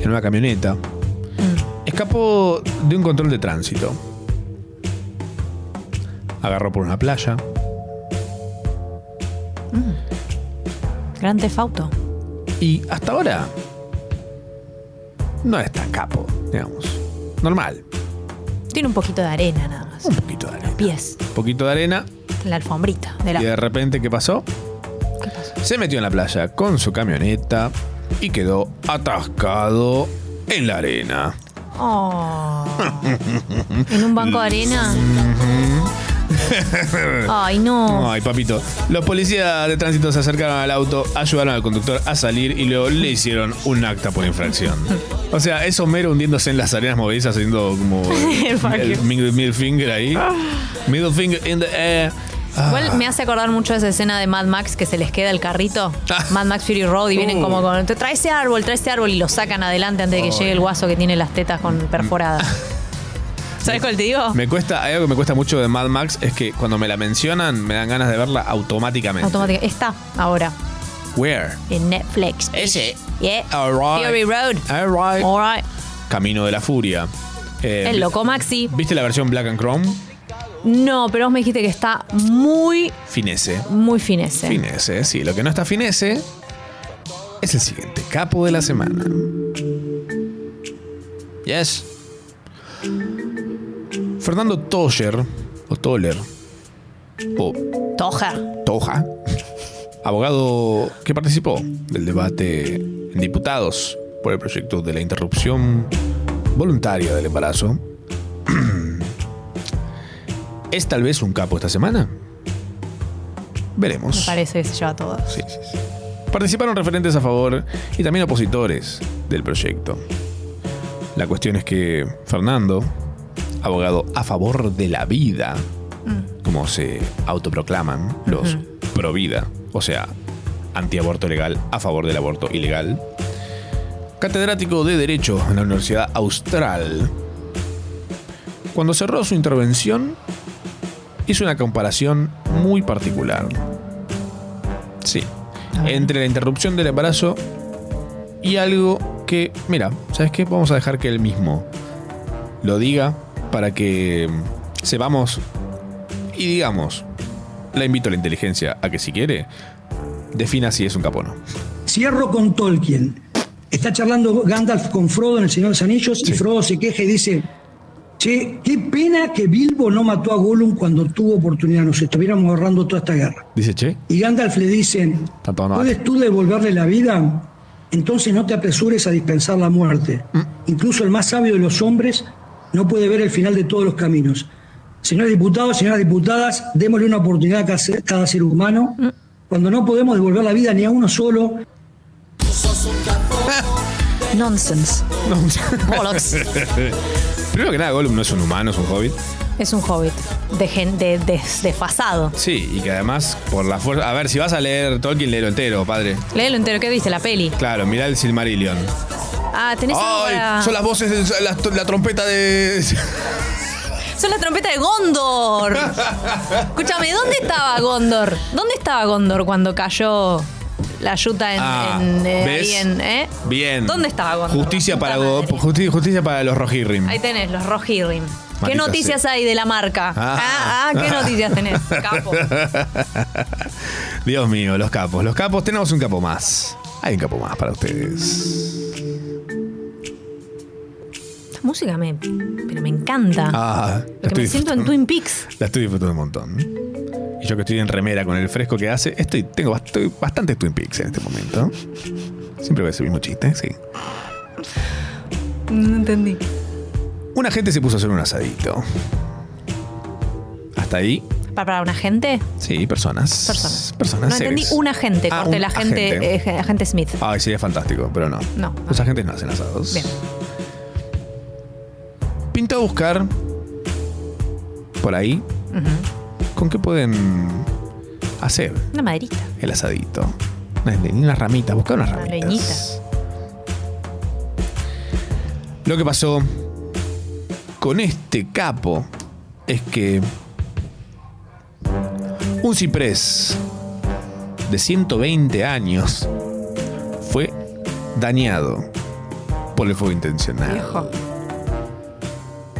Speaker 6: en una camioneta escapó de un control de tránsito. Agarró por una playa.
Speaker 7: Gran tefauto.
Speaker 6: Y hasta ahora no es tan capo, digamos. Normal.
Speaker 7: Tiene un poquito de arena nada más. Un
Speaker 6: poquito de arena.
Speaker 7: Pies.
Speaker 6: Un poquito de arena
Speaker 7: La alfombrita. De la...
Speaker 6: y de repente, ¿qué pasó? Se metió en la playa con su camioneta y quedó atascado en la arena.
Speaker 7: Oh, en un banco de arena. Ay, no.
Speaker 6: Ay, papito. Los policías de tránsito se acercaron al auto, ayudaron al conductor a salir y luego le hicieron un acta por infracción. O sea, es Homero hundiéndose en las arenas movedizas, haciendo como
Speaker 7: El fuck
Speaker 6: el
Speaker 7: you. Ah.
Speaker 6: middle, middle finger ahí. Middle finger in the air. Ah.
Speaker 7: Igual me hace acordar mucho de esa escena de Mad Max que se les queda el carrito. Mad Max Fury Road y vienen
Speaker 6: Ah. Uh.
Speaker 7: como con. Trae ese árbol, trae ese árbol y lo sacan adelante antes de que
Speaker 6: Ay.
Speaker 7: llegue el guaso que tiene las tetas con perforadas. ¿Sabes cuál te digo?
Speaker 6: Me cuesta, hay algo que me cuesta mucho de Mad Max es que cuando me la mencionan me dan ganas de verla automáticamente.
Speaker 7: Automática. Está ahora
Speaker 6: Where?
Speaker 7: en Netflix. Ese. Yeah.
Speaker 6: All right.
Speaker 7: Fury Road.
Speaker 6: All right.
Speaker 7: All right.
Speaker 6: Camino de la Furia. Eh,
Speaker 7: El loco Maxi.
Speaker 6: ¿Viste la versión Black and Chrome?
Speaker 7: No, pero vos me dijiste que está muy,
Speaker 6: Finesse.
Speaker 7: muy finesse.
Speaker 6: Finesse, sí. Lo que no está finesse es el siguiente capo de la semana. Yes. Fernando Toller, o Toller, o
Speaker 7: Toja.
Speaker 6: Toja, abogado que participó del debate en diputados por el proyecto de la interrupción voluntaria del embarazo, es tal vez un capo esta semana.
Speaker 7: Me
Speaker 6: Veremos.
Speaker 7: parece que se lleva todo.
Speaker 6: Sí, sí, sí. Participaron referentes a favor y también opositores del proyecto. La cuestión es que Fernando, abogado a favor de la vida, como se autoproclaman los pro vida, o sea, antiaborto legal a favor del aborto ilegal, catedrático de Derecho en la Universidad Austral, cuando cerró su intervención, hizo una comparación muy particular. Sí, entre la interrupción del embarazo y algo que, mira, ¿sabes qué? Vamos a dejar que él mismo lo diga para que sepamos y digamos, la invito a la inteligencia a que si quiere, defina si es un capo o no.
Speaker 12: Cierro con Tolkien. Está charlando Gandalf con Frodo en El Señor de los Anillos y Frodo se queja y dice, che, qué pena que Bilbo no mató a Gollum cuando tuvo oportunidad, nos estuviéramos ahorrando toda esta guerra.
Speaker 6: Dice, che,
Speaker 12: Y Gandalf le dice,
Speaker 6: está todo mal.
Speaker 12: ¿puedes tú devolverle la vida? Entonces no te apresures a dispensar la muerte.
Speaker 6: Mm.
Speaker 12: Incluso el más sabio de los hombres no puede ver el final de todos los caminos. Señores diputados, señoras diputadas, démosle una oportunidad a cada ser- cada ser humano.
Speaker 6: Mm.
Speaker 12: Cuando no podemos devolver la vida ni a uno solo,
Speaker 7: Nonsense. Bollocks.
Speaker 6: Primero que nada, Gollum no es un humano, es un hobbit.
Speaker 7: Es un hobbit. De gen- de- des- desfasado.
Speaker 6: Sí, y que además, por la fuerza. A ver, si vas a leer Tolkien, léelo entero, padre.
Speaker 7: Léelo entero, ¿qué viste? La peli.
Speaker 6: Claro, mirá el Silmarillion.
Speaker 7: Ah, tenés algo para-
Speaker 6: Son las voces, de, la, la trompeta de.
Speaker 7: Son las trompetas de Gondor. Escúchame, ¿dónde estaba Gondor? ¿Dónde estaba Gondor cuando cayó la yuta en,
Speaker 6: Ah,
Speaker 7: en, eh,
Speaker 6: ¿ves?
Speaker 7: ahí en- eh?
Speaker 6: Bien.
Speaker 7: ¿Dónde estaba Gondor?
Speaker 6: Justicia para, go- justi- justicia para los Rojirrim.
Speaker 7: Ahí tenés, los Rohirrim. ¿Qué
Speaker 6: Maldita
Speaker 7: noticias hay de la marca?
Speaker 6: Ah.
Speaker 7: Ah, ah, ¿qué noticias tenés? Capo.
Speaker 6: Dios mío, los capos. Los capos, tenemos un capo más. Hay un capo más para ustedes.
Speaker 7: Esta música me, pero me encanta.
Speaker 6: Ah,
Speaker 7: Lo que me siento en Twin Peaks.
Speaker 6: La estoy disfrutando un montón. Y yo que estoy en remera con el fresco que hace, estoy, tengo bast- estoy bastante Twin Peaks en este momento. Siempre voy a hacer el mismo chiste, sí.
Speaker 7: No entendí.
Speaker 6: Una gente se puso a hacer un asadito. Hasta ahí,
Speaker 7: ¿Para, para una gente?
Speaker 6: sí, personas.
Speaker 7: Personas.
Speaker 6: Personas.
Speaker 7: no entendí
Speaker 6: seres.
Speaker 7: una gente,
Speaker 6: Ah,
Speaker 7: corte,
Speaker 6: un
Speaker 7: la gente,
Speaker 6: agente.
Speaker 7: eh, agente. Smith.
Speaker 6: Ay, sería fantástico, pero no.
Speaker 7: No.
Speaker 6: Los agentes no hacen asados.
Speaker 7: Bien.
Speaker 6: Pinta buscar por ahí
Speaker 7: Ujú.
Speaker 6: con qué pueden hacer
Speaker 7: Una maderita,
Speaker 6: el asadito. Una, una ramita, buscar una
Speaker 7: una
Speaker 6: ramita.
Speaker 7: leñita.
Speaker 6: Lo que pasó con este capo es que un ciprés de 120 años fue dañado por el fuego intencional.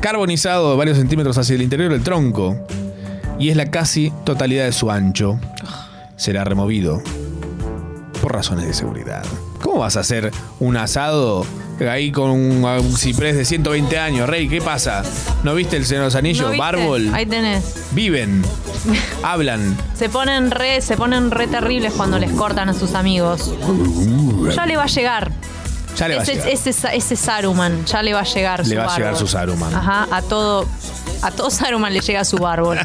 Speaker 6: Carbonizado de varios centímetros hacia el interior del tronco y es la casi totalidad de su ancho. Será removido por razones de seguridad. ¿Cómo vas a hacer un asado ahí con un, un ciprés de 120 años, Rey? ¿Qué pasa? ¿No viste el Señor de los
Speaker 7: ¿No
Speaker 6: Anillos?
Speaker 7: viste?
Speaker 6: Bárbol.
Speaker 7: Ahí tenés.
Speaker 6: Viven, hablan.
Speaker 7: Se ponen re, se ponen re terribles cuando les cortan a sus amigos. Ya le va a llegar.
Speaker 6: Ya le va a
Speaker 7: ese,
Speaker 6: llegar.
Speaker 7: Ese, Sa- ese Saruman, ya le va a llegar
Speaker 6: Le
Speaker 7: su
Speaker 6: va a llegar
Speaker 7: bárbol.
Speaker 6: su Saruman.
Speaker 7: Ajá, a todo, a todo Saruman le llega su bárbol.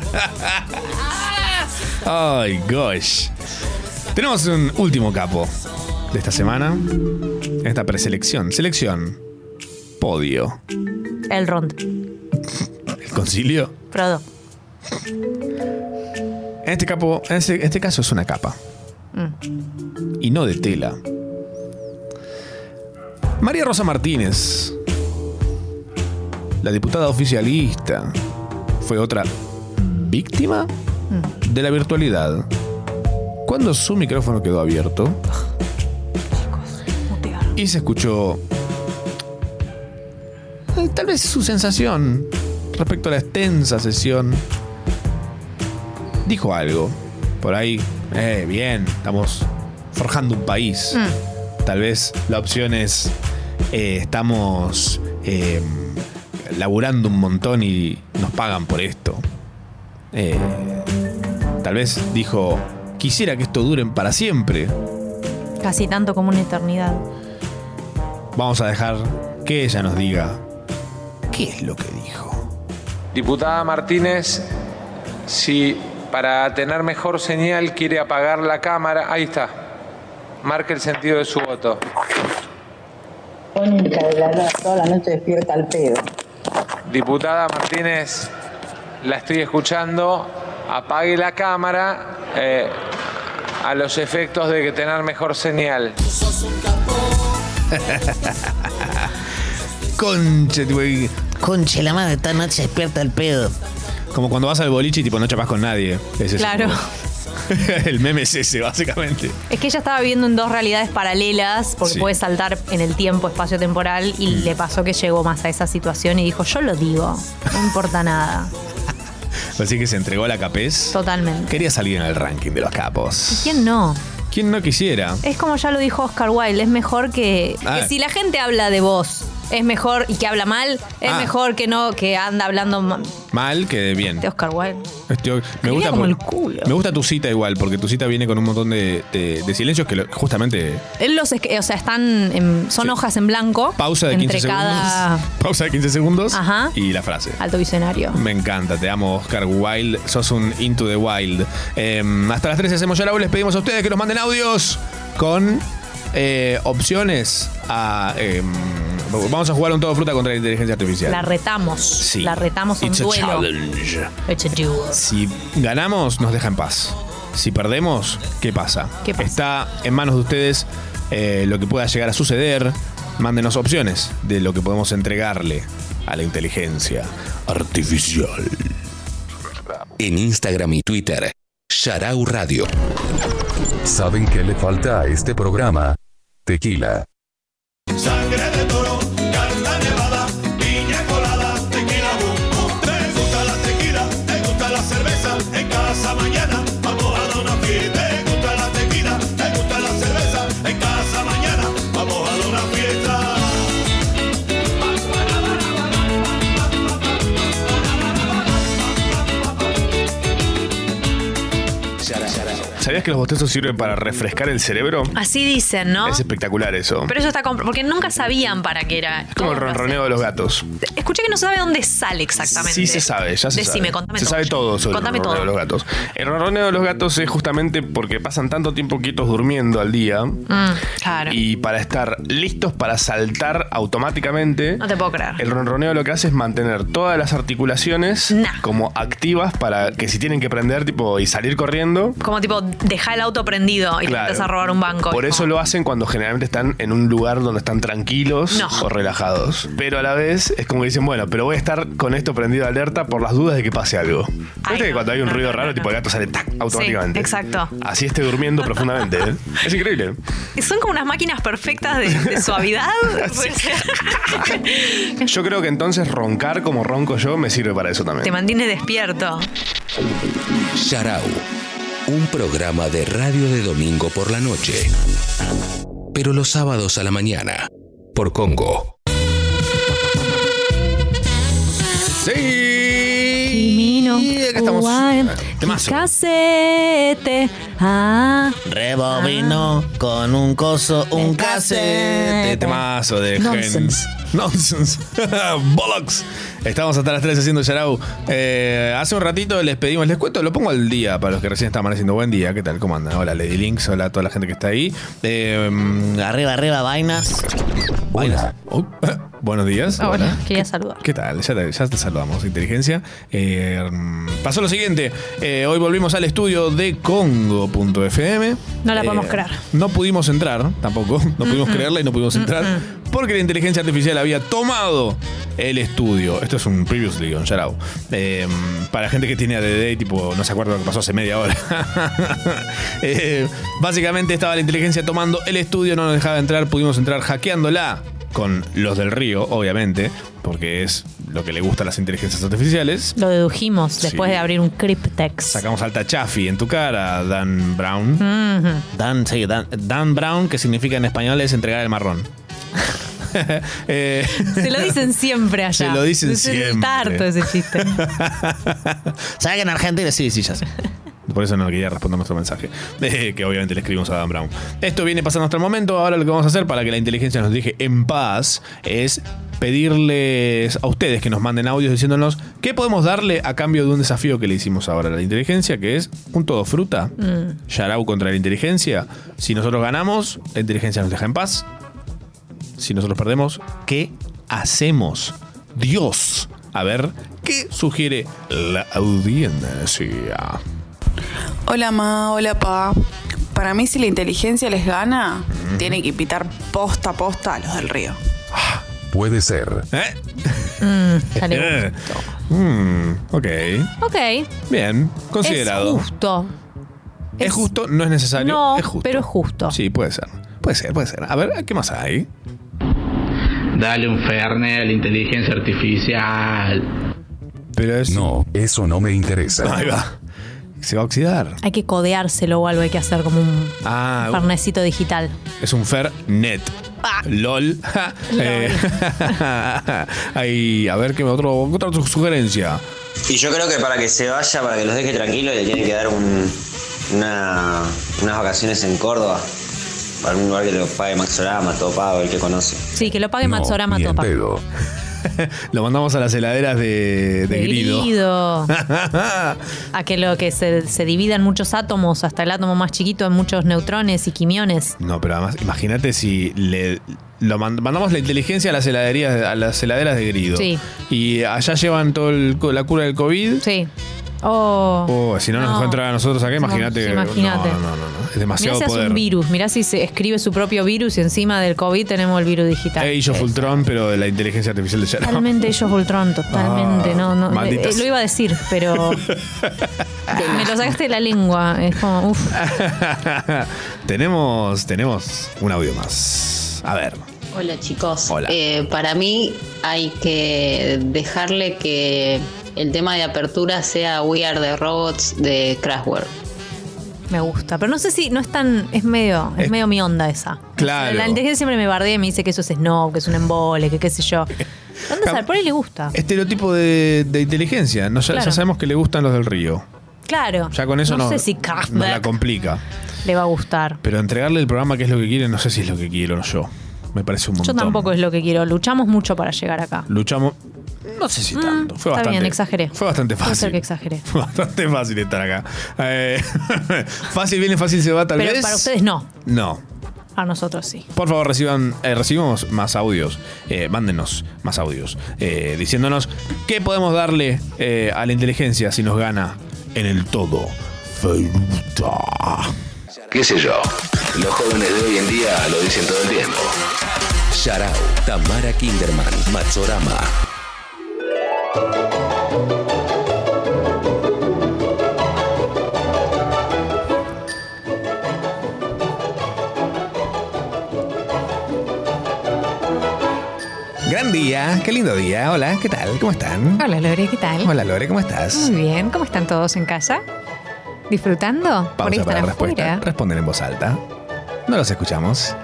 Speaker 6: Ay, gosh. Tenemos un último capo de esta semana. Esta preselección. Selección. Podio.
Speaker 7: El Rond,
Speaker 6: El concilio.
Speaker 7: Frodo.
Speaker 6: En este, capo, en este- en este caso es una capa. Y no de tela. María Rosa Martínez, la diputada oficialista, fue otra víctima de la virtualidad. Cuando su micrófono quedó abierto y se escuchó eh, tal vez su sensación respecto a la extensa sesión, dijo algo. Por ahí, eh, bien, estamos forjando un país. Tal vez la opción es, eh, estamos eh, laburando un montón y nos pagan por esto. Eh, tal vez dijo, quisiera que esto duren para siempre.
Speaker 7: Casi tanto como una eternidad.
Speaker 6: Vamos a dejar que ella nos diga qué es lo que dijo.
Speaker 13: Diputada Martínez, si para tener mejor señal quiere apagar la cámara, ahí está. Marque el sentido de su voto.
Speaker 14: Mónica de la Rosa, toda la noche despierta al pedo.
Speaker 13: Diputada Martínez, la estoy escuchando. Apague la cámara eh, a los efectos de que tener mejor señal.
Speaker 1: Conche, güey. Conche, la madre, esta noche despierta el pedo.
Speaker 6: Como cuando vas al boliche y tipo no chapas con nadie. Es ese.
Speaker 7: Claro.
Speaker 6: el meme es ese, básicamente.
Speaker 7: Es que ella estaba viviendo en dos realidades paralelas, porque
Speaker 6: Sí. Mm.
Speaker 7: puede saltar en el tiempo, espacio temporal, y le pasó que llegó más a esa situación y dijo, yo lo digo, no importa nada,
Speaker 6: Así que se entregó a la capez.
Speaker 7: totalmente.
Speaker 6: Quería salir en el ranking de los capos.
Speaker 7: ¿Quién no?
Speaker 6: ¿Quién no quisiera?
Speaker 7: Es como ya lo dijo Oscar Wilde, es mejor que,
Speaker 6: Ah.
Speaker 7: que si la gente habla de vos, es mejor y que habla mal, es
Speaker 6: Ah.
Speaker 7: mejor que no que anda hablando ma-
Speaker 6: Mal que de bien.
Speaker 7: de Oscar Wilde.
Speaker 6: Este, me,
Speaker 7: Escribía
Speaker 6: gusta
Speaker 7: como
Speaker 6: por-
Speaker 7: el culo.
Speaker 6: me gusta tu cita igual, porque tu cita viene con un montón de, de- de silencios que lo- justamente
Speaker 7: Él los, es- o sea, están en- son hojas en blanco
Speaker 6: pausa de
Speaker 7: entre
Speaker 6: 15
Speaker 7: cada
Speaker 6: segundos. Pausa de 15 segundos
Speaker 7: Ajá.
Speaker 6: y la frase.
Speaker 7: alto visionario.
Speaker 6: Me encanta, te amo Oscar Wilde, sos un into the wild. Eh, hasta las 13 hacemos ya la voz, les pedimos a ustedes que nos manden audios con eh, opciones a... eh, vamos a jugar un todo fruta contra la inteligencia artificial.
Speaker 7: La retamos.
Speaker 6: Sí.
Speaker 7: La retamos un
Speaker 6: It's a
Speaker 7: duelo.
Speaker 6: challenge.
Speaker 7: It's a duel.
Speaker 6: Si ganamos, nos deja en paz. Si perdemos, ¿qué pasa? Está en manos de ustedes eh, lo que pueda llegar a suceder. Mándenos opciones de lo que podemos entregarle a la inteligencia artificial.
Speaker 5: En Instagram y Twitter, Sharau Radio.
Speaker 4: ¿Saben qué le falta a este programa? Tequila.
Speaker 3: Sangre de toro, carne nevada, piña colada, tequila bum bum. Te gusta la tequila, te gusta la cerveza, en casa mañana vamos a dar una fiesta. Te gusta la tequila, te gusta la cerveza, en casa mañana vamos a dar una fiesta.
Speaker 6: ¿Sabías que los bostezos sirven para refrescar el cerebro?
Speaker 7: Así dicen, ¿no?
Speaker 6: Es espectacular eso.
Speaker 7: Pero eso está compro- porque nunca sabían para qué era.
Speaker 6: es como el ronroneo de los gatos.
Speaker 7: Escuché que no sabe dónde sale exactamente.
Speaker 6: Sí se sabe, ya se
Speaker 7: Decime,
Speaker 6: sabe.
Speaker 7: contame
Speaker 6: se
Speaker 7: todo.
Speaker 6: sabe todo sobre
Speaker 7: Contame
Speaker 6: el ronroneo
Speaker 7: todo.
Speaker 6: de los gatos. El ronroneo de los gatos es justamente porque pasan tanto tiempo quietos durmiendo al día
Speaker 7: Mm, claro.
Speaker 6: y para estar listos para saltar automáticamente.
Speaker 7: No te puedo creer.
Speaker 6: El ronroneo lo que hace es mantener todas las articulaciones como activas para que si tienen que prender tipo y salir corriendo.
Speaker 7: Como tipo, deja el auto prendido y te
Speaker 6: Claro.
Speaker 7: metes a robar un banco.
Speaker 6: Por
Speaker 7: Es
Speaker 6: eso lo hacen cuando generalmente están en un lugar donde están tranquilos
Speaker 7: No.
Speaker 6: o relajados. Pero a la vez es como que dicen, bueno, pero voy a estar con esto prendido alerta por las dudas de que pase algo. ¿Viste que cuando hay un ruido raro, tipo el gato sale tac, automáticamente?
Speaker 7: exacto.
Speaker 6: Así esté durmiendo profundamente. ¿eh? Es increíble.
Speaker 7: como- son como unas máquinas perfectas de, de suavidad.
Speaker 6: Yo creo que entonces roncar como ronco yo me sirve para eso
Speaker 7: te
Speaker 6: también.
Speaker 7: mantienes despierto.
Speaker 5: Sharau, un programa de radio de domingo por la noche, pero los sábados a la mañana, por Congo.
Speaker 6: Sí.
Speaker 7: acá estamos.
Speaker 18: Temazo.
Speaker 7: Casete. Ah.
Speaker 18: Rebobino con un coso, un casete.
Speaker 6: Temazo de
Speaker 18: Nonsense.
Speaker 6: Gens. Nonsense. Bollocks. Estamos hasta las 3 haciendo Yarau. Eh, hace un ratito les pedimos, les cuento, lo pongo al día para los que recién estaban haciendo buen día. ¿Qué tal? ¿Cómo andan? Hola Lady Links, hola a toda la gente que está ahí.
Speaker 1: arriba, arriba, vainas.
Speaker 6: Hola. Oh, buenos días. Hola.
Speaker 7: Ah, Quería saludar.
Speaker 6: ¿Qué tal? Ya te, ya te saludamos, inteligencia. Eh, pasó lo siguiente. Eh, hoy volvimos al estudio de Congo.fm.
Speaker 7: No la
Speaker 6: Eh,
Speaker 7: podemos creer.
Speaker 6: No pudimos entrar, tampoco. No pudimos
Speaker 7: Mm-mm.
Speaker 6: creerla y no pudimos entrar. Porque la inteligencia artificial había tomado el estudio. Esto es un previously on Yarao. Eh, para gente que tiene ADD y tipo, no se acuerda lo que pasó hace media hora. Eh, básicamente estaba la inteligencia tomando el estudio, no nos dejaba entrar, pudimos entrar hackeándola con los del río, obviamente, porque es lo que le gusta a las inteligencias artificiales.
Speaker 7: Lo dedujimos después
Speaker 6: Sí.
Speaker 7: de abrir un cryptex.
Speaker 6: Sacamos alta Chafi en tu cara, Dan Brown.
Speaker 7: Mhm.
Speaker 6: Dan, sí, Dan, Dan Brown, que significa en español es entregar el marrón. Eh,
Speaker 7: Se lo dicen siempre allá.
Speaker 6: Se lo dicen
Speaker 7: Es
Speaker 6: siempre.
Speaker 7: El tarto ese chiste.
Speaker 1: ¿Sabes que en Argentina? Sí, sí, ya sé.
Speaker 6: Por eso no quería responder nuestro mensaje, eh, que obviamente le escribimos a Dan Brown. Esto viene pasando hasta el momento. Ahora lo que vamos a hacer para que la inteligencia nos deje en paz es pedirles a ustedes que nos manden audios diciéndonos qué podemos darle a cambio de un desafío que le hicimos ahora a la inteligencia, que es un todo fruta.
Speaker 3: Mm.
Speaker 6: Yarau contra la inteligencia. Si nosotros ganamos, la inteligencia nos deja en paz. Si nosotros perdemos, ¿qué hacemos? Dios. A ver, ¿qué sugiere la audiencia?
Speaker 16: Hola ma, hola pa. Para mí si la inteligencia les gana, tiene que invitar posta a posta a los del río.
Speaker 4: Puede ser.
Speaker 6: Eh. Mm, ok.
Speaker 7: ok.
Speaker 6: Bien, considerado.
Speaker 7: Es justo.
Speaker 6: Es, justo, no es necesario.
Speaker 7: No,
Speaker 6: es justo.
Speaker 7: pero es justo.
Speaker 6: Sí, puede ser. Puede ser, puede ser. A ver, ¿qué más hay?
Speaker 17: Dale un ferne a la inteligencia artificial.
Speaker 6: Pero
Speaker 4: No, eso no me interesa.
Speaker 6: Ahí va. Se va a oxidar.
Speaker 7: Hay que codeárselo o algo, hay que hacer como un
Speaker 6: Ah,
Speaker 7: fernecito digital.
Speaker 6: Es un Fernet.
Speaker 7: Ah.
Speaker 6: LOL. Eh, ahí, a ver qué otro, otra su- sugerencia.
Speaker 19: Y yo creo que para que se vaya, para que los deje tranquilos, le tienen que dar un- una- unas vacaciones en Córdoba. Para un lugar que lo pague Maxorama, todo pago, el que conoce.
Speaker 7: Sí, que lo pague Matsorama Topa.
Speaker 6: Lo mandamos a las heladeras de, Ah. de,
Speaker 7: De
Speaker 6: Grido.
Speaker 7: Grido. A que lo que se, se divida en muchos átomos, hasta el átomo más chiquito en muchos neutrones y quimiones.
Speaker 6: No, pero además, imagínate si le lo mand- mandamos la inteligencia a las heladerías, a las heladeras de Grido.
Speaker 7: Sí.
Speaker 6: Y allá llevan todo el co- la cura del COVID.
Speaker 7: Sí. Oh.
Speaker 6: Oh, si no, nos
Speaker 7: No.
Speaker 6: encuentran a nosotros acá, imagínate. que-
Speaker 7: imagínate.
Speaker 6: No, no, no, no, Es
Speaker 7: Mirá
Speaker 6: demasiado
Speaker 7: si hace
Speaker 6: poder.
Speaker 7: un virus, mirá si se escribe su propio virus y encima del COVID tenemos el virus digital.
Speaker 6: Ey, yo Fultron, pero de la inteligencia artificial de Shadow.
Speaker 7: Totalmente ellos Voltron, totalmente.
Speaker 6: Ah,
Speaker 7: no, no.
Speaker 6: maldita
Speaker 7: eh,
Speaker 6: sea.
Speaker 7: lo iba a decir, pero. me
Speaker 18: Ah.
Speaker 7: lo sacaste de la lengua. Es como, uff.
Speaker 6: tenemos, tenemos un audio más. A ver.
Speaker 20: Hola chicos.
Speaker 6: Hola.
Speaker 20: Eh, para mí hay que dejarle que el tema de apertura sea We Are the Robots de Crashware.
Speaker 7: Me gusta. Pero no sé si no es tan. Es medio, es medio mi onda esa.
Speaker 6: Claro.
Speaker 7: La inteligencia siempre me bardea y me dice que eso es snob, que es un embole, que qué sé yo. ¿Dónde sale? Por ahí le gusta.
Speaker 6: Estereotipo de, de inteligencia. No, ya, ya
Speaker 7: Ah. Claro.
Speaker 6: sabemos que le gustan los del río.
Speaker 7: Claro.
Speaker 6: Ya con eso no,
Speaker 7: No sé si
Speaker 6: nos
Speaker 7: Kraftwerk
Speaker 6: la complica.
Speaker 7: le va a gustar.
Speaker 6: Pero entregarle el programa que es lo que quiere, no sé si es lo que quiero yo. Me parece un
Speaker 7: Yo
Speaker 6: montón.
Speaker 7: tampoco es lo que quiero. Luchamos mucho para llegar acá.
Speaker 6: Luchamos. No sé si tanto. Fue
Speaker 7: Mm, está
Speaker 6: bastante.
Speaker 7: bien, exageré.
Speaker 6: Fue bastante
Speaker 7: Puede ser
Speaker 6: fácil.
Speaker 7: que exageré.
Speaker 6: Fue bastante fácil estar acá. Eh, fácil viene, fácil se va, tal
Speaker 7: Pero
Speaker 6: vez.
Speaker 7: para ustedes no.
Speaker 6: No.
Speaker 7: A nosotros sí.
Speaker 6: Por favor, reciban, eh, recibimos más audios. Eh, mándenos más audios. eh, diciéndonos qué podemos darle eh, a la inteligencia si nos gana en el todo. Feruta.
Speaker 5: ¿Qué sé yo? Los jóvenes de hoy en día lo dicen todo el tiempo. Sharao, Tamara Kinderman, Matsorama.
Speaker 6: Gran día, qué lindo día. Hola, ¿qué tal? ¿Cómo están?
Speaker 7: Hola Lore, ¿qué tal?
Speaker 6: Hola Lore, ¿cómo
Speaker 21: Mm,
Speaker 6: estás?
Speaker 7: Muy bien, ¿cómo están todos en casa? ¿Disfrutando? Por
Speaker 6: Pausa para
Speaker 7: ahí están
Speaker 6: la respuesta.
Speaker 7: afuera.
Speaker 6: Responden en voz alta. No los escuchamos.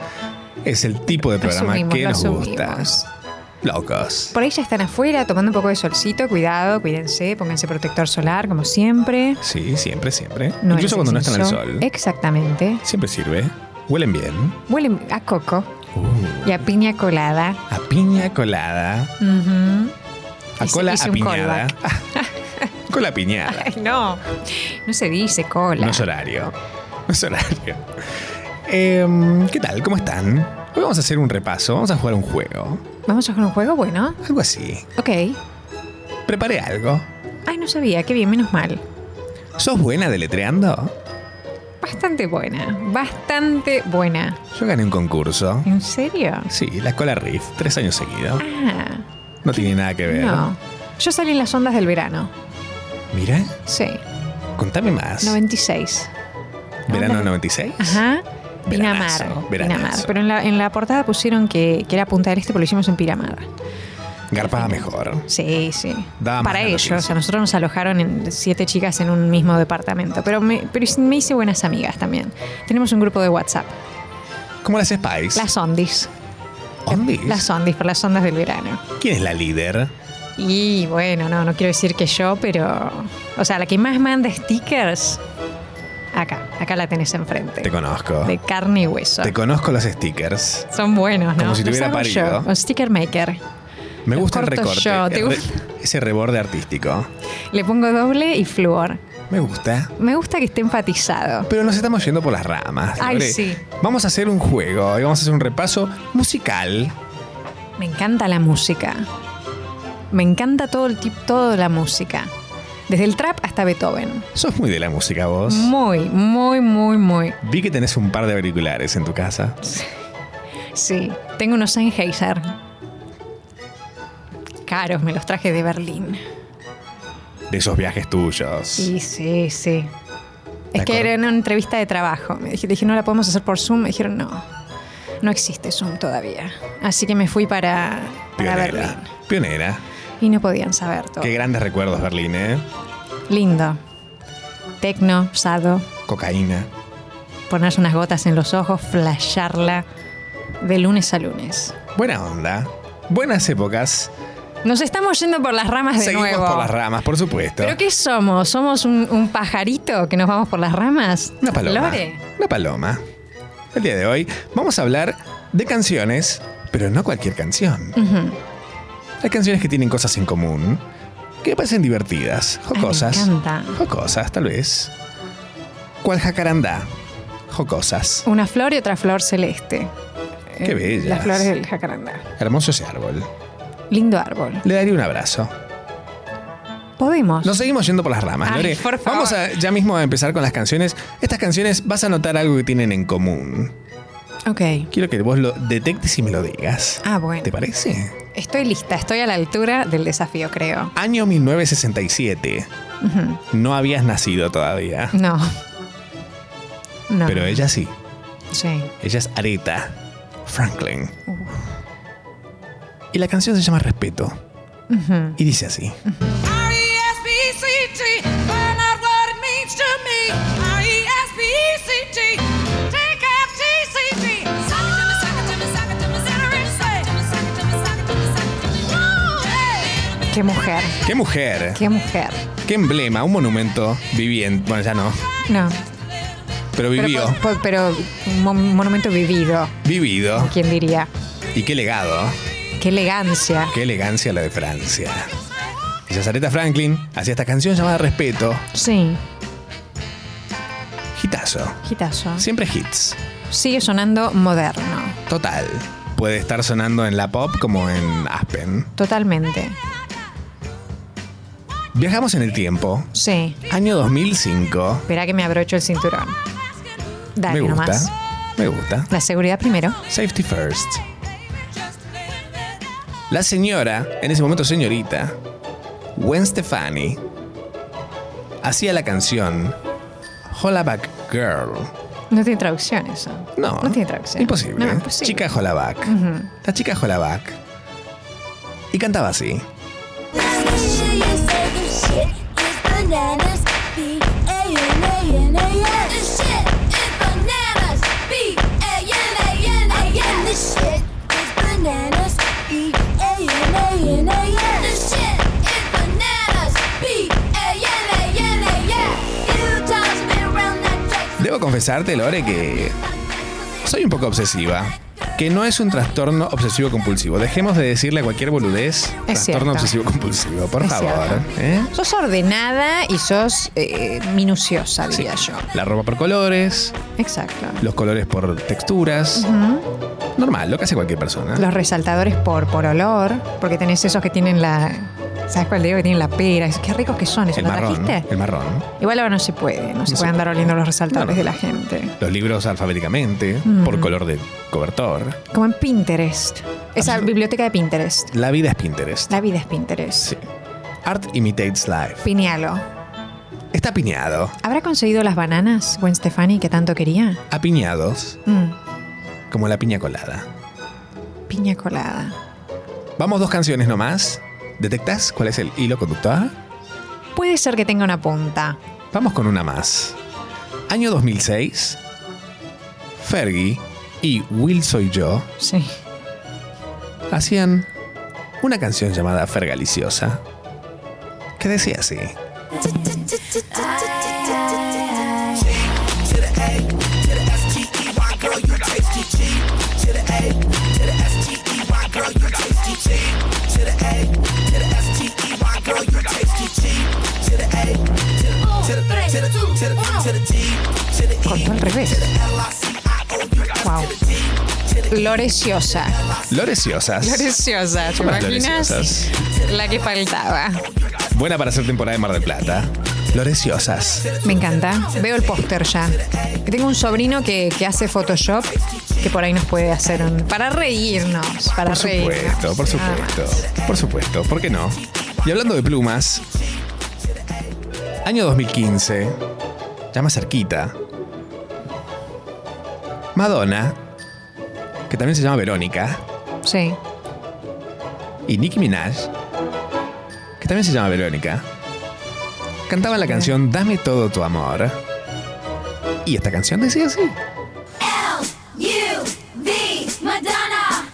Speaker 6: Es el tipo de programa
Speaker 21: Asumimos,
Speaker 6: que
Speaker 21: lo
Speaker 6: nos
Speaker 21: asumimos.
Speaker 6: gusta. Locos.
Speaker 21: Por ahí ya están afuera tomando un poco de solcito, cuidado, cuídense, pónganse protector solar como siempre.
Speaker 6: Sí, siempre, siempre.
Speaker 21: No
Speaker 6: Incluso
Speaker 21: eres
Speaker 6: cuando no están al
Speaker 21: exceso.
Speaker 6: sol.
Speaker 21: Exactamente.
Speaker 6: Siempre sirve. Huelen bien.
Speaker 21: Huelen a coco y a piña colada.
Speaker 6: A piña colada.
Speaker 21: Ujú.
Speaker 6: A
Speaker 21: Hice-
Speaker 6: cola
Speaker 21: hice un
Speaker 6: apiñada.
Speaker 21: callback.
Speaker 6: cola piñada.
Speaker 21: Ay, no, no se dice cola.
Speaker 6: No es horario. No es horario. Em, ¿Qué tal? ¿Cómo están? Hoy vamos a hacer un repaso. Vamos a jugar un juego.
Speaker 21: ¿Vamos a jugar un juego? Bueno.
Speaker 6: Algo así.
Speaker 21: Ok.
Speaker 6: Preparé algo.
Speaker 21: Ay, no sabía, qué bien, menos mal.
Speaker 6: ¿Sos buena deletreando?
Speaker 21: Bastante buena, bastante buena.
Speaker 6: Yo gané un concurso.
Speaker 21: ¿En serio?
Speaker 6: Sí, la escuela Riff, tres años seguidos.
Speaker 21: Ah,
Speaker 6: No tiene nada que ver.
Speaker 21: no. Yo salí en las ondas del verano.
Speaker 6: Mira,
Speaker 21: Sí,
Speaker 6: contame más.
Speaker 21: 96.
Speaker 6: ¿Verano 96?
Speaker 21: Ajá.
Speaker 6: Veranazo,
Speaker 21: Pinamar.
Speaker 6: veranazo.
Speaker 21: Pinamar. Pero en la, en la portada pusieron que, que era Punta del Este, pero lo hicimos en Piramar.
Speaker 6: Garpaba mejor.
Speaker 21: Sí, sí.
Speaker 6: Daba más
Speaker 21: Para
Speaker 6: la
Speaker 21: ellos.
Speaker 6: noticia.
Speaker 21: A nosotros nos alojaron en siete chicas en un mismo departamento. Pero me, pero me hice buenas amigas también. Tenemos un grupo de WhatsApp.
Speaker 6: ¿Cómo las Spice?
Speaker 21: Las Ondis.
Speaker 6: ¿Ondis?
Speaker 21: Las Ondis, por las ondas del verano.
Speaker 6: ¿Quién es la líder?
Speaker 21: Y bueno, no, no quiero decir que yo, pero. O sea, la que más manda stickers. Acá, acá la tenés enfrente.
Speaker 6: Te conozco.
Speaker 21: De carne y hueso.
Speaker 6: Te conozco los stickers.
Speaker 21: Son buenos, ¿no?
Speaker 6: Como si te
Speaker 21: Los
Speaker 6: hubiera
Speaker 21: hago
Speaker 6: parido.
Speaker 21: yo, Un sticker maker.
Speaker 6: Me gusta el
Speaker 21: corto
Speaker 6: recorte.
Speaker 21: yo, ¿te
Speaker 6: el re-
Speaker 21: gusta?
Speaker 6: ese reborde artístico.
Speaker 21: Le pongo doble y flúor.
Speaker 6: Me gusta.
Speaker 21: Me gusta que esté enfatizado.
Speaker 6: Pero nos estamos yendo por las ramas.
Speaker 21: Ay,
Speaker 6: Lore.
Speaker 21: sí.
Speaker 6: Vamos a hacer un juego y vamos a hacer un repaso musical.
Speaker 21: Me encanta la música. Me encanta todo el tipo, toda la música. Desde el trap hasta Beethoven.
Speaker 6: Sos muy de la música vos.
Speaker 21: Muy, muy, muy, muy.
Speaker 6: Vi que tenés un par de auriculares en tu casa.
Speaker 21: Sí. Tengo unos Sennheiser. Caros, me los traje de Berlín.
Speaker 6: De esos viajes tuyos.
Speaker 21: Sí, sí, sí.
Speaker 6: De
Speaker 21: Es que
Speaker 6: acuerdo.
Speaker 21: era una entrevista de trabajo. Me dije, dije, no la podemos hacer por Zoom. Me dijeron, no, no existe Zoom todavía. Así que me fui para, para Berlín. Oh.
Speaker 6: Pionera. Pionera.
Speaker 21: Y no podían saber todo.
Speaker 6: Qué grandes recuerdos, Berlín, ¿eh?
Speaker 21: Lindo. tecno, sado,
Speaker 6: Cocaína.
Speaker 21: ponerse unas gotas en los ojos, flashearla de lunes a lunes.
Speaker 6: Buena onda. Buenas épocas.
Speaker 21: Nos estamos yendo por las ramas Ah, de
Speaker 6: Seguimos
Speaker 21: nuevo.
Speaker 6: por las ramas, por supuesto.
Speaker 21: ¿Pero qué somos? ¿Somos un, un pajarito que nos vamos por las ramas?
Speaker 6: Una paloma.
Speaker 21: Lore.
Speaker 6: Una paloma. El día de hoy vamos a hablar de canciones, pero no cualquier canción.
Speaker 21: Ujú.
Speaker 6: Hay canciones que tienen cosas en común, que parecen divertidas, jocosas.
Speaker 21: encanta.
Speaker 6: Jocosas, tal vez. ¿Cuál jacarandá? Jocosas.
Speaker 21: Una flor y otra flor celeste.
Speaker 6: Qué
Speaker 21: Eh,
Speaker 6: bellas.
Speaker 21: Las flores del jacarandá.
Speaker 6: Hermoso ese árbol.
Speaker 21: Lindo árbol.
Speaker 6: Le daría un abrazo.
Speaker 21: Podemos.
Speaker 6: Nos seguimos yendo por las ramas,
Speaker 21: Ay,
Speaker 6: Lore.
Speaker 21: por favor.
Speaker 6: Vamos a, ya mismo a empezar con las canciones. Estas canciones vas a notar algo que tienen en común.
Speaker 21: Ok.
Speaker 6: Quiero que vos lo detectes y me lo digas.
Speaker 21: Ah, bueno.
Speaker 6: ¿Te parece?
Speaker 21: Estoy lista, estoy a la altura del desafío, creo.
Speaker 6: Año 1967.
Speaker 21: Ujú.
Speaker 6: No habías nacido todavía.
Speaker 21: No. No.
Speaker 6: Pero eh, ella sí.
Speaker 21: Sí.
Speaker 6: Ella es Aretha Franklin. Y la canción se llama Respeto.
Speaker 21: Ujú.
Speaker 6: Y dice así.
Speaker 2: E R-E-S-P-E-C-T, find out what it means to me. E R-E-S-P-E-C-T, take out T-C-T. Suck it to me, suck it to me, suck it to me, Saturday, say. Suck it to me, suck it to me, suck it to me. Woo, hey.
Speaker 21: Qué mujer.
Speaker 6: ¡Qué mujer!
Speaker 21: Qué mujer.
Speaker 6: ¡Qué emblema! Un monumento viviente. Bueno, ya no.
Speaker 21: No.
Speaker 6: Pero vivió.
Speaker 21: Pero, po- po- pero un mon- monumento vivido,
Speaker 6: Vivido.
Speaker 21: ¿quién diría?
Speaker 6: Y qué legado.
Speaker 21: Qué elegancia.
Speaker 6: Qué elegancia la de Francia. Ella es Aretha Franklin. Hacía esta canción llamada Respeto.
Speaker 21: Sí,
Speaker 6: Hitazo.
Speaker 21: hitazo.
Speaker 6: Siempre hits.
Speaker 21: Sigue sonando moderno,
Speaker 6: Total. Puede estar sonando en la pop como en Aspen.
Speaker 21: totalmente.
Speaker 6: Viajamos en el tiempo.
Speaker 21: Sí.
Speaker 6: Año 2005.
Speaker 21: Espera que me abrocho el cinturón. Dale
Speaker 6: Me gusta.
Speaker 21: nomás.
Speaker 6: Me gusta.
Speaker 21: La seguridad primero.
Speaker 6: Safety first. La señora, en ese momento señorita, Gwen Stefani, hacía la canción Hollaback Girl.
Speaker 21: No tiene traducción eso.
Speaker 6: No.
Speaker 21: No tiene traducción.
Speaker 6: Imposible. ¿eh?
Speaker 21: No, imposible.
Speaker 6: Chica Hollaback.
Speaker 21: Ujú.
Speaker 6: La chica Hollaback. Y cantaba así. Debo confesarte, Lore, que soy un poco obsesiva. Que no es un trastorno obsesivo compulsivo. Dejemos de decirle a cualquier boludez
Speaker 21: Es
Speaker 6: trastorno
Speaker 21: cierto.
Speaker 6: obsesivo compulsivo, por
Speaker 21: Es
Speaker 6: favor.
Speaker 21: cierto.
Speaker 6: ¿eh?
Speaker 21: Sos ordenada y sos eh, minuciosa, diría yo.
Speaker 6: La ropa por colores,
Speaker 21: Exacto.
Speaker 6: los colores por texturas.
Speaker 21: Ujú.
Speaker 6: Normal, lo que hace cualquier persona.
Speaker 21: Los resaltadores por, por olor, porque tenés esos que tienen la. ¿Sabes cuál digo? Que tienen la pera. Qué ricos que son, ¿eso
Speaker 6: el
Speaker 21: lo
Speaker 6: marrón.
Speaker 21: trajiste?
Speaker 6: El marrón.
Speaker 21: Igual ahora no se puede, no, se
Speaker 6: se
Speaker 21: puede andar
Speaker 6: puede.
Speaker 21: oliendo los resaltadores
Speaker 6: No, no.
Speaker 21: de la gente.
Speaker 6: Los libros alfabéticamente,
Speaker 21: Mm.
Speaker 6: por color de cobertor.
Speaker 21: Como en Pinterest. Esa biblioteca de Pinterest.
Speaker 6: La vida es Ah, Pinterest.
Speaker 21: La vida es Pinterest.
Speaker 6: Sí. Art imitates life.
Speaker 21: Piñalo.
Speaker 6: Está apiñado.
Speaker 21: ¿Habrá conseguido las bananas, Gwen Stefani, que tanto quería?
Speaker 6: Apiñados,
Speaker 21: Mm,
Speaker 6: como la piña colada.
Speaker 21: piña colada.
Speaker 6: Vamos dos canciones nomás. ¿Detectas cuál es el hilo conductor?
Speaker 21: Puede ser que tenga una punta.
Speaker 6: Vamos con una más. Año 2006. Fergie y Will Soy Yo
Speaker 21: Sí.
Speaker 6: hacían una canción llamada Fergaliciosa que decía así.
Speaker 21: Cortó al revés. Wow. Loreciosa.
Speaker 6: Loreciosas.
Speaker 21: Loreciosa. ¿Te
Speaker 6: Son más
Speaker 21: imaginas?
Speaker 6: loreciosas.
Speaker 21: La que faltaba.
Speaker 6: Buena para hacer temporada de Mar del Plata. Loreciosas.
Speaker 21: Me encanta. Veo el póster ya. Que Tengo un sobrino que, que hace Photoshop que por ahí nos puede hacer un. Para reírnos. Para
Speaker 6: Por
Speaker 21: reírnos.
Speaker 6: supuesto, por
Speaker 21: Nada más.
Speaker 6: supuesto. Por supuesto, ¿por qué no? Y hablando de plumas, año 2015, ya más cerquita, Madonna, que también se llama Verónica,
Speaker 21: Sí.
Speaker 6: y Nicki Minaj, que también se llama Verónica, Cantaba la canción Dame todo tu amor. Y esta canción decía así.
Speaker 2: U-V, Madonna,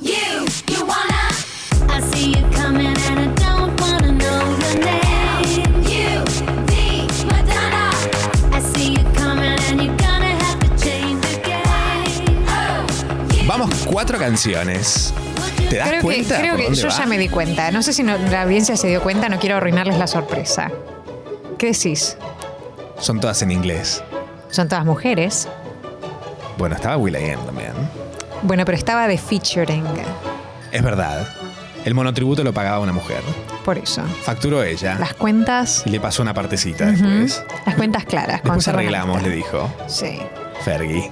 Speaker 2: Y-O-U, you wanna? I see you coming and I don't wanna know your name. U-V, Madonna. I see you coming and you're gonna have to change the game.
Speaker 6: Vamos, cuatro canciones. ¿Te das
Speaker 21: Creo que,
Speaker 6: cuenta?
Speaker 21: creo
Speaker 6: por
Speaker 21: que
Speaker 6: dónde
Speaker 21: yo
Speaker 6: va?
Speaker 21: ya me di cuenta. No sé si no- la audiencia se dio cuenta, no quiero arruinarles la sorpresa. ¿Qué decís?
Speaker 6: Son todas en inglés.
Speaker 21: Son todas mujeres.
Speaker 6: Bueno, estaba Will.i.am también.
Speaker 21: Bueno, pero estaba de featuring.
Speaker 6: Es verdad. El monotributo lo pagaba una mujer.
Speaker 21: Por eso.
Speaker 6: Facturó ella.
Speaker 21: Las cuentas.
Speaker 6: Y le pasó una partecita
Speaker 21: Ujú.
Speaker 6: después.
Speaker 21: Las cuentas claras. con
Speaker 6: pues. Después
Speaker 21: Serrano.
Speaker 6: arreglamos, le dijo.
Speaker 21: Sí.
Speaker 6: Fergie.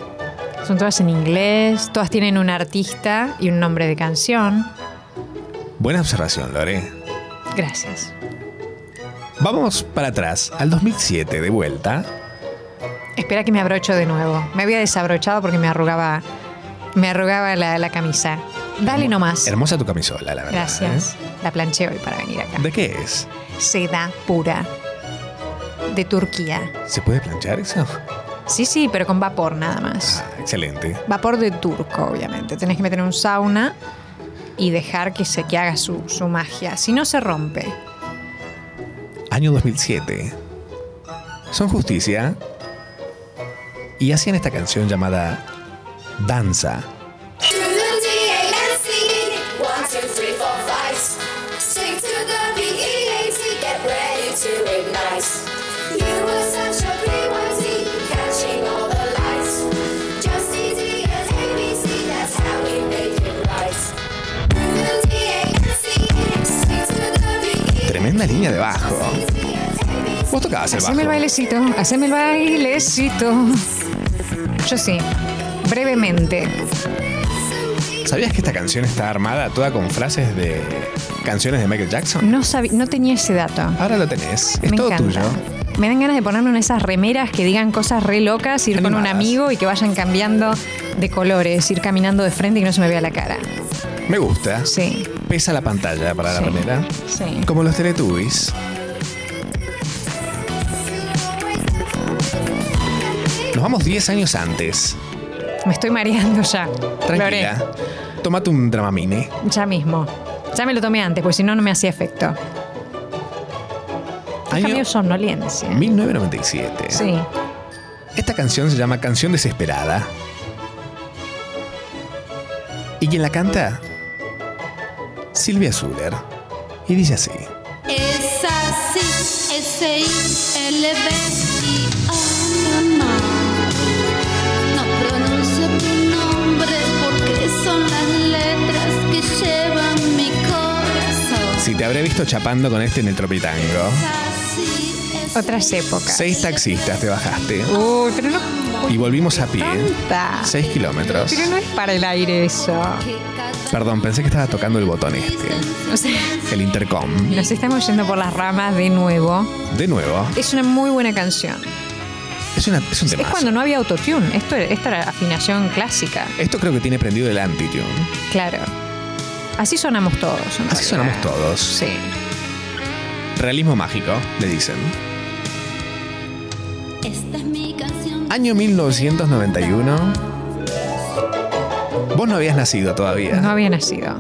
Speaker 21: Son todas en inglés, todas tienen un artista y un nombre de canción.
Speaker 6: Buena observación, Lore.
Speaker 21: Gracias.
Speaker 6: Vamos para atrás, al 2007, de vuelta.
Speaker 21: Espera que me abrocho de nuevo. Me había desabrochado porque me arrugaba, me arrugaba la, la camisa. Dale nomás.
Speaker 6: Hermosa ¿eh? tu camisola, la verdad. ¿eh?
Speaker 21: Gracias. La planché hoy para venir acá.
Speaker 6: ¿De qué es?
Speaker 21: Seda pura. De Turquía.
Speaker 6: ¿Se puede planchar eso? Ah,
Speaker 21: Sí, sí, pero con vapor nada más.
Speaker 6: Excelente.
Speaker 21: Vapor de turco, obviamente. Tenés que meter en un sauna y dejar que se que haga su, su magia. Si no se rompe.
Speaker 6: Año 2007. Son Justicia y hacían esta canción llamada Danza.
Speaker 2: To the DANC, one, two, three, four, five. Sing to the BEAT, get ready to ignite. You were such a BYT, catching all the lights. Just easy as ABC, that's how we make it right. To the DANC, sing to the BEAT.
Speaker 6: Tremenda línea de bajo. Vos tocabas el bajo.
Speaker 21: Haceme el bailecito, haceme el bailecito. Yo sí, brevemente.
Speaker 6: ¿Sabías que esta canción está armada toda con frases de canciones de Michael Jackson?
Speaker 21: No, sabí- no tenía ese dato.
Speaker 6: Ahora lo tenés. Es
Speaker 21: Mm. Me
Speaker 6: todo
Speaker 21: encanta.
Speaker 6: tuyo.
Speaker 21: Me dan ganas de ponerme en esas remeras que digan cosas re locas, ir con un amigo y que vayan cambiando de colores, ir caminando de frente y que no se me vea la cara.
Speaker 6: Me gusta.
Speaker 21: Sí.
Speaker 6: Pesa la pantalla para la remera.
Speaker 21: Sí.
Speaker 6: Como los Teletubbies. Nos vamos 10 años antes.
Speaker 21: Me estoy mareando ya.
Speaker 6: Tranquila. Tómate un Dramamine.
Speaker 21: Loré, ya mismo. Ya me lo tomé antes, porque si no, no me hacía efecto.
Speaker 6: Año-
Speaker 21: Cambio somnolencia.
Speaker 6: 1997.
Speaker 21: ¿eh? Sí.
Speaker 6: Esta canción se llama Canción Desesperada. ¿Y quien la canta? Silvia Zuller. Y dice así.
Speaker 2: Es así, es S-I-L-B y oh, mamá. No pronuncio tu nombre porque son las letras que llevan mi corazón.
Speaker 6: Si te habré visto chapando con este en el tropitango.
Speaker 21: Otras épocas.
Speaker 6: Seis taxistas te bajaste.
Speaker 21: Uy, pero no.
Speaker 6: Y volvimos a pie.
Speaker 21: Ta.
Speaker 6: Seis kilómetros.
Speaker 21: Pero no es para el aire eso.
Speaker 6: Perdón, pensé que estaba tocando el botón este.
Speaker 21: O sea,
Speaker 6: El intercom.
Speaker 21: nos estamos yendo por las ramas de nuevo.
Speaker 6: De nuevo.
Speaker 21: Es una muy buena canción.
Speaker 6: Es, una, es un
Speaker 21: Es
Speaker 6: tema.
Speaker 21: cuando no había autotune. Esto, esto era afinación clásica.
Speaker 6: Esto creo que tiene prendido el antitune.
Speaker 21: Claro. Así sonamos todos. en
Speaker 6: Así
Speaker 21: realidad.
Speaker 6: sonamos todos.
Speaker 21: Sí.
Speaker 6: Realismo mágico, le dicen.
Speaker 2: Esta es mi canción.
Speaker 6: Año 1991. Vos no habías nacido todavía.
Speaker 21: No había nacido.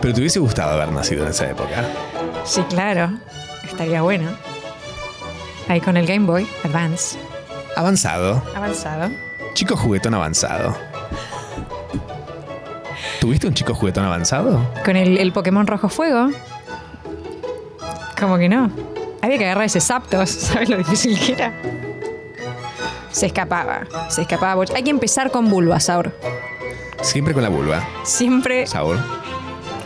Speaker 6: Pero te hubiese gustado haber nacido en esa época.
Speaker 21: Sí, claro. Estaría bueno. Ahí con el Game Boy Advance.
Speaker 6: Avanzado.
Speaker 21: Avanzado.
Speaker 6: Chico juguetón avanzado. ¿Tuviste un chico juguetón avanzado?
Speaker 21: Con el, el Pokémon Rojo Fuego. Como que no. Había que agarrar ese Zapdos. ¿Sabes lo difícil que era? Se escapaba. Se escapaba. Hay que empezar con Bulbasaur.
Speaker 6: Siempre con la vulva.
Speaker 21: Siempre
Speaker 6: Saúl.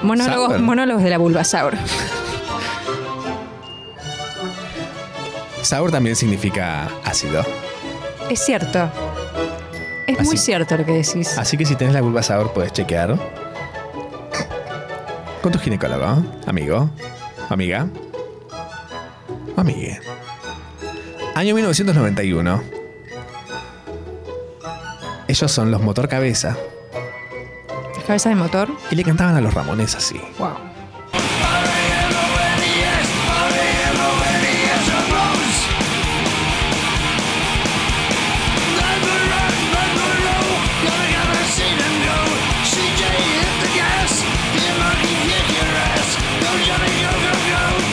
Speaker 21: monólogos,
Speaker 6: Saur.
Speaker 21: monólogos de la Bulbasaur.
Speaker 6: Saur también significa ácido.
Speaker 21: Es cierto. Es muy
Speaker 6: Así-
Speaker 21: cierto lo que decís.
Speaker 6: Así que si tenés la vulva Saur, puedes chequear. Con tu ginecólogo, amigo, amiga, o amigue. Año 1991. Ellos son los motor cabeza.
Speaker 21: Cabezas de motor.
Speaker 6: Y le cantaban a los Ramones así.
Speaker 21: Wow.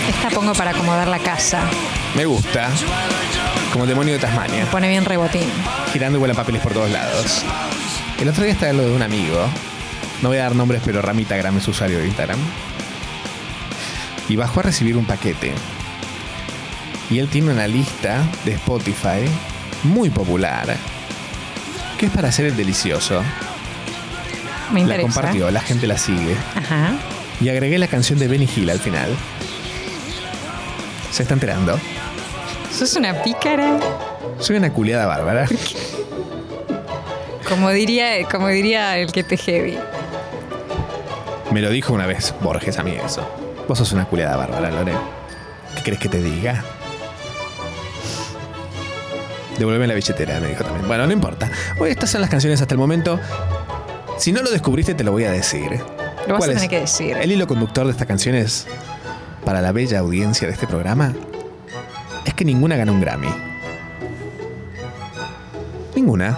Speaker 21: Esta pongo para acomodar la casa.
Speaker 6: Me gusta. Como demonio de Tasmania.
Speaker 21: Pone bien rebotín.
Speaker 6: girando igual a papeles por todos lados. El otro día estaba lo de un amigo. No voy a dar nombres, pero Ramitagram es usuario de Instagram. Y bajó a recibir un paquete. Y él tiene una lista de Spotify muy popular. Que es para hacer el delicioso.
Speaker 21: Me
Speaker 6: La
Speaker 21: interesa.
Speaker 6: compartió, la gente la sigue.
Speaker 21: Ajá.
Speaker 6: Y agregué la canción de Benny Hill al final. ¿Se está enterando?
Speaker 21: Sos una pícara.
Speaker 6: Soy una culiada bárbara.
Speaker 21: Como diría, como diría el que te heavy.
Speaker 6: Me lo dijo una vez Borges a mí eso. Vos sos una culiada bárbara, Lore. ¿Qué crees que te diga? Devuelve la billetera, me dijo también. Bueno, no importa. Hoy estas son las canciones hasta el momento. Si no lo descubriste, te lo voy a decir.
Speaker 21: Lo vas
Speaker 6: ¿Cuál
Speaker 21: a
Speaker 6: es
Speaker 21: tener que decir.
Speaker 6: El hilo conductor de estas canciones para la bella audiencia de este programa es que ninguna gana un Grammy. Ninguna.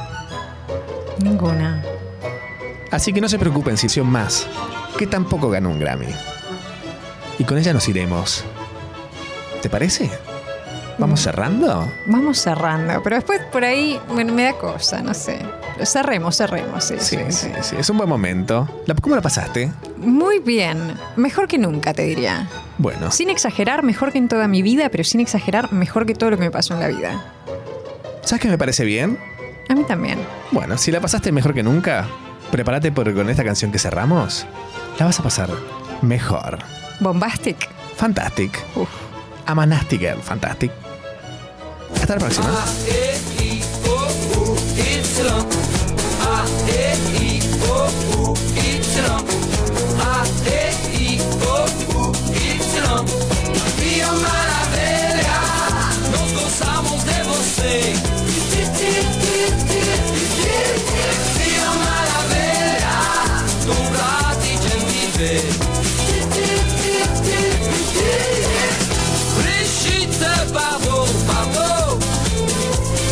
Speaker 21: Ninguna.
Speaker 6: Así que no se preocupen si son más, que tampoco ganó un Grammy. Y con ella nos iremos. ¿Te parece?
Speaker 21: Mm.
Speaker 6: ¿Vamos cerrando?
Speaker 21: Vamos cerrando, pero después por ahí bueno, me da cosa, no sé. Pero Cerremos, cerremos, sí, sí, sí.
Speaker 6: Sí, es un buen momento. La- ¿Cómo la pasaste?
Speaker 21: Muy bien, mejor que nunca te diría.
Speaker 6: Bueno,
Speaker 21: Sin exagerar, mejor que en toda mi vida, pero sin exagerar, mejor que todo lo que me pasó en la vida.
Speaker 6: ¿sabes qué me parece bien?
Speaker 21: A mí también.
Speaker 6: Bueno, si la pasaste mejor que nunca, prepárate porque con esta canción que cerramos, la vas a pasar mejor.
Speaker 21: Bombastic.
Speaker 6: Fantastic. Amanastic Girl, fantastic. Hasta la próxima.
Speaker 2: Via Maravilha, nós gostamos de você. Via Maravilha, no Brasil de viver. Brigitte Bardot, Bardot.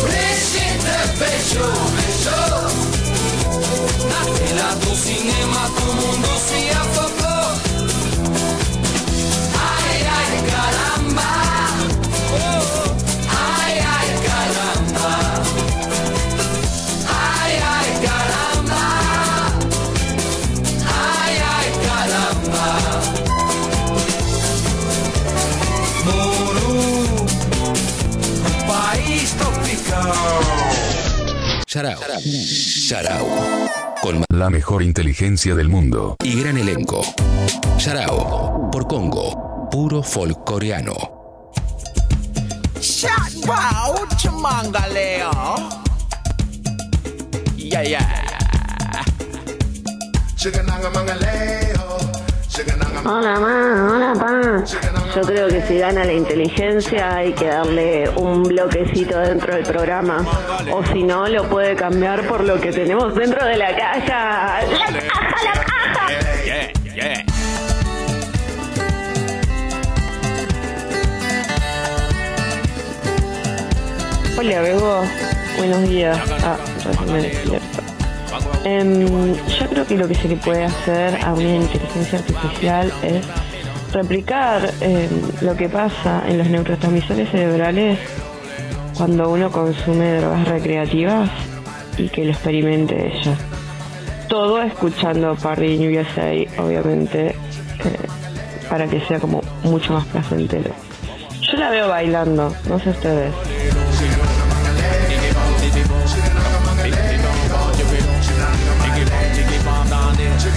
Speaker 2: Brigitte beijou, beijou. Na tela do cinema, todo mundo se afogou. Ay, ay, caramba. Oh, ay, ay, caramba. Ay, ay, caramba. Ay, ay, caramba. Moro, um país tropical.
Speaker 4: Sharau. Sharau. Con
Speaker 25: La mejor inteligencia del mundo.
Speaker 4: y gran elenco. Sharao, por Congo, puro folk coreano.
Speaker 2: Shout wow, Chamangaleo. Yeah, yeah.
Speaker 14: Hola, ma, hola, pa. Yo creo que si gana la inteligencia hay que darle un bloquecito dentro del programa. O si no, lo puede cambiar por lo que tenemos dentro de la caja. ¡La caja, la caja!
Speaker 2: Yeah, yeah.
Speaker 14: Hola, Bebo. Buenos días. Ah, ya se me despierto. Em, yo creo que lo que se le puede hacer a una inteligencia artificial es replicar em, lo que pasa en los neurotransmisores cerebrales cuando uno consume drogas recreativas y que lo experimente ella. Todo escuchando Party in USA, obviamente, eh, para que sea como mucho más placentero. Yo la veo bailando, no sé ustedes.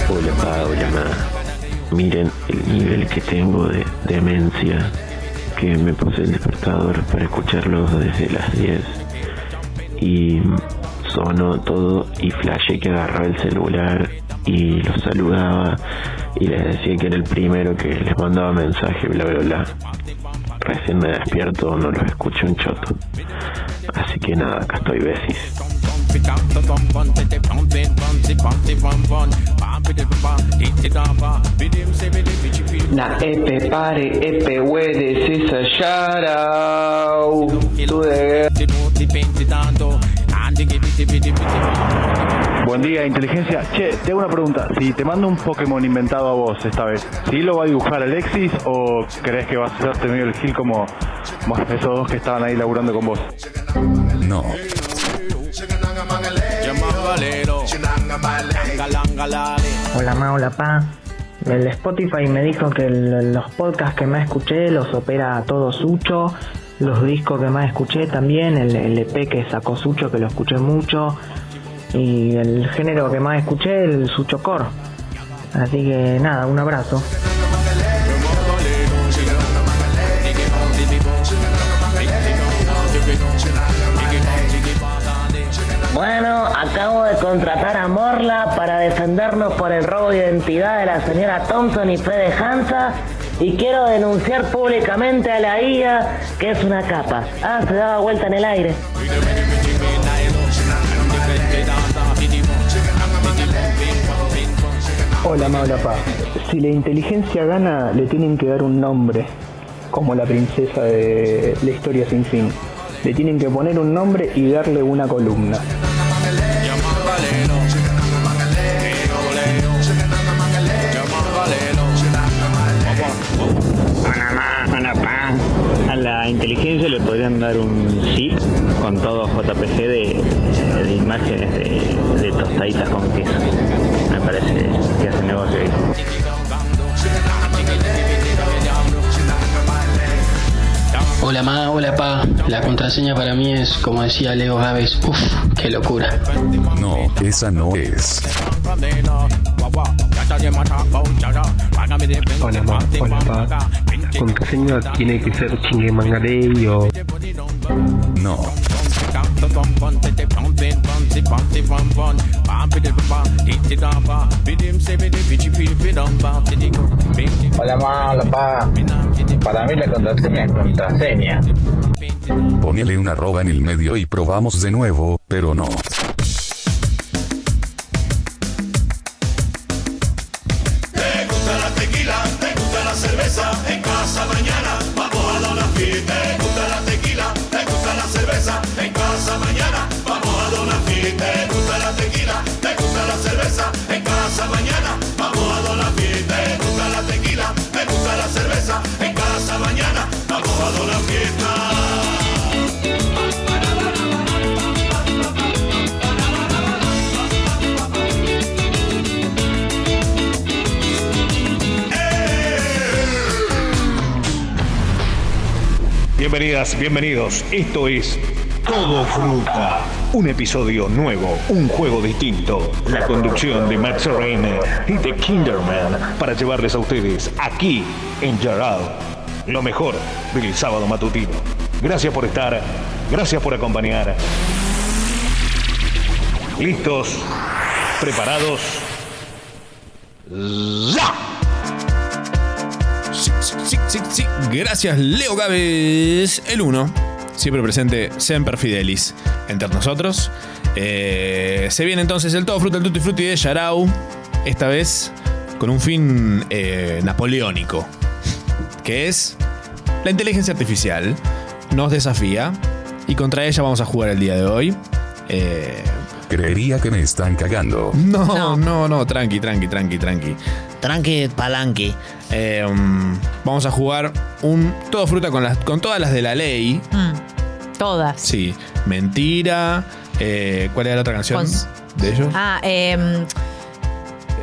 Speaker 8: Hola pa, hola ma. Miren el nivel que tengo de demencia que me puse el despertador para escucharlos desde las 10 y sonó todo y flashé que agarraba el celular y los saludaba y les decía que era el primero que les mandaba mensaje bla bla bla recién me despierto no los escucho un choto así que nada acá estoy besis
Speaker 24: it up, the bum bum, take the pump in, bum, si, bum, si, bum, bum, bum, bidi, bum, bum, hit it up, bum, bidi, si, bidi, bichi, bidi,
Speaker 26: Na epe pare, epe huede, sisa sharau. Tú de-
Speaker 24: si, no, ti, pinti, tanto, andi, que bidi, bidi, bidi,
Speaker 27: Buen día, inteligencia. Che, te hago una pregunta. Si te mando un Pokémon inventado a vos esta vez, ¿sí lo va a dibujar Alexis o crees que vas a hacerte medio el gil como bueno, esos dos que estaban ahí laburando con vos?
Speaker 4: No,
Speaker 24: Mangalero, Galangalale.
Speaker 11: Hola ma, hola pa. El Spotify me dijo que el- los podcasts que más escuché los opera todo Sucho. Los discos que más escuché también, el, el EP que sacó Sucho, que lo escuché mucho. Y el género que más escuché, el Sucho Core. Así que nada, un abrazo.
Speaker 1: Bueno, acabo de contratar a Morla para defendernos por el robo de identidad de la señora Thompson y Fede Hansa y quiero denunciar públicamente a la IA que es una capa. Ah, se daba vuelta en el aire.
Speaker 2: Hola, Maula Pa. Si la inteligencia gana, le tienen que dar un nombre, como la princesa de la historia sin fin. Le tienen que poner un nombre y darle una columna.
Speaker 1: Hola, pa. A la inteligencia le podrían dar un zip con todo JPG de, de imágenes de, de tostaditas con queso. Me parece que hace negocio ahí.
Speaker 15: Hola ma, hola pa. La contraseña para mí es, como decía Leo Gávez, uff, qué locura.
Speaker 4: no, esa no es.
Speaker 24: um,
Speaker 1: Hola, ma, hola, pa. La contraseña tiene que ser chingue mangarey o...
Speaker 4: No,
Speaker 1: Hola, ma, hola, pa. Para mí la contraseña es contraseña.
Speaker 4: Ponele una arroba en el medio y probamos de nuevo, pero no.
Speaker 3: Te gusta la tequila, te gusta la cerveza, en casa mañana vamos a dar una fiesta. Te gusta la tequila, te gusta la cerveza, en casa mañana vamos a dar una fiesta. Te gusta la tequila, te gusta la cerveza, en casa mañana vamos a dar una fiesta. Te gusta la tequila, te gusta la cerveza, en casa mañana vamos a dar una
Speaker 28: Bienvenidas, bienvenidos. Esto es Todo Fruta. Un episodio nuevo, un juego distinto. La conducción de Matt Serene y de Kinderman para llevarles a ustedes aquí en Yarao lo mejor del sábado matutino. Gracias por estar, gracias por acompañar. ¿Listos? ¿Preparados? ¡Ya!
Speaker 6: Sí, sí, sí, sí, sí. Gracias, Leo Gávez, el uno. Siempre presente, Semper Fidelis, entre nosotros. Eh, se viene entonces el Todo Fruta, el Tutti Frutti de Yarau. Esta vez con un fin eh, napoleónico. Que es la inteligencia artificial. Nos desafía. Y contra ella vamos a jugar el día de hoy. Eh,
Speaker 4: Creería que me están cagando.
Speaker 6: no, no, no, tranqui, tranqui, tranqui, tranqui. Tranqui, palanqui. vamos a jugar un todo fruta con, las, con todas las de la ley.
Speaker 7: Mm. Todas.
Speaker 6: Sí, mentira. eh, ¿Cuál era la otra canción
Speaker 7: Cons-
Speaker 6: de ellos?
Speaker 7: Ah, em,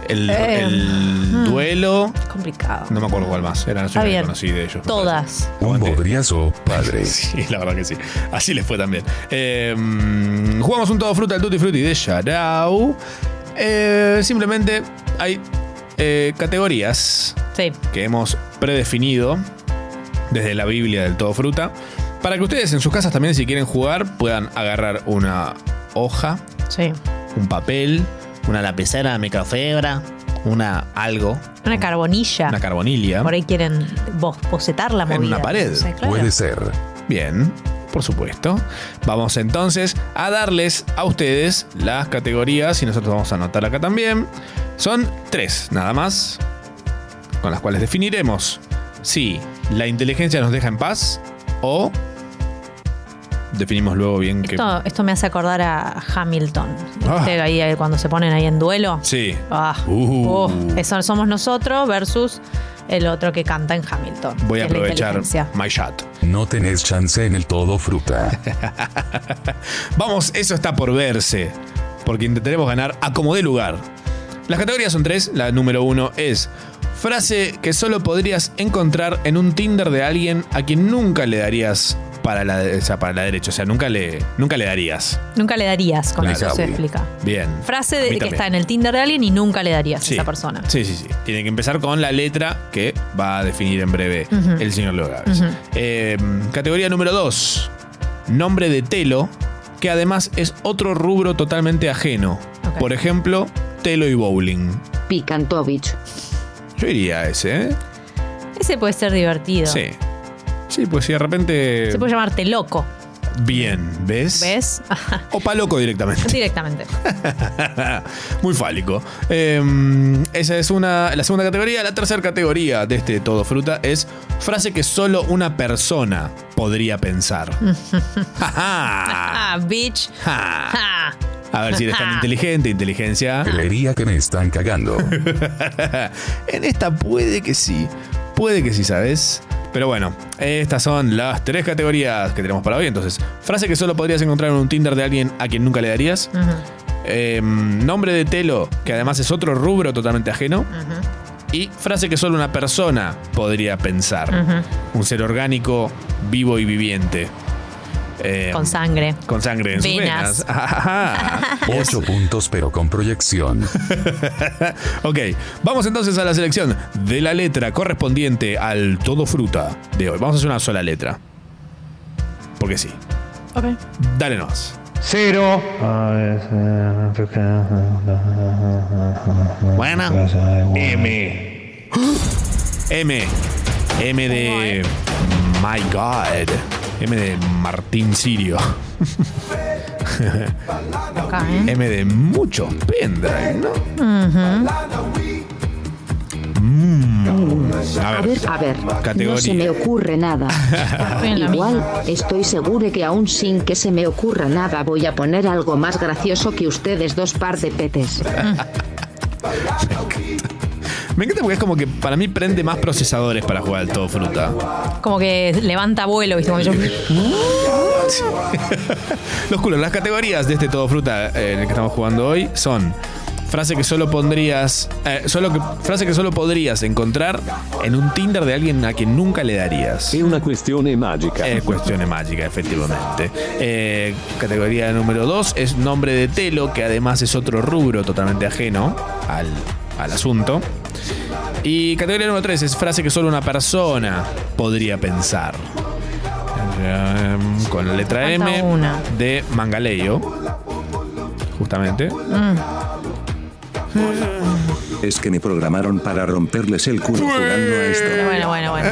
Speaker 6: El,
Speaker 7: eh,
Speaker 6: el
Speaker 7: mm.
Speaker 6: duelo.
Speaker 7: complicado.
Speaker 6: No me acuerdo cuál más. Era
Speaker 7: Está
Speaker 6: yo la
Speaker 7: bien.
Speaker 6: conocí de ellos.
Speaker 7: Todas.
Speaker 4: Un bodriazo, padre.
Speaker 6: Sí, la verdad que sí. Así les fue también. Eh, mm, jugamos un todo fruta al Tutti Frutti de Yarao. Eh, simplemente hay eh, categorías
Speaker 7: Sí.
Speaker 6: que hemos predefinido desde la Biblia del todo fruta. Para que ustedes en sus casas también, si quieren jugar, puedan agarrar una hoja,
Speaker 7: Sí.
Speaker 6: un papel, una lapicera, microfibra, una algo,
Speaker 7: Una carbonilla.
Speaker 6: una carbonilla.
Speaker 7: Por ahí quieren vos bocetar la movida.
Speaker 6: En una pared.
Speaker 7: Sí, claro.
Speaker 4: ser.
Speaker 6: Bien. por supuesto. Vamos entonces a darles a ustedes las categorías y nosotros vamos a anotar acá también. Son tres, nada más, con las cuales definiremos si la inteligencia nos deja en paz o definimos luego bien que... Ah.
Speaker 7: Esto, esto me hace acordar a Hamilton. ¿Viste? Ahí, ahí cuando se ponen ahí en duelo.
Speaker 6: Sí.
Speaker 7: Ah,
Speaker 6: Uh.
Speaker 7: oh, eso somos nosotros versus el otro que canta en Hamilton.
Speaker 4: Voy
Speaker 7: que
Speaker 4: a
Speaker 7: es la
Speaker 4: aprovechar.
Speaker 7: inteligencia.
Speaker 6: My shot.
Speaker 4: No tenés chance en el todo fruta.
Speaker 6: Vamos, eso está por verse. Porque intentaremos ganar a como dé lugar. Las categorías son tres. La número uno es frase que solo podrías encontrar en un Tinder de alguien a quien nunca le darías para la, o sea, para la derecha. O sea, nunca le, nunca le darías.
Speaker 7: Nunca le darías con
Speaker 6: Claro.
Speaker 7: eso, se
Speaker 6: Jawi.
Speaker 7: explica.
Speaker 6: Bien.
Speaker 7: Frase
Speaker 6: A mí
Speaker 7: de, que
Speaker 6: también.
Speaker 7: está en el Tinder de alguien y nunca le darías
Speaker 6: Sí.
Speaker 7: a esa persona.
Speaker 6: Sí, sí, sí. Tiene que empezar con la letra que va a definir en breve
Speaker 7: Ujú.
Speaker 6: el señor Leo Gávez.
Speaker 7: Ujú.
Speaker 6: Eh, categoría número 2. Nombre de Telo, que además es otro rubro totalmente ajeno. Por ejemplo, Telo y Bowling.
Speaker 20: Picantovich.
Speaker 6: Yo iría a ese, ¿eh?
Speaker 7: Ese puede ser divertido.
Speaker 6: Sí. Sí, pues si de repente.
Speaker 7: Se puede llamarte loco,
Speaker 6: Bien, ¿ves?
Speaker 7: ¿ves?
Speaker 6: O paloco directamente.
Speaker 7: Directamente.
Speaker 6: Muy fálico. Eh, esa es una, la segunda categoría. La tercera categoría de este Todo Fruta es frase que solo una persona podría pensar.
Speaker 7: ah, bitch. Ah.
Speaker 6: Ja. A ver si eres tan inteligente, inteligencia.
Speaker 4: Creería que me están cagando.
Speaker 6: en esta puede que sí. Puede que sí, ¿sabes? Pero bueno, estas son las tres categorías que tenemos para hoy. Entonces, frase que solo podrías encontrar en un Tinder de alguien a quien nunca le darías. Eh, nombre de Telo, que además es otro rubro totalmente ajeno. Y frase que solo una persona podría pensar. Un ser orgánico, vivo y viviente. Eh,
Speaker 7: Con sangre.
Speaker 6: Con sangre en
Speaker 7: Venas.
Speaker 6: sus venas. Ajá.
Speaker 4: Ocho puntos pero con proyección.
Speaker 6: ok, vamos entonces a la selección de la letra correspondiente al todo fruta de hoy. Vamos a hacer una sola letra. Porque sí.
Speaker 7: Ok.
Speaker 6: Dale nomás.
Speaker 1: Cero.
Speaker 6: Buena. M. M. M de. My God. M de Martín Sirio.
Speaker 7: Acá, ¿eh?
Speaker 6: M de mucho pendrive, ¿no? Mm.
Speaker 3: A ver, a ver, no
Speaker 6: Categoría.
Speaker 3: se me ocurre nada.
Speaker 6: Ah.
Speaker 3: Igual estoy seguro de que aún sin que se me ocurra nada voy a poner algo más gracioso que ustedes dos par de petes.
Speaker 6: Me encanta porque es como que para mí prende más procesadores para jugar al todo fruta.
Speaker 7: Como que levanta vuelo, ¿viste? Como yo.
Speaker 6: Los culos, las categorías de este todo fruta eh, en el que estamos jugando hoy son frase que solo pondrías, eh, solo que, frase que solo podrías encontrar en un Tinder de alguien a quien nunca le darías. Es una cuestión mágica. Es Eh, cuestión mágica, efectivamente. Eh, categoría número 2 es nombre de Telo, que además es otro rubro totalmente ajeno al, al asunto. Y categoría número 3 es frase que solo una persona podría pensar. Em, Con la letra
Speaker 7: Falta
Speaker 6: M
Speaker 7: una.
Speaker 6: de Mangaleyo. Justamente.
Speaker 7: Mm.
Speaker 12: Es que me programaron para romperles el culo jugando a esto.
Speaker 7: Bueno, bueno, bueno.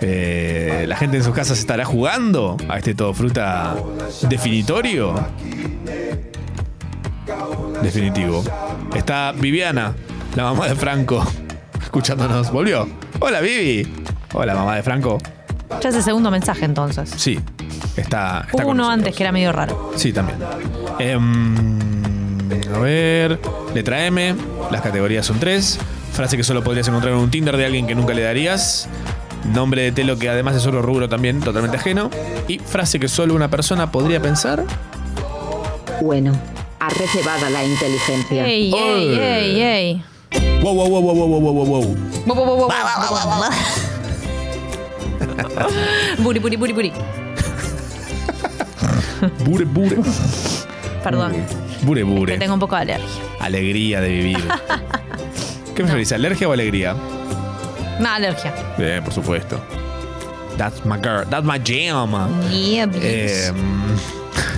Speaker 6: Eh, ¿La gente en sus casas estará jugando a este todo fruta definitorio? Definitivo. Está Viviana, la mamá de Franco, escuchándonos. Volvió. Hola, Vivi. Hola, mamá de Franco.
Speaker 7: Ya es el segundo mensaje entonces.
Speaker 6: Sí, está. está
Speaker 7: Hubo
Speaker 6: con
Speaker 7: uno antes que era medio raro.
Speaker 6: Sí, también. Em, a ver, letra M, las categorías son tres. Frase que solo podrías encontrar en un Tinder de alguien que nunca le darías. Nombre de telo que además es otro rubro también totalmente ajeno. Y frase que solo una persona podría pensar.
Speaker 3: Bueno, ha recebada la inteligencia.
Speaker 7: Ey, ey, ey, ey.
Speaker 6: Wow, wow, wow, wow, wow, wow, wow, wow.
Speaker 7: Bo, bo, bo, bo, bo, bo, bo. Buri, buri, buri, buri.
Speaker 6: Bure, bure.
Speaker 7: Perdón,
Speaker 6: Bure,
Speaker 7: que
Speaker 6: bure.
Speaker 7: tengo un poco de alergia.
Speaker 6: Alegría de vivir. ¿Qué preferís, alergia o alegría?
Speaker 7: No, alergia.
Speaker 6: Bien, por supuesto. That's my girl. That's my jam.
Speaker 7: Yeah,
Speaker 6: Em,
Speaker 7: bitch. Eh,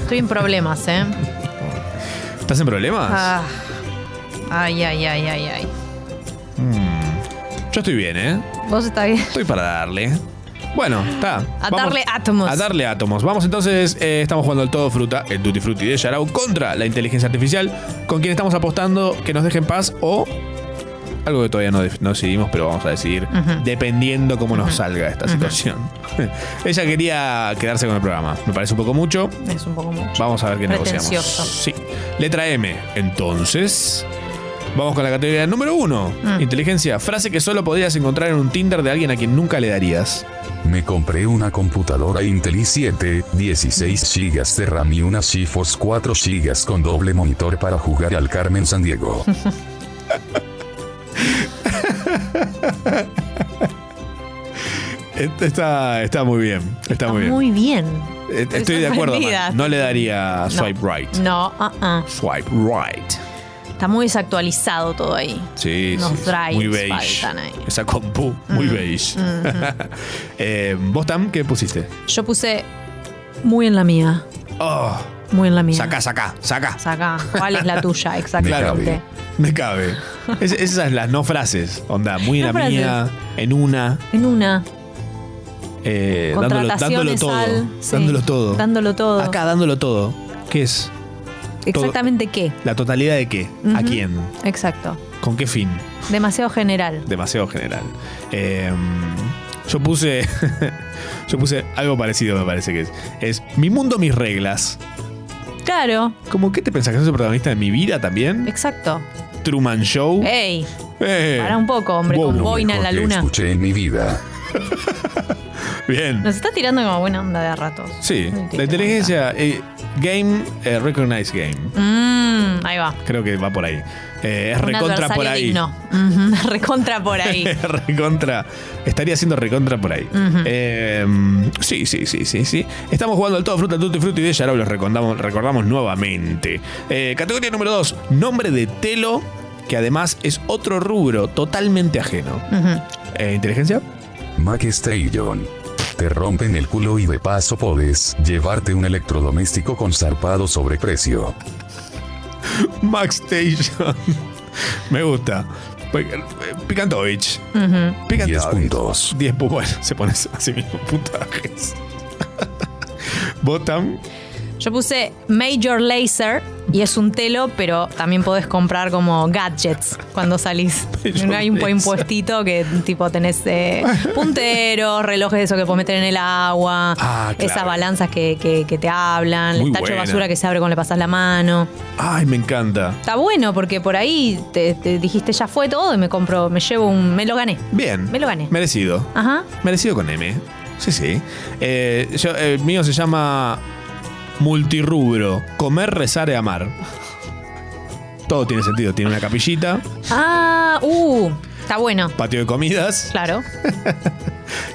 Speaker 7: Estoy en problemas, ¿eh?
Speaker 6: ¿Estás en problemas?
Speaker 7: Ah. Ay, ay, ay, ay, ay.
Speaker 6: Mm. Yo estoy bien, ¿eh?
Speaker 7: Vos estás bien.
Speaker 6: Estoy para darle. Bueno, está.
Speaker 7: A
Speaker 6: Vamos
Speaker 7: darle átomos.
Speaker 6: A darle átomos. Vamos entonces, eh, estamos jugando al todo fruta, el Duty Fruity de Yarao contra la inteligencia artificial, con quien estamos apostando que nos deje en paz o algo que todavía no, def- no decidimos, pero vamos a decidir
Speaker 18: Ujú.
Speaker 6: dependiendo cómo nos salga esta
Speaker 18: Ujú.
Speaker 6: situación. Ella quería quedarse con el programa, me parece un poco mucho.
Speaker 7: Es un poco mucho.
Speaker 6: Vamos a ver qué negociamos.
Speaker 7: Pretencioso.
Speaker 6: Sí. Letra M. Entonces, vamos con la categoría número uno.
Speaker 7: Mm.
Speaker 6: Inteligencia. Frase que solo podrías encontrar en un Tinder de alguien a quien nunca le darías.
Speaker 4: Me compré una computadora Intel i7, 16 GB de RAM y una GeForce 4 GB con doble monitor para jugar al Carmen San Diego.
Speaker 6: Est- Eh, Está, está muy bien. Está muy bien.
Speaker 7: Muy bien.
Speaker 6: Eh, Estoy de acuerdo.
Speaker 7: sorprendida.
Speaker 6: Amanda. No le daría swipe right.
Speaker 7: No, ah, ah.
Speaker 6: Swipe right.
Speaker 7: está muy desactualizado todo ahí.
Speaker 6: Sí,
Speaker 7: Unos
Speaker 6: sí, sí.
Speaker 7: drives
Speaker 6: Muy beige.
Speaker 7: faltan ahí. Mm.
Speaker 6: Esa compu, muy beige.
Speaker 7: ujú.
Speaker 6: Eh, ¿Vos, Tam, qué pusiste?
Speaker 7: Yo puse muy en la mía.
Speaker 6: Oh,
Speaker 7: Muy en la mía.
Speaker 6: Sacá, sacá, sacá.
Speaker 7: Saca. ¿Cuál es la tuya? Exactamente.
Speaker 6: Me cabe. Es- esas las no frases. Onda, muy en
Speaker 7: No
Speaker 6: la mía, en una,
Speaker 7: En una.
Speaker 6: eh, dándolo, dándolo
Speaker 7: Contrataciones
Speaker 6: todo.
Speaker 7: al. sí.
Speaker 6: dándolo todo.
Speaker 7: Dándolo todo.
Speaker 6: Acá, dándolo todo. ¿Qué es? todo.
Speaker 7: Exactamente qué.
Speaker 6: ¿La totalidad de qué? ¿A
Speaker 7: Ujú.
Speaker 6: quién?
Speaker 7: Exacto.
Speaker 6: ¿Con qué fin?
Speaker 7: Demasiado general.
Speaker 6: Demasiado general. Eh, yo puse. yo puse algo parecido, me parece que es. Es mi mundo, mis reglas.
Speaker 7: Claro,
Speaker 6: ¿Cómo qué te pensás que sos el protagonista de mi vida también?
Speaker 7: exacto.
Speaker 6: Truman Show.
Speaker 7: Ey,
Speaker 6: Uh. Eh,
Speaker 7: para un poco, hombre,
Speaker 6: Wow.
Speaker 7: con
Speaker 6: Lo
Speaker 7: boina en la
Speaker 6: mejor que
Speaker 7: luna.
Speaker 4: Escuché en mi vida.
Speaker 6: Bien.
Speaker 7: Nos está tirando como buena onda de a ratos.
Speaker 6: Sí,
Speaker 7: te
Speaker 6: la inteligencia. eh, game, eh, recognize game.
Speaker 7: Mm, ahí va.
Speaker 6: Creo que va por ahí. Eh, es
Speaker 7: Un
Speaker 6: recontra por
Speaker 7: adversario
Speaker 6: ahí.
Speaker 7: digno. Ujú, recontra por ahí.
Speaker 6: recontra. Estaría haciendo recontra por ahí.
Speaker 7: Ujú.
Speaker 6: Eh, mm, sí, sí, sí, sí, sí. Estamos jugando al todo fruta, tutti frutti de Yarao, los recordamos, recordamos nuevamente. Eh, categoría número 2, nombre de Telo, que además es otro rubro totalmente ajeno. Eh, ¿Inteligencia?
Speaker 4: Mac Station. Te rompen el culo y de paso podés llevarte un electrodoméstico con zarpado sobreprecio.
Speaker 6: Max Station. Me gusta. eh, Picantovich.
Speaker 7: Ujú.
Speaker 4: 10 puntos.
Speaker 6: 10 puntos. Bueno, se pone a sí mismo puntajes. Botan.
Speaker 7: Yo puse Major Laser y es un telo, pero también podés comprar como gadgets cuando salís.
Speaker 6: Major
Speaker 7: Hay un,
Speaker 6: Laser.
Speaker 7: impuestito que tipo tenés eh, punteros, relojes de esos que podés meter en el agua,
Speaker 6: Ah, claro.
Speaker 7: esas balanzas que, que- que te hablan,
Speaker 6: Muy
Speaker 7: el tacho de
Speaker 6: buena.
Speaker 7: basura que se abre cuando le pasas la mano.
Speaker 6: Ay, me encanta.
Speaker 7: Está bueno porque por ahí te, te dijiste ya fue todo y me compro, me llevo un, me lo gané.
Speaker 6: Bien.
Speaker 7: Me lo gané.
Speaker 6: Merecido.
Speaker 7: Ajá.
Speaker 6: Merecido con M. Sí, sí. Eh, yo- el mío se llama multirrubro. Comer, rezar y amar. Todo tiene sentido. Tiene una capillita,
Speaker 7: Ah, uh, está bueno.
Speaker 6: patio de comidas,
Speaker 7: Claro.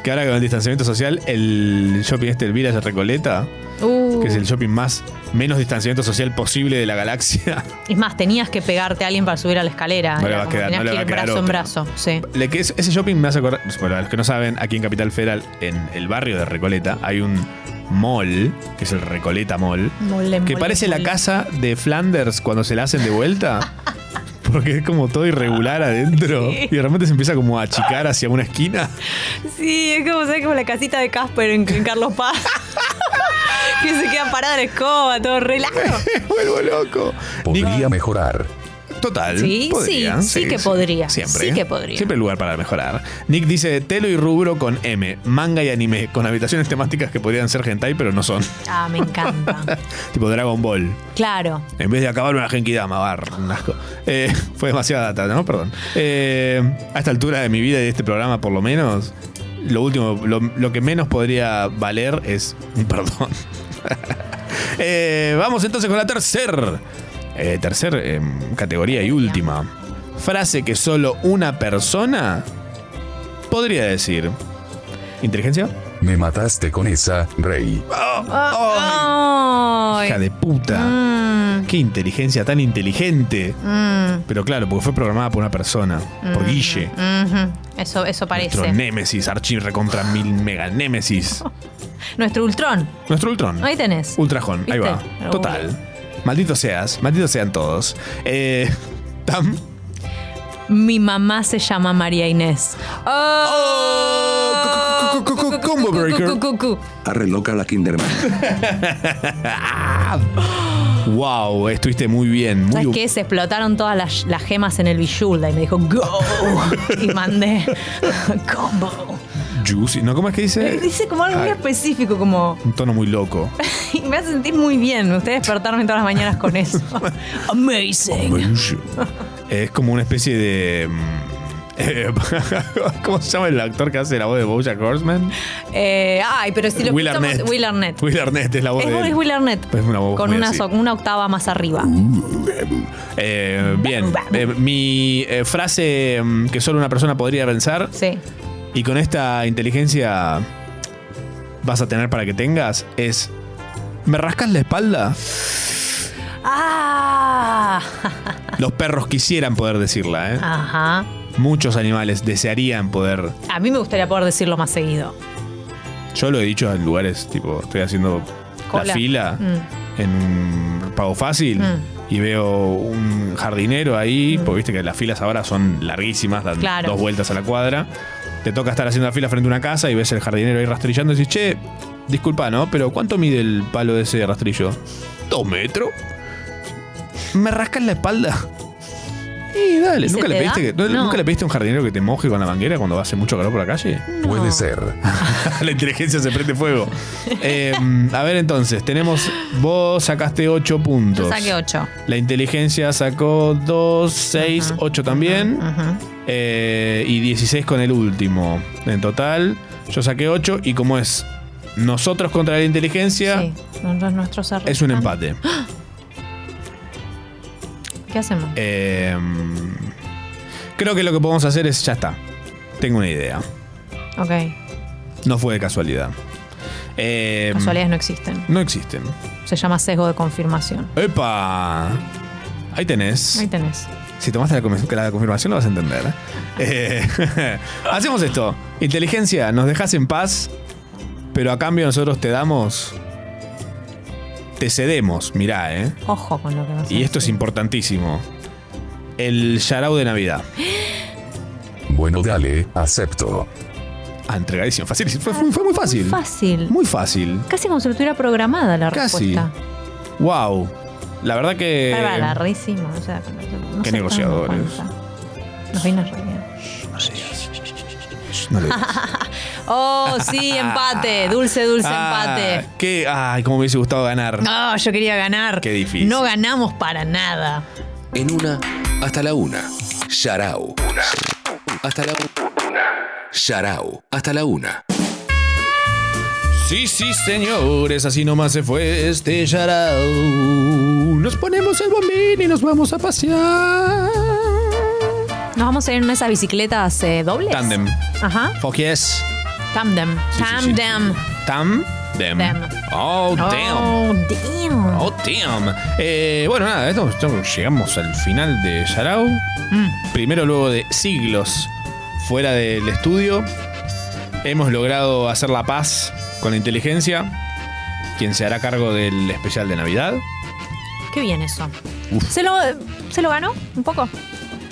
Speaker 6: que ahora con el distanciamiento social, el shopping este, el Village Recoleta,
Speaker 7: Uh.
Speaker 6: que es el shopping más menos distanciamiento social posible de la galaxia.
Speaker 7: Es más, tenías que pegarte a alguien para subir a la escalera.
Speaker 6: No le
Speaker 7: Era
Speaker 6: va a
Speaker 7: como
Speaker 6: quedar- no
Speaker 7: tenías
Speaker 6: le
Speaker 7: que
Speaker 6: va
Speaker 7: ir
Speaker 6: a quedar
Speaker 7: brazo en
Speaker 6: otra.
Speaker 7: brazo. Sí.
Speaker 6: Le que es- ese shopping me hace acordar, bueno, a los que no saben, aquí en Capital Federal, en el barrio de Recoleta, hay un mall, que es el Recoleta Mall,
Speaker 7: Mole,
Speaker 6: que
Speaker 7: mole,
Speaker 6: parece
Speaker 7: mole.
Speaker 6: la casa de Flanders cuando se la hacen de vuelta. Porque es como todo irregular adentro. Y de repente se empieza como a achicar hacia una esquina.
Speaker 7: Sí, es como, ¿sabes? como la casita de Casper en, en Carlos Paz. que se queda parada en la escoba, todo relajo.
Speaker 6: Vuelvo loco.
Speaker 4: Podría mejorar.
Speaker 6: Total.
Speaker 7: Sí,
Speaker 6: podría,
Speaker 7: sí, sí que podría,
Speaker 6: Siempre. ¿eh?
Speaker 7: sí que podría.
Speaker 6: Siempre hay lugar para mejorar. Nick dice telo y rubro con M, manga y anime, con habitaciones temáticas que podrían ser hentai, pero no son.
Speaker 7: Ah, me encanta.
Speaker 6: tipo Dragon Ball.
Speaker 7: Claro.
Speaker 6: En vez de acabar una Genkidama, bar, un asco. Eh, fue demasiada data, ¿no? Perdón. Eh, a esta altura de mi vida y de este programa, por lo menos, lo último, lo, lo que menos podría valer es un perdón. Eh, vamos entonces con la tercer, eh, tercer eh, categoría y última. Frase que solo una persona podría decir. ¿Inteligencia?
Speaker 4: Me mataste con esa, Rey.
Speaker 7: oh, Ay.
Speaker 6: Oh, Hija de puta.
Speaker 7: Mm,
Speaker 6: Qué inteligencia tan inteligente.
Speaker 7: mm,
Speaker 6: Pero claro, porque fue programada por una persona, por
Speaker 7: Mm.
Speaker 6: Guille.
Speaker 7: mhm. Eso, eso
Speaker 6: Nuestro
Speaker 7: parece.
Speaker 6: Némesis, Archirre contra mil mega Némesis.
Speaker 7: Nuestro Ultron.
Speaker 6: Nuestro Ultron.
Speaker 7: Ahí tenés.
Speaker 6: Ultrajón, ahí
Speaker 7: ¿Viste? Uh.
Speaker 6: va.
Speaker 7: Pero
Speaker 6: Total. Maldito seas, malditos sean todos. Eh, Tam,
Speaker 7: Mi mamá se llama María Inés. Oh.
Speaker 6: ¿cómo
Speaker 2: Combo Breaker.
Speaker 29: Arre loca la Kinderman.
Speaker 6: wow, estuviste muy bien. Muy
Speaker 7: ¿Sabes qué? Se explotaron todas las, las gemas en el Bijulda y me dijo ¡Go! y mandé ¡Combo!
Speaker 6: juicy. ¿No? ¿Cómo es que dice?
Speaker 7: Dice como algo muy
Speaker 6: Eh, Ay.
Speaker 7: específico, como.
Speaker 6: Un tono muy loco.
Speaker 7: Y me hace sentir muy bien. Ustedes despertarme todas las mañanas con eso. Amazing.
Speaker 6: Es como una especie de. mm, eh, ¿Cómo se llama el actor que hace la voz de Bojack Horseman?
Speaker 7: Eh, ay, pero si lo
Speaker 6: Will
Speaker 7: escuchamos-
Speaker 6: Arnett.
Speaker 7: Will Arnett.
Speaker 6: Will Arnett es la voz
Speaker 7: Es,
Speaker 6: de.
Speaker 7: es
Speaker 6: él.
Speaker 7: Will Arnett.
Speaker 6: Es una voz
Speaker 7: Con
Speaker 6: muy
Speaker 7: una,
Speaker 6: así. Mm.
Speaker 7: so- una octava más arriba.
Speaker 6: Eh, bien, Eh, mi eh, frase mm, que solo una persona podría pensar.
Speaker 7: Sí.
Speaker 6: Y con esta inteligencia vas a tener para que tengas es. ¿Me rascas la espalda?
Speaker 7: ¡Ah!
Speaker 6: Los perros quisieran poder decirla, ¿eh?
Speaker 7: Ajá.
Speaker 6: Muchos animales desearían poder.
Speaker 7: A mí me gustaría poder decirlo más seguido.
Speaker 6: Yo lo he dicho en lugares, tipo, estoy haciendo
Speaker 7: Cola.
Speaker 6: la fila
Speaker 7: Mm.
Speaker 6: en Pago Fácil
Speaker 7: Mm.
Speaker 6: y veo un jardinero ahí,
Speaker 2: Mm.
Speaker 6: porque viste que las filas ahora son larguísimas, dan
Speaker 7: Claro.
Speaker 6: dos vueltas a la cuadra. Te toca estar haciendo la fila frente a una casa y ves el jardinero ahí rastrillando y dices, che, disculpa, ¿no? Pero ¿cuánto mide el palo de ese rastrillo? ¿Dos metros? ¿Me rascas la espalda? Y dale,
Speaker 2: ¿Y se
Speaker 6: ¿nunca le,
Speaker 2: te da?
Speaker 6: pediste que- no-
Speaker 2: No.
Speaker 6: ¿nunca le pediste a un jardinero que te moje con la manguera cuando hace mucho calor por la calle?
Speaker 30: Puede ser.
Speaker 6: la inteligencia se prende fuego. Eh, a ver, entonces, tenemos. Vos sacaste 8 puntos.
Speaker 7: Yo saqué 8.
Speaker 6: La inteligencia sacó 2, 6, 8 también. Eh, y 16 con el último. En total, yo saqué 8 y como es nosotros contra la inteligencia,
Speaker 7: Nuestros errores.
Speaker 6: es un empate.
Speaker 7: ¿Qué hacemos?
Speaker 6: Eh, creo que lo que podemos hacer es, ya está. Tengo una idea.
Speaker 7: Ok.
Speaker 6: em, No fue de casualidad. Eh,
Speaker 7: Casualidades no existen.
Speaker 6: No existen.
Speaker 7: Se llama sesgo de confirmación.
Speaker 6: ¡Epa! Ahí tenés.
Speaker 7: Ahí tenés.
Speaker 6: Si tomaste la, conven- la confirmación lo vas a entender. ¿eh? Eh, hacemos esto. Inteligencia, nos dejas en paz, pero a cambio nosotros te damos... Te cedemos, mirá, ¿eh?
Speaker 7: Ojo con lo que vas a
Speaker 6: Y esto es importantísimo. El Yarau de Navidad.
Speaker 30: Bueno, dale, acepto.
Speaker 6: Ah, entregadísimo. Fácil. Fue, fue- fue muy fácil.
Speaker 7: Fácil.
Speaker 6: Muy fácil.
Speaker 7: Casi como si lo tuviera programada la
Speaker 6: Casi.
Speaker 7: respuesta.
Speaker 6: Wow. La verdad que...
Speaker 7: Bárbara, la rehicimos, O sea, no
Speaker 6: Qué
Speaker 7: se
Speaker 6: negociadores.
Speaker 7: dan cuenta. Nos vino re bien. Oh, sí, empate. Dulce, dulce
Speaker 6: Ah,
Speaker 7: empate.
Speaker 6: qué- Ay, cómo me hubiese gustado ganar.
Speaker 7: No, yo quería ganar.
Speaker 6: Qué difícil.
Speaker 7: No ganamos para nada.
Speaker 31: En una hasta la una. Yarao. Hasta la una. Yarao. Hasta la una.
Speaker 6: Sí, sí, señores, así nomás se fue este Yarao. Nos ponemos el bombín y nos vamos a pasear.
Speaker 7: Nos vamos a ir en esas bicicletas eh, dobles.
Speaker 6: Tandem.
Speaker 7: Ajá.
Speaker 6: Fuck yes.
Speaker 7: Tandem.
Speaker 6: Sí, sí, sí.
Speaker 7: Tandem.
Speaker 6: Tam. Dem.
Speaker 7: Dem.
Speaker 6: Oh, damn.
Speaker 7: Oh, damn.
Speaker 6: Oh, damn. Eh, bueno, nada, esto- esto- llegamos al final de Yarao. Primero, luego de siglos fuera del estudio, hemos logrado hacer la paz con la inteligencia, quien se hará cargo del especial de Navidad.
Speaker 7: Qué bien eso. ¿Se lo, ¿Se lo ganó? ¿Un poco?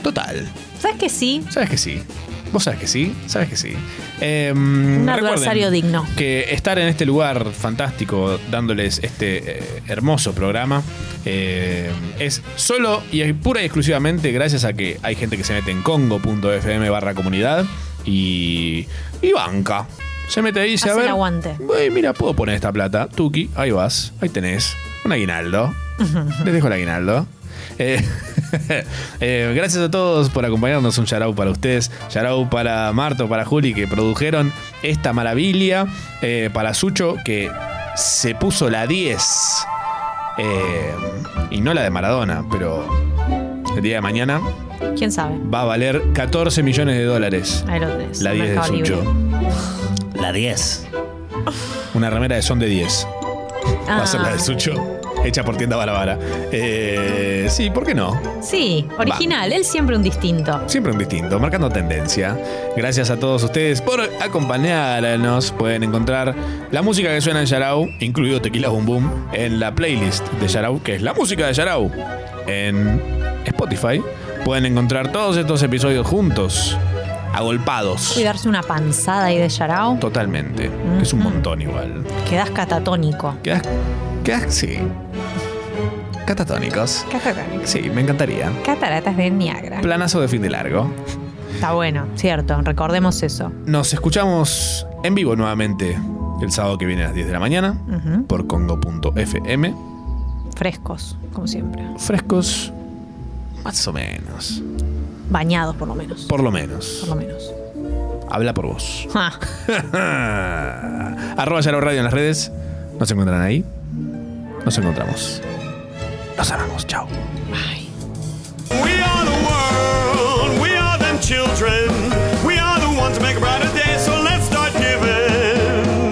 Speaker 6: Total.
Speaker 7: ¿Sabes que sí?
Speaker 6: Sabes que sí. Vos sabes que sí, sabes que sí.
Speaker 7: Un
Speaker 6: Un
Speaker 7: adversario digno.
Speaker 6: Que estar en este lugar fantástico, dándoles este eh, hermoso programa, eh, es solo y pura y exclusivamente gracias a que hay gente que se mete en congo.fm barra comunidad y, y banca. Se mete ahí y dice,
Speaker 7: Hace
Speaker 6: a ver,
Speaker 7: el aguante.
Speaker 6: "Güey, Eh, mira, puedo poner esta plata. Tuki, ahí vas, ahí tenés. Un aguinaldo. Les dejo el aguinaldo. Eh, eh, gracias a todos por acompañarnos. Un yarau para ustedes. Yarau para Marto, para Juli, que produjeron esta maravilla. Eh, para Sucho, que se puso la 10. Eh, y no la de Maradona, pero el día de mañana
Speaker 7: ¿Quién sabe?
Speaker 6: va a valer 14 millones de dólares.
Speaker 7: Ahí lo tenés.
Speaker 6: La 10 de
Speaker 7: Mercado Libre.
Speaker 6: Sucho. La 10. Una remera de son de 10.
Speaker 7: Ah,
Speaker 6: Va a ser la de Sucho, hecha por tienda Barabara. Eh, sí, ¿por qué no?
Speaker 7: Sí, original. Él siempre un distinto.
Speaker 6: Siempre un distinto, marcando tendencia. Gracias a todos ustedes por acompañarnos. Pueden encontrar la música que suena en Yarau, incluido Tequila Boom Boom, en la playlist de Yarau, que es la música de Yarau, en Spotify. Pueden encontrar todos estos episodios juntos agolpados.
Speaker 7: Y darse una panzada ahí de Yarao.
Speaker 6: Totalmente. Que es un montón igual.
Speaker 7: Quedás catatónico.
Speaker 6: Quedás, quedás, sí. Catatónicos.
Speaker 7: Catatónico.
Speaker 6: Sí, me encantaría.
Speaker 7: Cataratas de Niagara.
Speaker 6: Planazo de fin de largo.
Speaker 7: Está bueno, cierto. Recordemos eso.
Speaker 6: Nos escuchamos en vivo nuevamente el sábado que viene a las 10 de la mañana
Speaker 7: Ujú.
Speaker 6: por congo.fm.
Speaker 7: Frescos, como siempre.
Speaker 6: Frescos, más o menos.
Speaker 7: Bañados, por lo menos.
Speaker 6: Por lo menos.
Speaker 7: Por lo menos.
Speaker 6: Habla por vos.
Speaker 7: Ah.
Speaker 6: Arroba Yarao Radio en las redes. Nos encuentran ahí. Nos encontramos. Los amamos. Chao.
Speaker 32: We are the world, we are them children. We are the ones to make a brighter day, so let's start giving.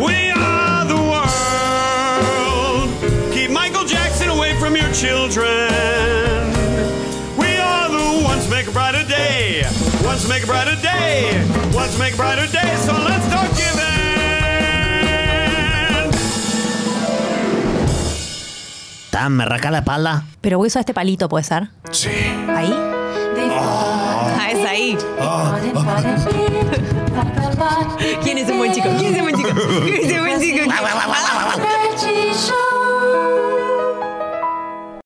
Speaker 32: We are the world. Keep Michael Jackson away from your children. We are the ones to make a brighter day. Ones to make a brighter day. Ones to make a brighter day, so let's start giving.
Speaker 33: Tam, me raca la espalda.
Speaker 7: Pero voy a usar este palito, ¿puede ser?
Speaker 34: Sí.
Speaker 6: 哦
Speaker 7: ¿Ahí? Ah, es ahí. ¿Quién es un buen chico? ¿Quién